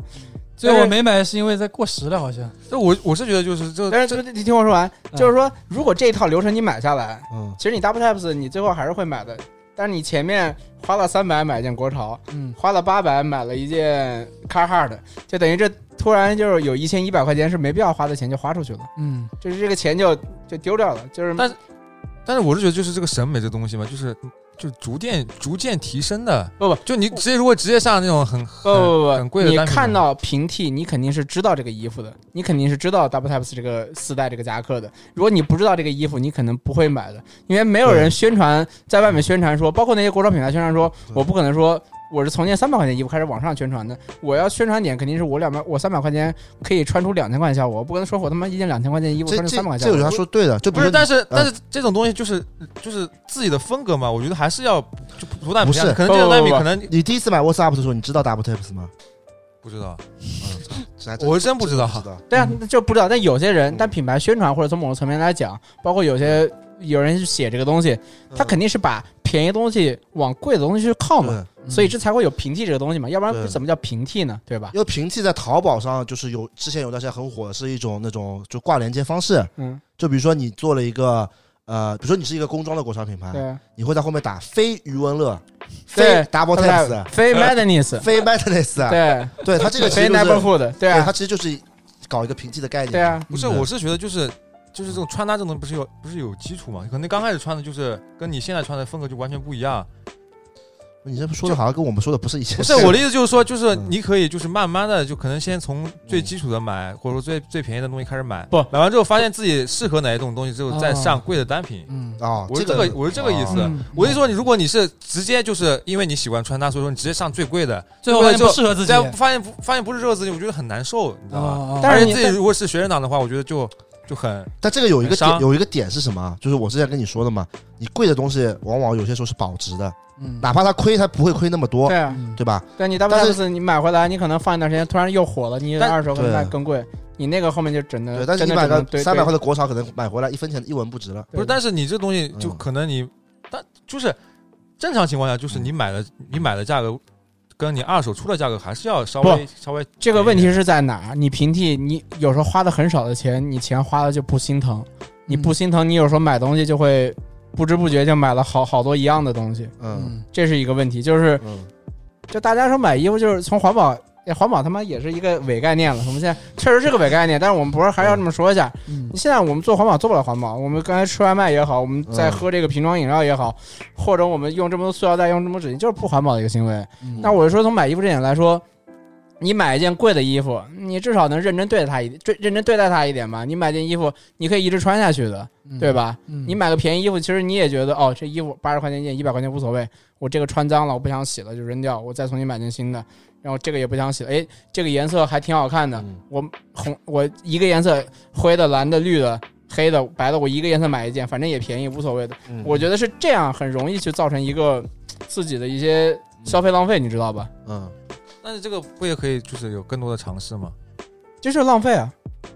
S2: 最后我没买是因为在过时了，好像。
S3: 这我我是觉得就是这
S4: 但是你听我说完，
S2: 嗯
S4: 就是说如果这一套流程你买下来，
S1: 嗯
S4: 其实你 Double Taps 你最后还是会买的，但是你前面花了三百买一件国潮，
S2: 嗯
S4: 花了八百买了一件 Carhartt，就等于这突然就是有一千一百块钱是没必要花的钱就花出去了，
S2: 嗯，
S4: 就是这个钱就就丢掉了，就是
S3: 但但是我是觉得，就是这个审美这东西嘛，就是就逐渐逐渐提升的。
S4: 不不
S3: 就你直接如果直接上那种很
S1: 嗯
S4: 不不
S3: 很
S4: 不
S3: 很
S4: 不，
S3: 贵的
S4: 你
S3: 单品
S4: 看到平替，你肯定是知道这个衣服的，你肯定是知道 Double Taps 这个四代这个夹克的。如果你不知道这个衣服，你可能不会买的，因为没有人宣传在外面宣传说，包括那些国潮品牌宣传说，
S1: 对
S4: 我不可能说我是从件三百块钱衣服开始往上宣传的，我要宣传点肯定是我两百我三百块钱可以穿出两千块钱效果，我不可能说我他妈一件两千块钱衣服
S1: 这
S4: 穿出
S1: 这
S4: 三百块钱
S1: 这
S4: 效
S1: 我觉得
S4: 果
S1: 他说对的，就比
S3: 不
S1: 如
S3: 是，
S1: 你
S3: 但
S4: 嗯
S3: 是但是这种东西就是就是自己的风格嘛，我觉得还是要就不断
S1: 不
S3: 培养
S1: 是
S3: 可能这种
S4: 不
S3: 单
S4: 不
S3: 品
S4: 不
S3: 可能
S1: 你第一次买 WhatsApp 的时候，你知道 Double Taps 吗？
S3: 不知道，
S1: 嗯，这还
S4: 哎
S1: 真
S3: 我真不知道
S1: 真不知道。
S4: 对啊，就不知道。但有些人
S1: 嗯，
S4: 但品牌宣传或者从某个层面来讲，包括有些有人写这个东西，他肯定是把便宜的东西往贵的东西去靠嘛，
S1: 对，
S4: 所以这才会有平替这个东西嘛，要不然
S1: 嗯对
S4: 怎么叫平替呢？对吧？
S1: 因为平替在淘宝上就是有之前有段时间很火，是一种那种就挂链接方式，
S4: 嗯，
S1: 就比如说你做了一个呃，比如说你是一个工装的国潮品
S4: 对
S1: 牌，
S4: 啊，
S1: 你会在后面打非余文乐、非
S4: 对
S1: Double
S4: 对
S1: Taps、
S4: 非 madness，
S1: 非 Madness，
S4: 对，
S1: 对它呃这个其
S4: 非
S1: 实就是，
S4: neighborhood，对
S1: 对
S4: 啊
S1: 它，其实就是搞一个平替的概念。
S4: 对啊，
S3: 不是，
S1: 嗯
S3: 我是觉得就是。就是这种穿搭这种东西不是有不是有基础嘛？可能刚开始穿的就是跟你现在穿的风格就完全不一样。
S1: 你这说的好像跟我们说的不是一件
S3: 不
S1: 事
S3: 是
S1: 儿。
S3: 我的意思就是说，就是
S1: 嗯
S3: 你可以就是慢慢的就可能先从最基础的买，或者说最最便宜的东西开始买。
S4: 不
S3: 买完之后发现自己适合哪一种东西之后，再
S2: 啊
S3: 上贵的单品。
S2: 嗯
S4: 啊
S1: 哦，
S3: 我是
S1: 这
S3: 这个我是这个意思
S1: 哦
S2: 嗯
S3: 我就说，你如果你是直接就是因为你喜欢穿搭，所以说你直接上最贵的，
S2: 最后发现不适合自己
S3: 再发现不发现不是这个自己，我觉得很难受，你知道吧？
S2: 啊，
S4: 但
S3: 而
S4: 是
S3: 且
S4: 你
S3: 自己如果是学生党的话，我觉得就就很
S1: 但这个有一个
S3: 很伤
S1: 点，有一个点是什么啊？就是我之前跟你说的嘛，你贵的东西往往有些时候是保值的，
S2: 嗯
S1: 哪怕它亏，它不会亏那么多
S4: 对，啊，
S1: 对吧？
S4: 对你 double
S1: 但是
S4: taps 你买回来，你可能放一段时间，突然又火了，你
S3: 但
S4: 二手可能
S1: 对
S4: 卖更贵，你那个后面就真的
S1: 对，但是
S4: 呃真
S1: 你
S4: 的
S1: 买
S4: 只
S1: 个
S4: 能对
S1: 三百
S4: 对
S1: 块的国潮，可能买回来一分钱一文不值了。
S4: 对
S3: 不是。但是你这东西就
S1: 嗯
S3: 可能你，但就是正常情况下，就是你买的你买的价格跟你二手出的价格还是要稍微稍微
S4: 这个问题是在哪儿？你平替你有时候花的很少的钱，你钱花的就不心疼，你
S1: 嗯
S4: 不心疼，你有时候买东西就会不知不觉就买了好好多一样的东西，
S1: 嗯
S2: 嗯，
S4: 这是一个问题。就是
S1: 嗯，
S4: 就大家说买衣服就是从环保，哎环保他妈也是一个伪概念了。我们现在确实是个伪概念，但是我们不是还要这么说一下。
S2: 嗯
S4: 现在我们做环保做不了环保，我们刚才吃外卖也好，我们在
S1: 嗯
S4: 喝这个瓶装饮料也好，或者我们用这么多塑料袋、用这么多纸巾，就是不环保的一个行为。
S2: 嗯
S4: 那我就说，从买衣服这点来说，你买一件贵的衣服，你至少能认真对待它一，对认真对待它一点吧。你买件衣服，你可以一直穿下去的，对？吧？
S2: 嗯
S4: 你买个便宜衣服，其实你也觉得哦，这衣服八十块钱一件，一百块钱无所谓。我这个穿脏了，我不想洗了，就扔掉，我再重新买件新的。然后这个也不想洗了，哎，这个颜色还挺好看的，
S1: 嗯
S4: 我红我一个颜色，灰的、蓝的、绿的、黑的、白的，我一个颜色买一件，反正也便宜，无所谓的。
S1: 嗯
S4: 我觉得是这样，很容易去造成一个自己的一些消费浪费，你知道吧？
S1: 嗯
S3: 但是这个不也可以就是有更多的尝试吗？
S4: 就是浪费啊！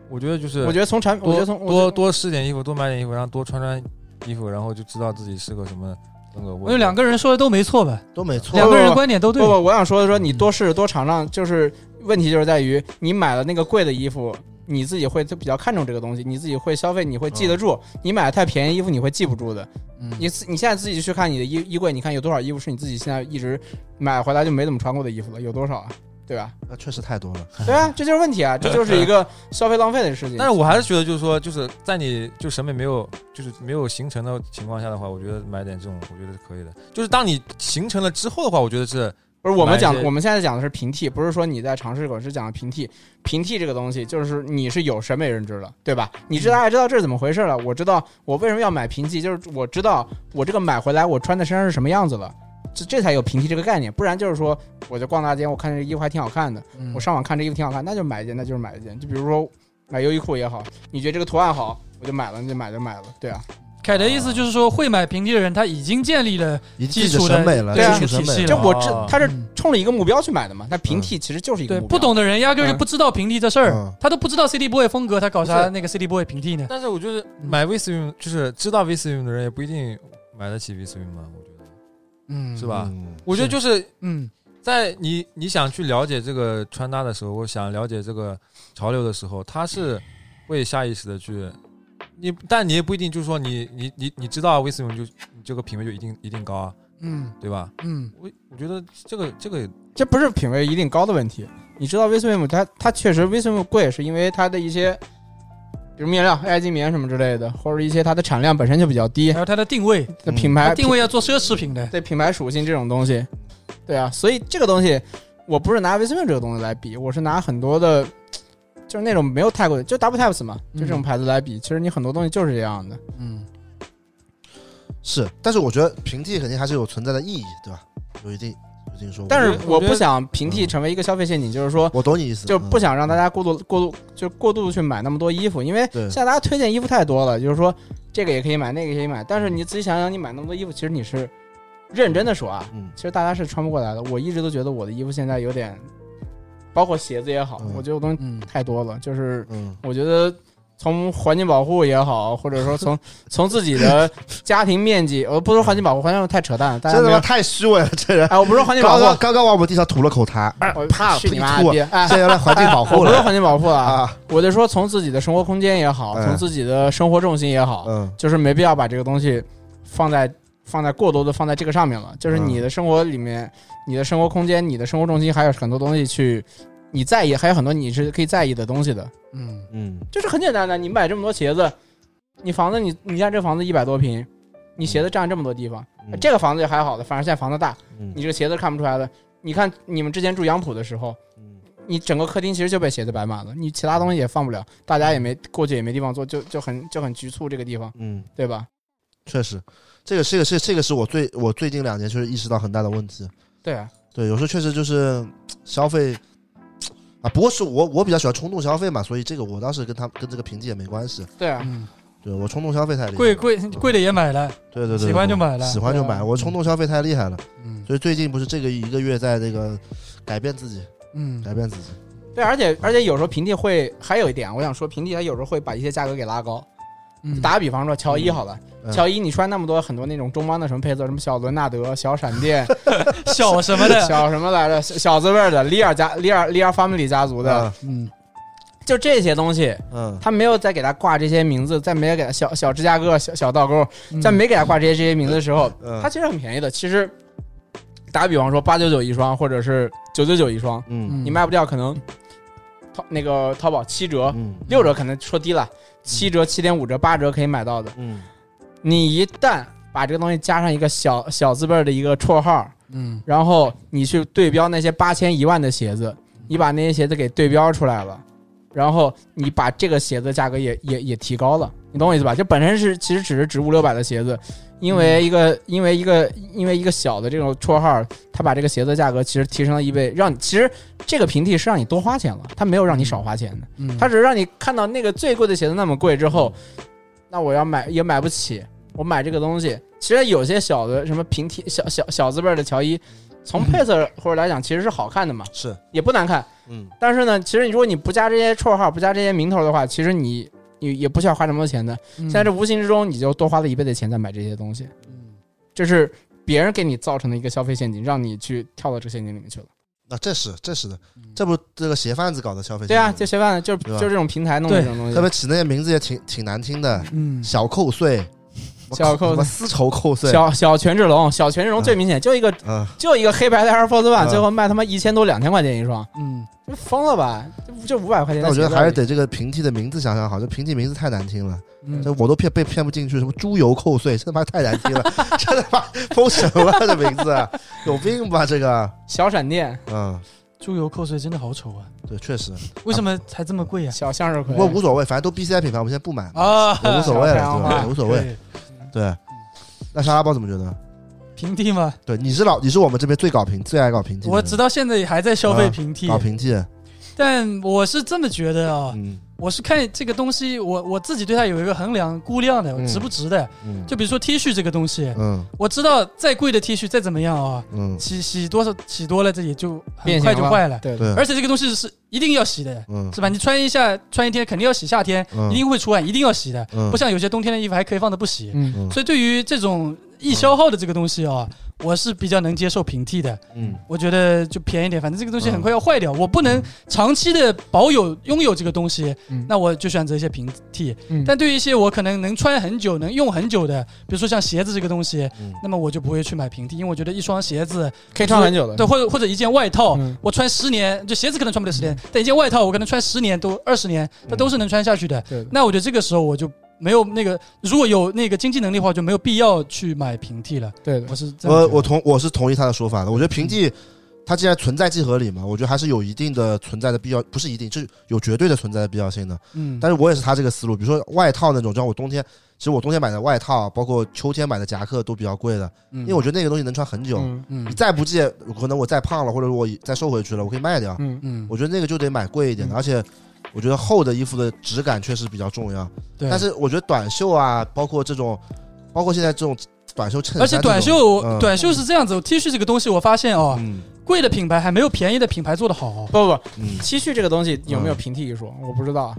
S3: 我觉得就是
S4: 我觉得从产，
S3: 多
S4: 我觉得从
S3: 多，多试点衣服，多买点衣服，然后多穿穿衣服，然后就知道自己是个什么风格。
S2: 我有两个人说的都没错吧？
S1: 都没错
S4: 两
S2: 两
S4: 个
S2: 个
S4: 人
S2: 人
S4: 观
S2: 观点都
S4: 不
S2: 对
S4: 不，。我想说的说，你多试试多尝尝，就是问题就是在于你买了那个贵的衣服，你自己会比较看重这个东西，你自己会消费，你会记得住。
S3: 嗯
S4: 你买的太便宜衣服，你会记不住的。你自你现在自己去看你的衣衣柜，你看有多少衣服是你自己现在一直买回来就没怎么穿过的衣服了，有多少啊？对吧？
S1: 那确实太多了。
S4: 对啊，这就是问题啊，这就是一个消费浪费的事情。
S3: 但是我还是觉得，就是说，就是在你就审美没有就是没有形成的情况下的话，我觉得买点这种，我觉得是可以的。就是当你形成了之后的话，我觉得是
S4: 不是我
S3: 买
S4: 们
S3: 一
S4: 讲
S3: 些，
S4: 我们现在讲的是平替，不是说你在尝试过，是讲的平替。平替这个东西，就是你是有审美认知了，对吧？你知道，哎大家知道这是怎么回事了。我知道我为什么要买平替，就是我知道我这个买回来我穿在身上是什么样子了，这这才有平替这个概念。不然就是说，我就逛大街，我看这衣服还挺好看的，
S2: 嗯
S4: 我上网看这衣服挺好看，那就买一件，那就是买一件。就比如说买优衣库也好，你觉得这个图案好，我就买了，那就买就买了，对啊。
S2: 凯的意思就是说，会买平替的人他已经建立了，
S1: 已经
S2: 基
S1: 自己
S2: 础
S1: 审
S2: 的
S1: 美了，
S4: 对啊
S1: 基础审
S2: 体
S1: 美
S2: 系
S4: 这
S2: 了
S3: 了
S1: 了。
S4: 我知
S3: 哦
S4: 他是
S2: 嗯
S4: 冲着一个目标去买的嘛，他平替其实就是一个
S2: 对
S4: 目标。
S2: 不懂的人压根儿就
S4: 嗯
S2: 不知道平替这事儿
S1: 嗯，
S2: 他都不知道 CD boy 风格，他搞
S3: 不
S2: 啥
S3: 是
S2: 那个 CD boy 平替呢？
S3: 但是我觉得买 Vswim 就是知道 Vswim 的人也不一定买得起 Vswim 嘛，我觉得
S2: 嗯，
S3: 是吧
S1: 嗯
S3: 我觉得就是
S2: 嗯
S3: 在你你想去了解这个穿搭的时候，我想了解这个潮流的时候，他是会下意识的去你，但你也不一定就是说你你你你知道 Vswim 就你这个品味就一定一定高啊，
S2: 嗯
S3: 对吧？
S2: 嗯，
S3: 我我觉得这个这个也
S4: 这不是品味一定高的问题。你知道 Vswim 它它确实 Vswim 贵，是因为它的一些，比如面料、AI 金棉什么之类的，或者一些它的产量本身就比较低
S2: 还，有它的定位，
S4: 它
S1: 嗯
S4: 品
S2: 它
S4: 牌
S2: 定位要做奢侈品的
S4: 品，对品牌属性这种东西，对啊，所以这个东西我不是拿 Vswim 这个东西来比，我是拿很多的，就是那种没有太贵的，就 W Types 嘛，就这种
S2: 嗯
S4: 牌子来比，其实你很多东西就是这样的。
S2: 嗯，
S1: 是，但是我觉得平替肯定还是有存在的意义，对吧？有一定有一定说，
S4: 但
S3: 我
S4: 是
S3: 觉得
S4: 我不想平替成为一个消费陷阱，就是说
S1: 我懂你意思，
S4: 就不
S1: 嗯
S4: 想让大家过度过度就过度去买那么多衣服，因为
S1: 对
S4: 现在大家推荐衣服太多了，就是说这个也可以买，那个也可以买，但是
S1: 嗯
S4: 你仔细想想，你买那么多衣服，其实你是认真的说啊，
S1: 嗯
S4: 其实大家是穿不过来的。我一直都觉得我的衣服现在有点，包括鞋子也好，
S1: 嗯
S4: 我觉得我东西
S2: 嗯
S4: 太多了，就是
S1: 嗯
S4: 我觉得。从环境保护也好，或者
S1: [laughs]
S4: 说从从自己的家庭面积，呃，不说环境保护，环境保护太扯淡了，大家
S1: 真
S4: 没
S1: 他
S4: 有
S1: 妈。太虚伪了，这人。
S4: 哎，我不说环境
S1: 刚
S4: 保护
S1: 刚，刚刚往我们地上吐了口痰，哎
S4: 我
S1: 啪
S4: 去你妈
S1: 吐
S4: 逼！哎，
S1: 现在来环境保护
S4: 我不说
S1: 了
S4: 环境保护了啊，
S1: 啊！
S4: 我就说从自己的生活空间也好，
S1: 哎
S4: 从自己的生活重心也好，
S1: 嗯
S4: 就是没必要把这个东西放在放在过多的放在这个上面了。就是
S1: 嗯
S4: 你的生活里面，你的生活空间，你的生活重心，还有很多东西去你在意，还有很多你是可以在意的东西的。
S2: 嗯
S1: 嗯
S4: 就是很简单的，你买这么多鞋子，你房子你你家这房子一百多平，你鞋子占这么多地方，
S1: 嗯
S4: 这个房子就还好的，反正现在房子大，
S1: 嗯
S4: 你这个鞋子看不出来的。你看你们之前住杨浦的时候，
S1: 嗯
S4: 你整个客厅其实就被鞋子摆满了，你其他东西也放不了，大家也没过去也没地方坐，就就很就很局促这个地方，
S1: 嗯，
S4: 对吧？
S1: 确实，这个这个是这个是我最我最近两年确实意识到很大的问题。
S4: 对啊，
S1: 对，有时候确实就是消费啊，不过是我我比较喜欢冲动消费嘛，所以这个我当时跟他跟这个评级也没关系。
S4: 对啊，
S2: 嗯，
S1: 对我冲动消费太厉害了，
S2: 贵贵贵的也买了，
S1: 对对对，
S2: 喜欢就
S1: 对
S2: 买了
S1: 喜欢就买。我冲动消费太厉害了，
S2: 嗯
S1: 所以最近不是这个一个月在这个改变自己，
S2: 嗯
S1: 改变自己。
S4: 啊对，而且而且有时候平地会还有一点，我想说平地它有时候会把一些价格给拉高，
S2: 嗯
S4: 打个比方说，乔伊好了，
S1: 嗯
S4: 乔伊你穿那么多很多那种中帮的什么配色，什么小伦纳德、小闪电、
S2: [laughs] 小什么的，
S4: 小什么来着，小小字辈儿的，利尔家、利尔利尔 family 家族的，
S1: 啊
S2: 嗯，
S4: 就这些东西，
S1: 嗯
S4: 他没有再给他挂这些名字，再没有给他小小芝加哥、小小倒钩，
S2: 嗯
S4: 在没给他挂这些这些名字的时候，
S1: 嗯
S4: 它其实很便宜的。其实打比方说八九九一双，或者是九九九一双，
S1: 嗯
S4: 你卖不掉，可能淘那个淘宝七折、
S1: 嗯
S4: 六折，可能说低了，七折、七点五折、八折可以买到的。
S1: 嗯
S4: 你一旦把这个东西加上一个小小字辈儿的一个绰号，
S2: 嗯
S4: 然后你去对标那些八千一万的鞋子，你把那些鞋子给对标出来了，然后你把这个鞋子价格也也也提高了，你懂我意思吧？就本身是其实只是值五六百的鞋子，因为一个、因为一个因为一个小的这种绰号，他把这个鞋子价格其实提升了一倍，让你其实这个平替是让你多花钱了，他没有让你少花钱的，
S2: 嗯，
S4: 他只是让你看到那个最贵的鞋子那么贵之后，那我要买也买不起，我买这个东西。其实有些小的什么平替小小小字辈儿的乔伊，从配色或者来讲其实是好看的嘛，
S1: 是
S4: 也不难看。
S1: 嗯
S4: 但是呢，其实如果你不加这些绰号，不加这些名头的话，其实你你也不需要花那么多钱的。
S2: 嗯
S4: 现在这无形之中你就多花了一倍的钱在买这些东西，
S2: 嗯
S4: 这是别人给你造成的一个消费陷阱，让你去跳到这个陷阱里面去了。
S1: 那啊这是这是的
S2: 嗯，
S1: 这不这个鞋贩子搞的消费
S4: 对啊，
S1: 陷
S4: 就
S1: 阱
S4: 学饭就
S1: 对吧
S4: 就这种平台弄的这种东
S1: 特
S4: 西，
S1: 别起那些名字也挺挺难听的，
S2: 嗯
S1: 小扣
S4: [laughs]
S1: 税，
S4: 小扣
S1: 什么丝绸扣税，
S4: 小小权志龙，小权志龙最明显就一个
S1: 嗯
S4: 就一个黑白的 Air Force One，
S1: 嗯
S4: 最后卖他妈一千多两千块钱一双，
S2: 嗯
S4: 这疯了吧？这就五百块钱
S1: 但
S4: 的
S1: 我
S4: 鞋
S1: 觉
S4: 子而已，
S1: 得还是得这个平替的名字想想好，这平替名字太难听了，
S2: 嗯
S1: 这，我都骗被骗不进去，什么猪油扣税，这他妈太难听了，这
S4: [laughs]
S1: 他妈封什么啊这名字啊，有病吧这个？
S4: 小闪电、
S1: 嗯，
S2: 猪油扣税真的好丑啊！
S1: 对，确实，
S2: 为什么才这么贵呀？
S4: 小向日葵
S1: 不。过无所谓，反正都 BCI 品牌，我们现在不买，
S2: 啊，
S1: 也无所谓了，对
S4: 小太阳
S1: 吧？
S4: 花
S1: 也无所谓，对。那沙拉包怎么觉得？
S2: 平替嘛，
S1: 对，你是老，你是我们这边最搞平，最爱搞平替的人，
S2: 我直到现在也还在消费平替
S1: 搞，平替，
S2: 但我是这么觉得啊，
S1: 嗯
S2: 我是看这个东西，我我自己对它有一个衡量估量的，
S1: 嗯
S2: 值不值的。
S1: 嗯，
S2: 就比如说 T 恤这个东西，
S1: 嗯
S2: 我知道再贵的 T 恤再怎么样啊，
S1: 嗯
S2: 洗洗多少洗多了，这也就很
S4: 变形
S2: 快就
S4: 了
S2: 坏了。
S4: 对
S1: 对
S2: 而且这个东西是一定要洗的，
S1: 嗯
S2: 是吧？你穿一下穿一天肯定要洗，夏天
S1: 嗯
S2: 一定会出汗，一定要洗的。
S1: 嗯
S2: 不像有些冬天的衣服还可以放着不洗。
S4: 嗯，
S1: 嗯
S2: 所以对于这种易消耗的这个东西啊，我是比较能接受平替的。
S1: 嗯
S2: 我觉得就便宜点，反正这个东西很
S1: 嗯
S2: 快要坏掉，我不能长期的保有拥有这个东西，
S4: 嗯
S2: 那我就选择一些平替。
S4: 嗯
S2: 但对于一些我可能能穿很久、能用很久的，比如说像鞋子这个东西，
S1: 嗯
S2: 那么我就不会去买平替，因为我觉得一双鞋子，
S4: 可以穿很久
S1: 嗯
S4: 的。
S2: 对，或者或者一件外套。
S4: 嗯
S2: 我穿十年，就鞋子可能穿不了十
S1: 嗯
S2: 年，但一件外套我可能穿十年都二十年，它都是能穿下去的。
S4: 对的
S2: 那我觉得这个时候我就没有那个，如果有那个经济能力的话，我就没有必要去买平替了。
S4: 对的
S2: 我，是这样
S1: 我
S2: 嗯觉得
S1: 我同我是同意他的说法的。我觉得平替它既然存在即合理嘛，我觉得还是有一定的存在的必要，不是一定，就是有绝对的存在的必要性的。
S2: 嗯，
S1: 但是我也是他这个思路，比如说外套那种，就像我冬天，其实我冬天买的外套，包括秋天买的夹克都比较贵的，因为我觉得那个东西能穿很久。
S4: 嗯
S2: 嗯
S1: 你再不借，可能我再胖了，或者我再瘦回去了，我可以卖掉。
S4: 嗯
S2: 嗯，
S1: 我觉得那个就得买贵一点的，而且我觉得厚的衣服的质感确实比较重要。
S2: 对，
S1: 但是我觉得短袖啊，包括这种，包括现在这种短袖衬衫
S2: 而
S1: 这
S2: 且
S1: 种，
S2: 短袖、
S1: 嗯
S2: 短袖是这样子，T 恤这个东西我发现哦，
S1: 嗯
S2: 贵的品牌还没有便宜的品牌做的好哦。
S4: 不不不
S1: 嗯
S4: ，T 恤这个东西有没有平替一说？我不知道，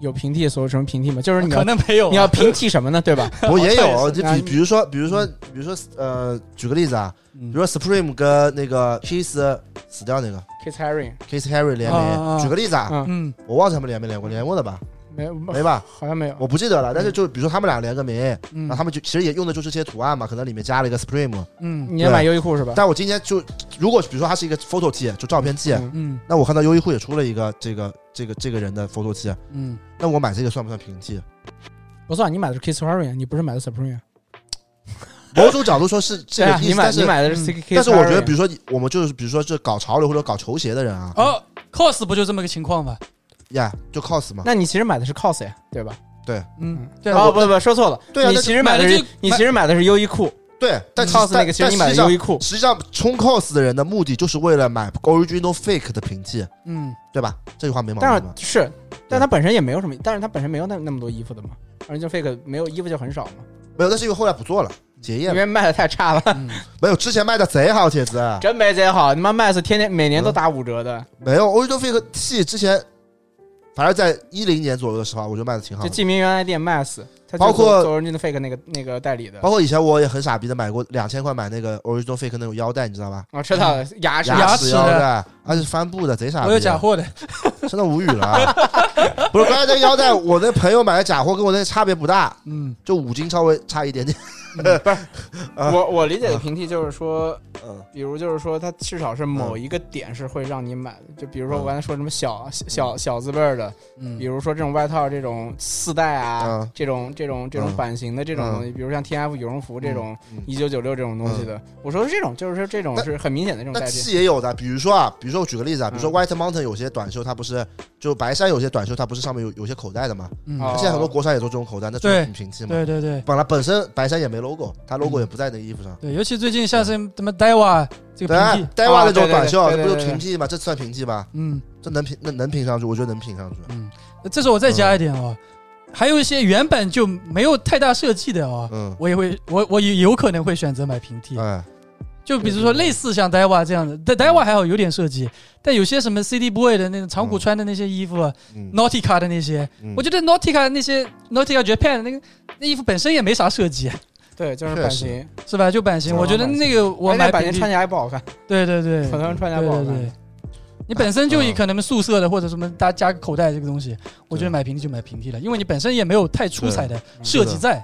S4: 有平替所有什么平替吗？就是你
S2: [laughs] 可
S4: 要
S2: 能没有啊，
S4: 你要平替什么呢？对吧？
S1: 不过也有，就
S4: 啊
S1: 比比如说，比如说，
S2: 嗯
S1: 比如说，呃，举个例子啊，比如说 Supreme 跟那个 Kiss 死掉那个
S4: Kiss
S1: [laughs]
S4: Harry，
S1: Kiss Harry 联
S2: 啊啊
S1: 名，
S2: 啊
S1: 举个例子啊，
S4: 嗯，
S2: 嗯
S1: 我忘记他们联没联过，联过的吧？
S4: 没有，
S1: 没吧？
S4: 好像没有。
S1: 我不记得了。但是就比如说他们俩联个名，然后
S2: 嗯
S1: 他们就其实也用的就是这些图案嘛，可能里面加了一个 Supreme。
S2: 嗯
S4: 你也买优衣库是吧？
S1: 但我今天就如果比如说它是一个 photo T，就照片 T，
S4: 嗯
S2: 嗯
S1: 那我看到优衣库也出了一个这个这个这个人的 photo T，
S2: 嗯，
S1: 那我买这个算不算平替？
S4: 不算，你买的是 Kiss Harry，你不是买的 Supreme。
S1: 某种角度说是这
S4: 对
S1: 个
S4: 啊，
S1: 意
S4: 你
S1: 思，
S4: 买
S1: 但
S4: 你
S1: 是
S4: 买的
S2: 嗯
S4: 是 Kiss Harry。
S1: 但是我觉得，比如说你我们就是比如说是搞潮流或者搞球鞋的人啊，
S2: 哦，cos 不就这么个情况吗？
S1: 呀，就 cos 嘛，
S4: 那你其实买的是 COS 呀，对吧？
S2: 嗯，对啊
S4: 哦，，不不，说错了。
S1: 对啊
S4: 你
S1: 那
S4: 其实买的
S2: 买
S4: 是
S2: 了就
S4: 你其实买的是优衣库
S1: 对，但其实
S4: ，COS 那个其实
S1: 但
S4: 你
S1: 但
S4: 买
S1: 实际
S4: 的
S1: 上
S4: 优衣库。
S1: 实际上冲 cos 的人的目的就是为了买 original fake 的平替，
S2: 嗯
S1: 对吧？这句话没毛
S4: 但
S1: 病
S4: 是
S1: 吧？
S4: 是，但它本身也没有什么，但是它本身没有那那么多衣服的嘛。而且 fake 没有衣服就很少嘛，
S1: 没有，那是因为后来不做了，结业
S4: 因
S1: 了。
S4: 为卖的太差了，
S2: 嗯
S1: 没有，之前卖的贼好，铁子
S4: 真没贼好。你妈卖是天天每年都打五折的，
S1: 没有 original fake T 之前，反正在一零年左右的时候，我觉得卖的挺好
S4: 就
S1: 的。
S4: 记名原来店卖死，
S1: 嗯
S4: 他
S1: 包括
S4: 走人家的 fake 那个那个代理的
S1: 包括以前我也很傻逼的买过两千块买那个 original fake 那种腰带，你知道吧？
S4: 啊，知道了，牙齿
S1: 牙
S2: 齿
S1: 腰
S2: 的
S1: 带，而且是帆布的，贼傻逼。啊
S2: 我有假货的，
S1: 真的无语了啊。 [laughs] 不是，关键这个腰带，我那朋友买的假货跟我那差别不大，
S2: 嗯，
S1: 就五斤稍微差一点点。
S4: 我我理解的平替就是说，
S1: 啊嗯
S4: 比如就是说，它至少是某一个点是会让你买的，就比
S1: 嗯
S4: 如说我刚才说什么小小小字辈儿的，
S2: 嗯
S4: 比如说这种外套、这种丝带啊
S1: 嗯，
S4: 这种这种这种
S1: 嗯
S4: 版型的这种东西，比如像 T F 羽绒服这种
S1: 嗯
S4: 一九九六这种东西的，我说的这种就是说这种
S1: 那
S4: 是很明显的这种
S1: 那
S4: 代替。
S1: 是也有的，比如说啊，比如说我举个例子啊，比如说
S4: 嗯
S1: White Mountain 有些短袖它不是，就白衫有些短袖它不是上面有有些口袋的嘛？
S2: 嗯
S4: 哦
S1: 现在很多国衫也做这种口袋，那就
S2: 对
S1: 挺平替嘛。
S2: 对对对
S1: 本来本身白衫也没 logo，它 logo 也不在那个衣服上。
S2: 对，尤其最近像是他妈 Daiwa 这
S1: 对
S2: 个
S1: 啊
S2: 平替，
S1: ，Daiwa
S4: 啊
S1: 那种
S4: 对对
S1: 短袖，这
S4: 对对
S1: 不就
S4: 对对
S1: 平替吗？这算平替吧？
S2: 嗯。
S1: 这能平那能平上去，我觉得能平上去。
S2: 嗯，那这时候我再加一点哦，还有一些原本就没有太大设计的哦，
S1: 嗯，
S2: 我也会，我我也有可能会选择买平
S4: 嗯
S2: 替，
S1: 哎，
S2: 就比如说类似像 Daiwa 这样的，但 Daiwa 还好有点设计，但有些什么 CD Boy 的那种长谷川的那些衣服、
S1: 嗯
S2: n，a u t i c a 的那些，
S1: 嗯
S2: 我觉得 Nautica 那些 Nautica Japan 那个那衣服本身也没啥设计，
S4: 对，就是
S1: 确
S4: 版
S1: 实
S4: 型，
S2: 是吧？就版型，
S4: 嗯
S2: 我觉得那个我
S4: 而且
S2: 买
S4: 版
S2: 平
S4: 型
S2: 替
S4: 穿，起来还不好看，
S2: 对对对，
S4: 普通人穿起来
S2: 对
S4: 不好
S2: 对
S4: 看
S2: 对。，你本身就
S1: 嗯
S2: 可能宿舍的或者什么搭加个口袋这个东西，我觉得买平替就买平替了，因为你本身也没有太出彩的设计在。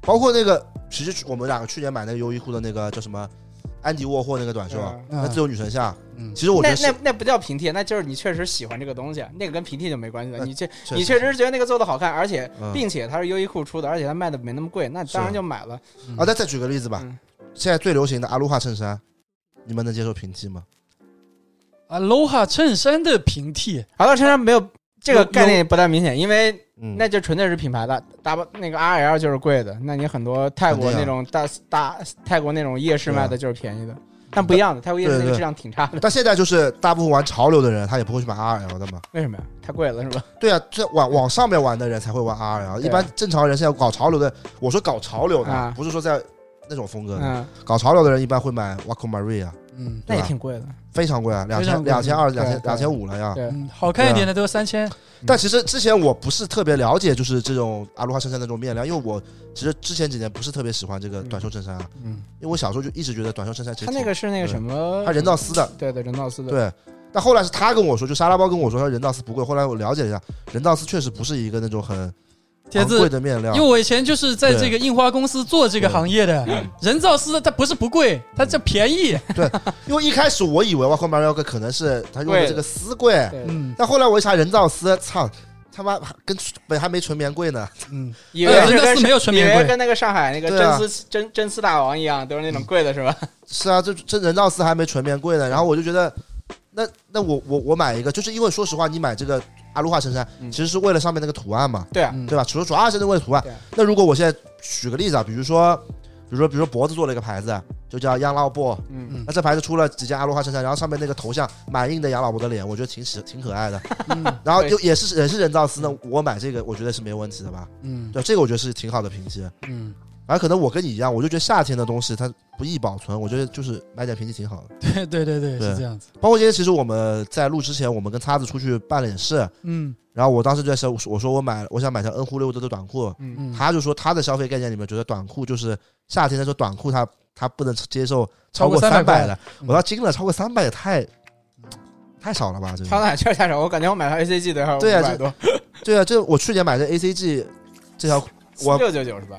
S1: 包括那个，其实我们两个去年买那个优衣库的那个叫什么，安迪沃霍那个短袖，
S4: 吧？
S1: 那自由女神像，
S2: 嗯
S1: 其实我觉
S4: 啊那
S1: 得
S4: 那
S1: 是
S4: 那不叫平替，那就是你确实喜欢这个东西，那个跟平替就没关系了。
S1: 那
S4: 你这
S1: 确
S4: 你
S1: 实
S4: 确实是觉得那个做的好看，而且
S1: 嗯
S4: 并且它是优衣库出的，而且它卖的没那么贵，那当然
S1: 是
S4: 就买了。
S1: 啊，再再举个例子吧
S4: 嗯，
S1: 现在最流行的阿鲁哈衬衫，你们能接受平替吗？
S2: Aloha 衬衫的平替，
S4: 阿拉衬衫没有这
S2: 有
S4: 个概念不太明显，因为
S1: 嗯，
S4: 那就纯粹是品牌的大包那个 R L 就是贵的，那你很多泰国
S1: 肯定啊
S4: 那种大大泰国那种夜市
S1: 对啊
S4: 卖的就是便宜的，但不一样的，泰国夜市那
S1: 对
S4: 个
S1: 对
S4: 质量挺差的，
S1: 但现在就是大部分玩潮流的人，他也不会去买 RL 的嘛。
S4: 为什么呀？太贵了是吧？
S1: 对啊，这往往上面玩的人才会玩 RL，
S4: 对啊
S1: 一般正常人现在搞潮流的，我说搞潮流的
S4: 啊，
S1: 不是说在那种风格的，
S4: 嗯，
S1: 搞潮流的人一般会买 Waco Maria，
S2: 嗯
S4: 那
S1: 对
S4: 也
S1: 吧
S4: 挺贵的。
S1: 非常贵啊，两
S2: 非常
S1: 千
S2: 贵
S1: 两千二、
S4: 对
S1: 两千
S4: 对
S1: 两千五了呀。
S4: 对
S2: 嗯，好看一点的都三千，
S1: 但其实之前我不是特别了解，就是这种阿罗哈衬衫的这种面料，因为我其实之前几年不是特别喜欢这个短袖衬衫啊，
S2: 嗯，
S1: 因为我小时候就一直觉得短袖衬衫其实
S4: 它那
S1: 挺
S4: 个是那个
S1: 对
S4: 什么？
S1: 它人造丝的，
S4: 对对，人造丝的。
S1: 对。但后来是他跟我说，就沙拉包跟我说，他人造丝不贵。后来我了解了一下，人造丝确实不是一个那种很
S2: 铁
S1: 啊昂贵
S2: 子。
S1: 的面料
S2: 因为，我以前就是在这个印花公司做这个行业的，人造丝它不是不贵，它这便宜。
S1: 因为一开始我以为哇，后面那个可能是他用的这个丝贵，
S4: 对
S2: 嗯
S1: 但后来我一查人造丝，操，他妈跟本还没纯棉贵呢。
S2: 嗯，
S4: 以为是
S2: 人造
S4: 跟
S2: 丝没有纯棉
S4: 以为
S2: 贵
S4: 跟那个上海那个
S1: 对啊嗯
S4: 真丝真真丝大王一样，都是那种贵的是吧？
S1: 是啊，这这人造丝还没纯棉贵呢。然后我就觉得，那那我我我买一个，就是因为说实话，你买这个阿鲁哈衬衫，
S4: 嗯
S1: 其实是为了上面那个图案嘛，
S4: 对啊，
S2: 嗯
S1: 对吧？除了主要是为了图案
S4: 对啊。
S1: 那如果我现在举个例子啊，比如说，比如说，比如说脖子做了一个牌子，啊就叫养老伯。
S4: 嗯，
S1: 那这牌子出了几件阿鲁哈衬衫，然后上面那个头像满印的养老伯的脸，我觉得挺喜挺可爱的。
S2: 嗯
S1: 然后就也是也是人造丝呢，我买这个我觉得是没问题的吧？
S2: 嗯
S1: 对，这个我觉得是挺好的平替。
S2: 嗯，
S1: 而可能我跟你一样，我就觉得夏天的东西它不易保存，我觉得就是买点平替挺好的。
S2: [laughs] 对对对对，
S1: 对
S2: 是这样子。
S1: 包括今天，其实我们在录之前，我们跟叉子出去办了演示，
S2: 嗯
S1: 然后我当时就在说，我说我买，我想买条 N 呼六的短裤，
S2: 嗯，
S1: 他就说他的消费概念里面觉得短裤就是夏天的时候短裤他他不能接受超过
S2: 超过
S1: 三
S2: 300
S1: 百的，
S2: 嗯
S1: 我要惊了，超过三百也太太少了吧？这
S4: 超
S1: 个
S4: 哪确实太少，我感觉我买到 ACG 的
S1: 嗯
S4: 要
S1: 对啊
S4: 五百多，
S1: 对啊，这我去年买的 ACG 这条我
S4: 六九九是吧？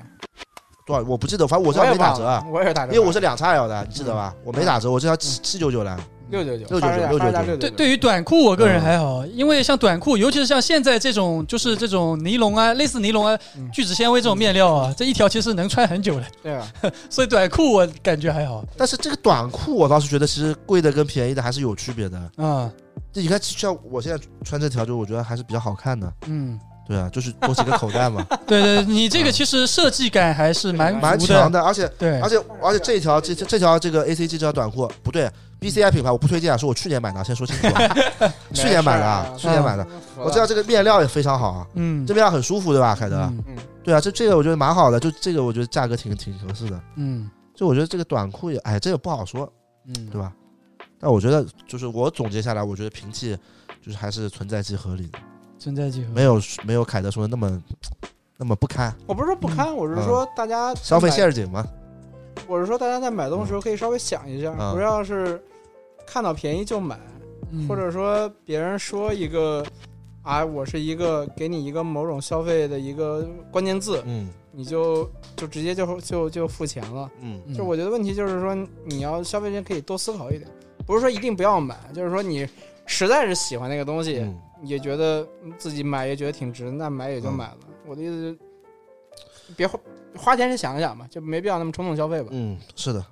S1: 多少我不记得，反正我这
S4: 我
S1: 条
S4: 也
S1: 没打
S4: 忘
S1: 折
S4: 了嗯
S1: 啊，，
S4: 我也是打
S1: 因
S4: 折，
S1: 为我是两叉 L 的，你记得吧？我没打折，我这条七七九九的，
S4: 六九九，
S1: 699
S4: 六
S2: 对，对于短裤，我个人还好，因为像短裤，尤其是像现在这种，就是这种尼龙啊，类似尼龙啊
S4: 嗯、
S2: 聚酯纤维这种面料啊，这一条其实能穿很久的，
S4: 对啊，
S2: 所以短裤我感觉还好。
S1: 但是这个短裤我倒是觉得其实贵的跟便宜的还是有区别的。
S2: 啊，
S1: 这你看，像我现在穿这条，就我觉得还是比较好看的。
S2: 嗯，
S1: 对啊，就是多几个口袋
S4: [laughs]
S1: 嘛，
S2: 对对，你这个其实设计感还是蛮
S1: 蛮
S2: 足
S1: 强，的。而且
S2: 对
S1: 而，且而且这一条这这这条这个 A C G 这条短裤不对，B C I 品牌我不推荐啊，是我去年买的啊，先说清楚
S4: [laughs]
S1: 啊， [laughs] 去年买的啊，去年买的。
S4: 嗯
S1: 我知道这个面料也非常好啊，
S2: 嗯，
S1: 这面料很舒服对吧，凯德？
S2: 嗯
S1: 对啊，这这个我觉得蛮好的，就这个我觉得价格挺挺合适的。
S2: 嗯
S1: 就我觉得这个短裤也，哎，这个不好说，
S2: 嗯，
S1: 对吧？但我觉得就是我总结下来，我觉得平替就是还是存在即合理的。
S2: 存在即合，
S1: 没有没有凯德说的那么那么不堪，
S4: 我不是说不堪，我是说大家在
S1: 嗯消费
S4: 买
S1: 陷阱嘛。
S4: 我是说，大家在买东西的时候可以稍微想一下，
S1: 嗯
S4: 不要是看到便宜就买，
S2: 嗯
S4: 或者说别人说一个啊，我是一个给你一个某种消费的一个关键字，
S1: 嗯
S4: 你就就直接就就就付钱了。
S1: 嗯
S2: 嗯
S4: 就我觉得问题就是说，你要消费之前可以多思考一点，不是说一定不要买，就是说你实在是喜欢那个东西，
S1: 嗯，
S4: 也觉得自己买也觉得挺值，那买也就买
S1: 嗯
S4: 了。我的意思是，别花花钱是想一想吧，就没必要那么冲动消费吧。
S1: 嗯，是的，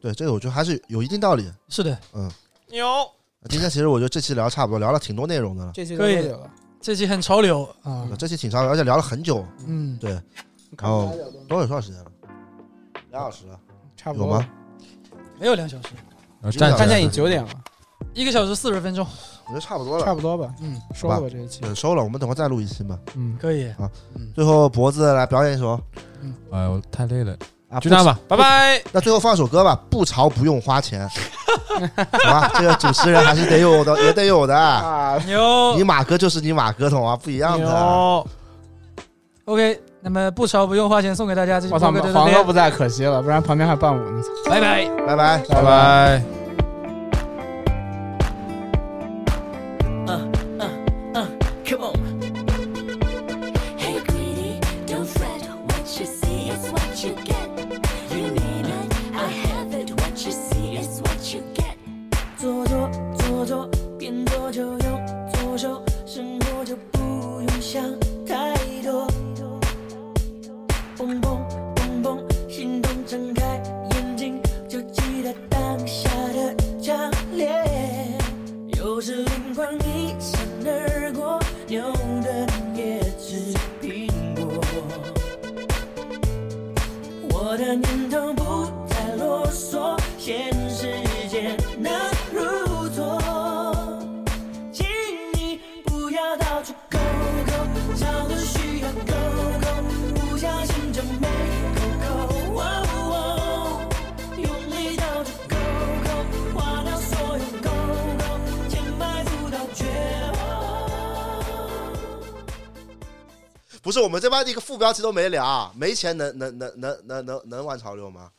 S1: 对这个我觉得还是有一定道理。
S2: 是的，
S7: 牛，
S1: 今天其实我觉得这期聊得差不多，聊了挺多内容的了，
S4: 这期
S2: 可以
S4: 有了，
S2: 这期很潮流啊，
S1: 这期挺长，而且聊了很久，
S2: 嗯，
S1: 对，
S4: 嗯看
S1: 哦
S4: 不了东西
S1: 多久多长时间了？两小时了，
S4: 差
S1: 哦
S4: 不
S1: 有
S4: 多
S1: 吗
S4: 了？？
S2: 没有两小时，
S3: 然后啊站
S1: 有
S4: 看现
S3: 起来
S4: 在已经九点了，
S2: 一个小时四十分钟，
S1: 我觉得差不多
S4: 差
S1: 了，
S4: 不多吧，
S2: 嗯，
S4: 收了吧这一期。
S1: 嗯收了，我们等会儿再录一期嘛。
S4: 嗯，
S2: 可以，
S1: 最后脖子来表演一
S4: 啊
S1: 首
S3: 哎呦，太累了，
S1: 啊，
S3: 就这样吧，拜拜。
S1: 不。那最后放首歌吧，不潮不用花钱， [laughs] 好吧？这个主持人还是得有的，也得有的。
S4: 啊，
S2: 牛
S1: 你马哥就是你马哥，懂啊，不一样的。
S4: 啊
S2: ，OK，那么不潮不用花钱送给大家，这期
S8: 我操，
S2: 播客就到
S8: 黄
S2: 这
S8: 哥
S2: 样
S8: 不，在可惜了，不然旁边还伴舞呢。
S2: 拜拜。
S1: 拜拜。
S3: 拜拜。
S9: Come on. Hey, greedy, don't fret. What you see is what you get. You need it, I have it. What you see is what you get.
S10: 左左左左，边左就用左手，生活就不用想太多。蹦蹦蹦蹦，心动睁开眼睛，就记得当下的强烈。有时灵光一闪而过，牛顿也吃苹果。我的念头不再啰嗦，现实艰难如昨。请你不要到处勾勾，找个需要勾勾，不小心就没勾勾。哦哦用力到处勾勾，花掉所有勾勾，钱买不到绝望。
S1: 啊不是我们这边的一个副标题都没聊，没钱能能能能能能能玩潮流吗？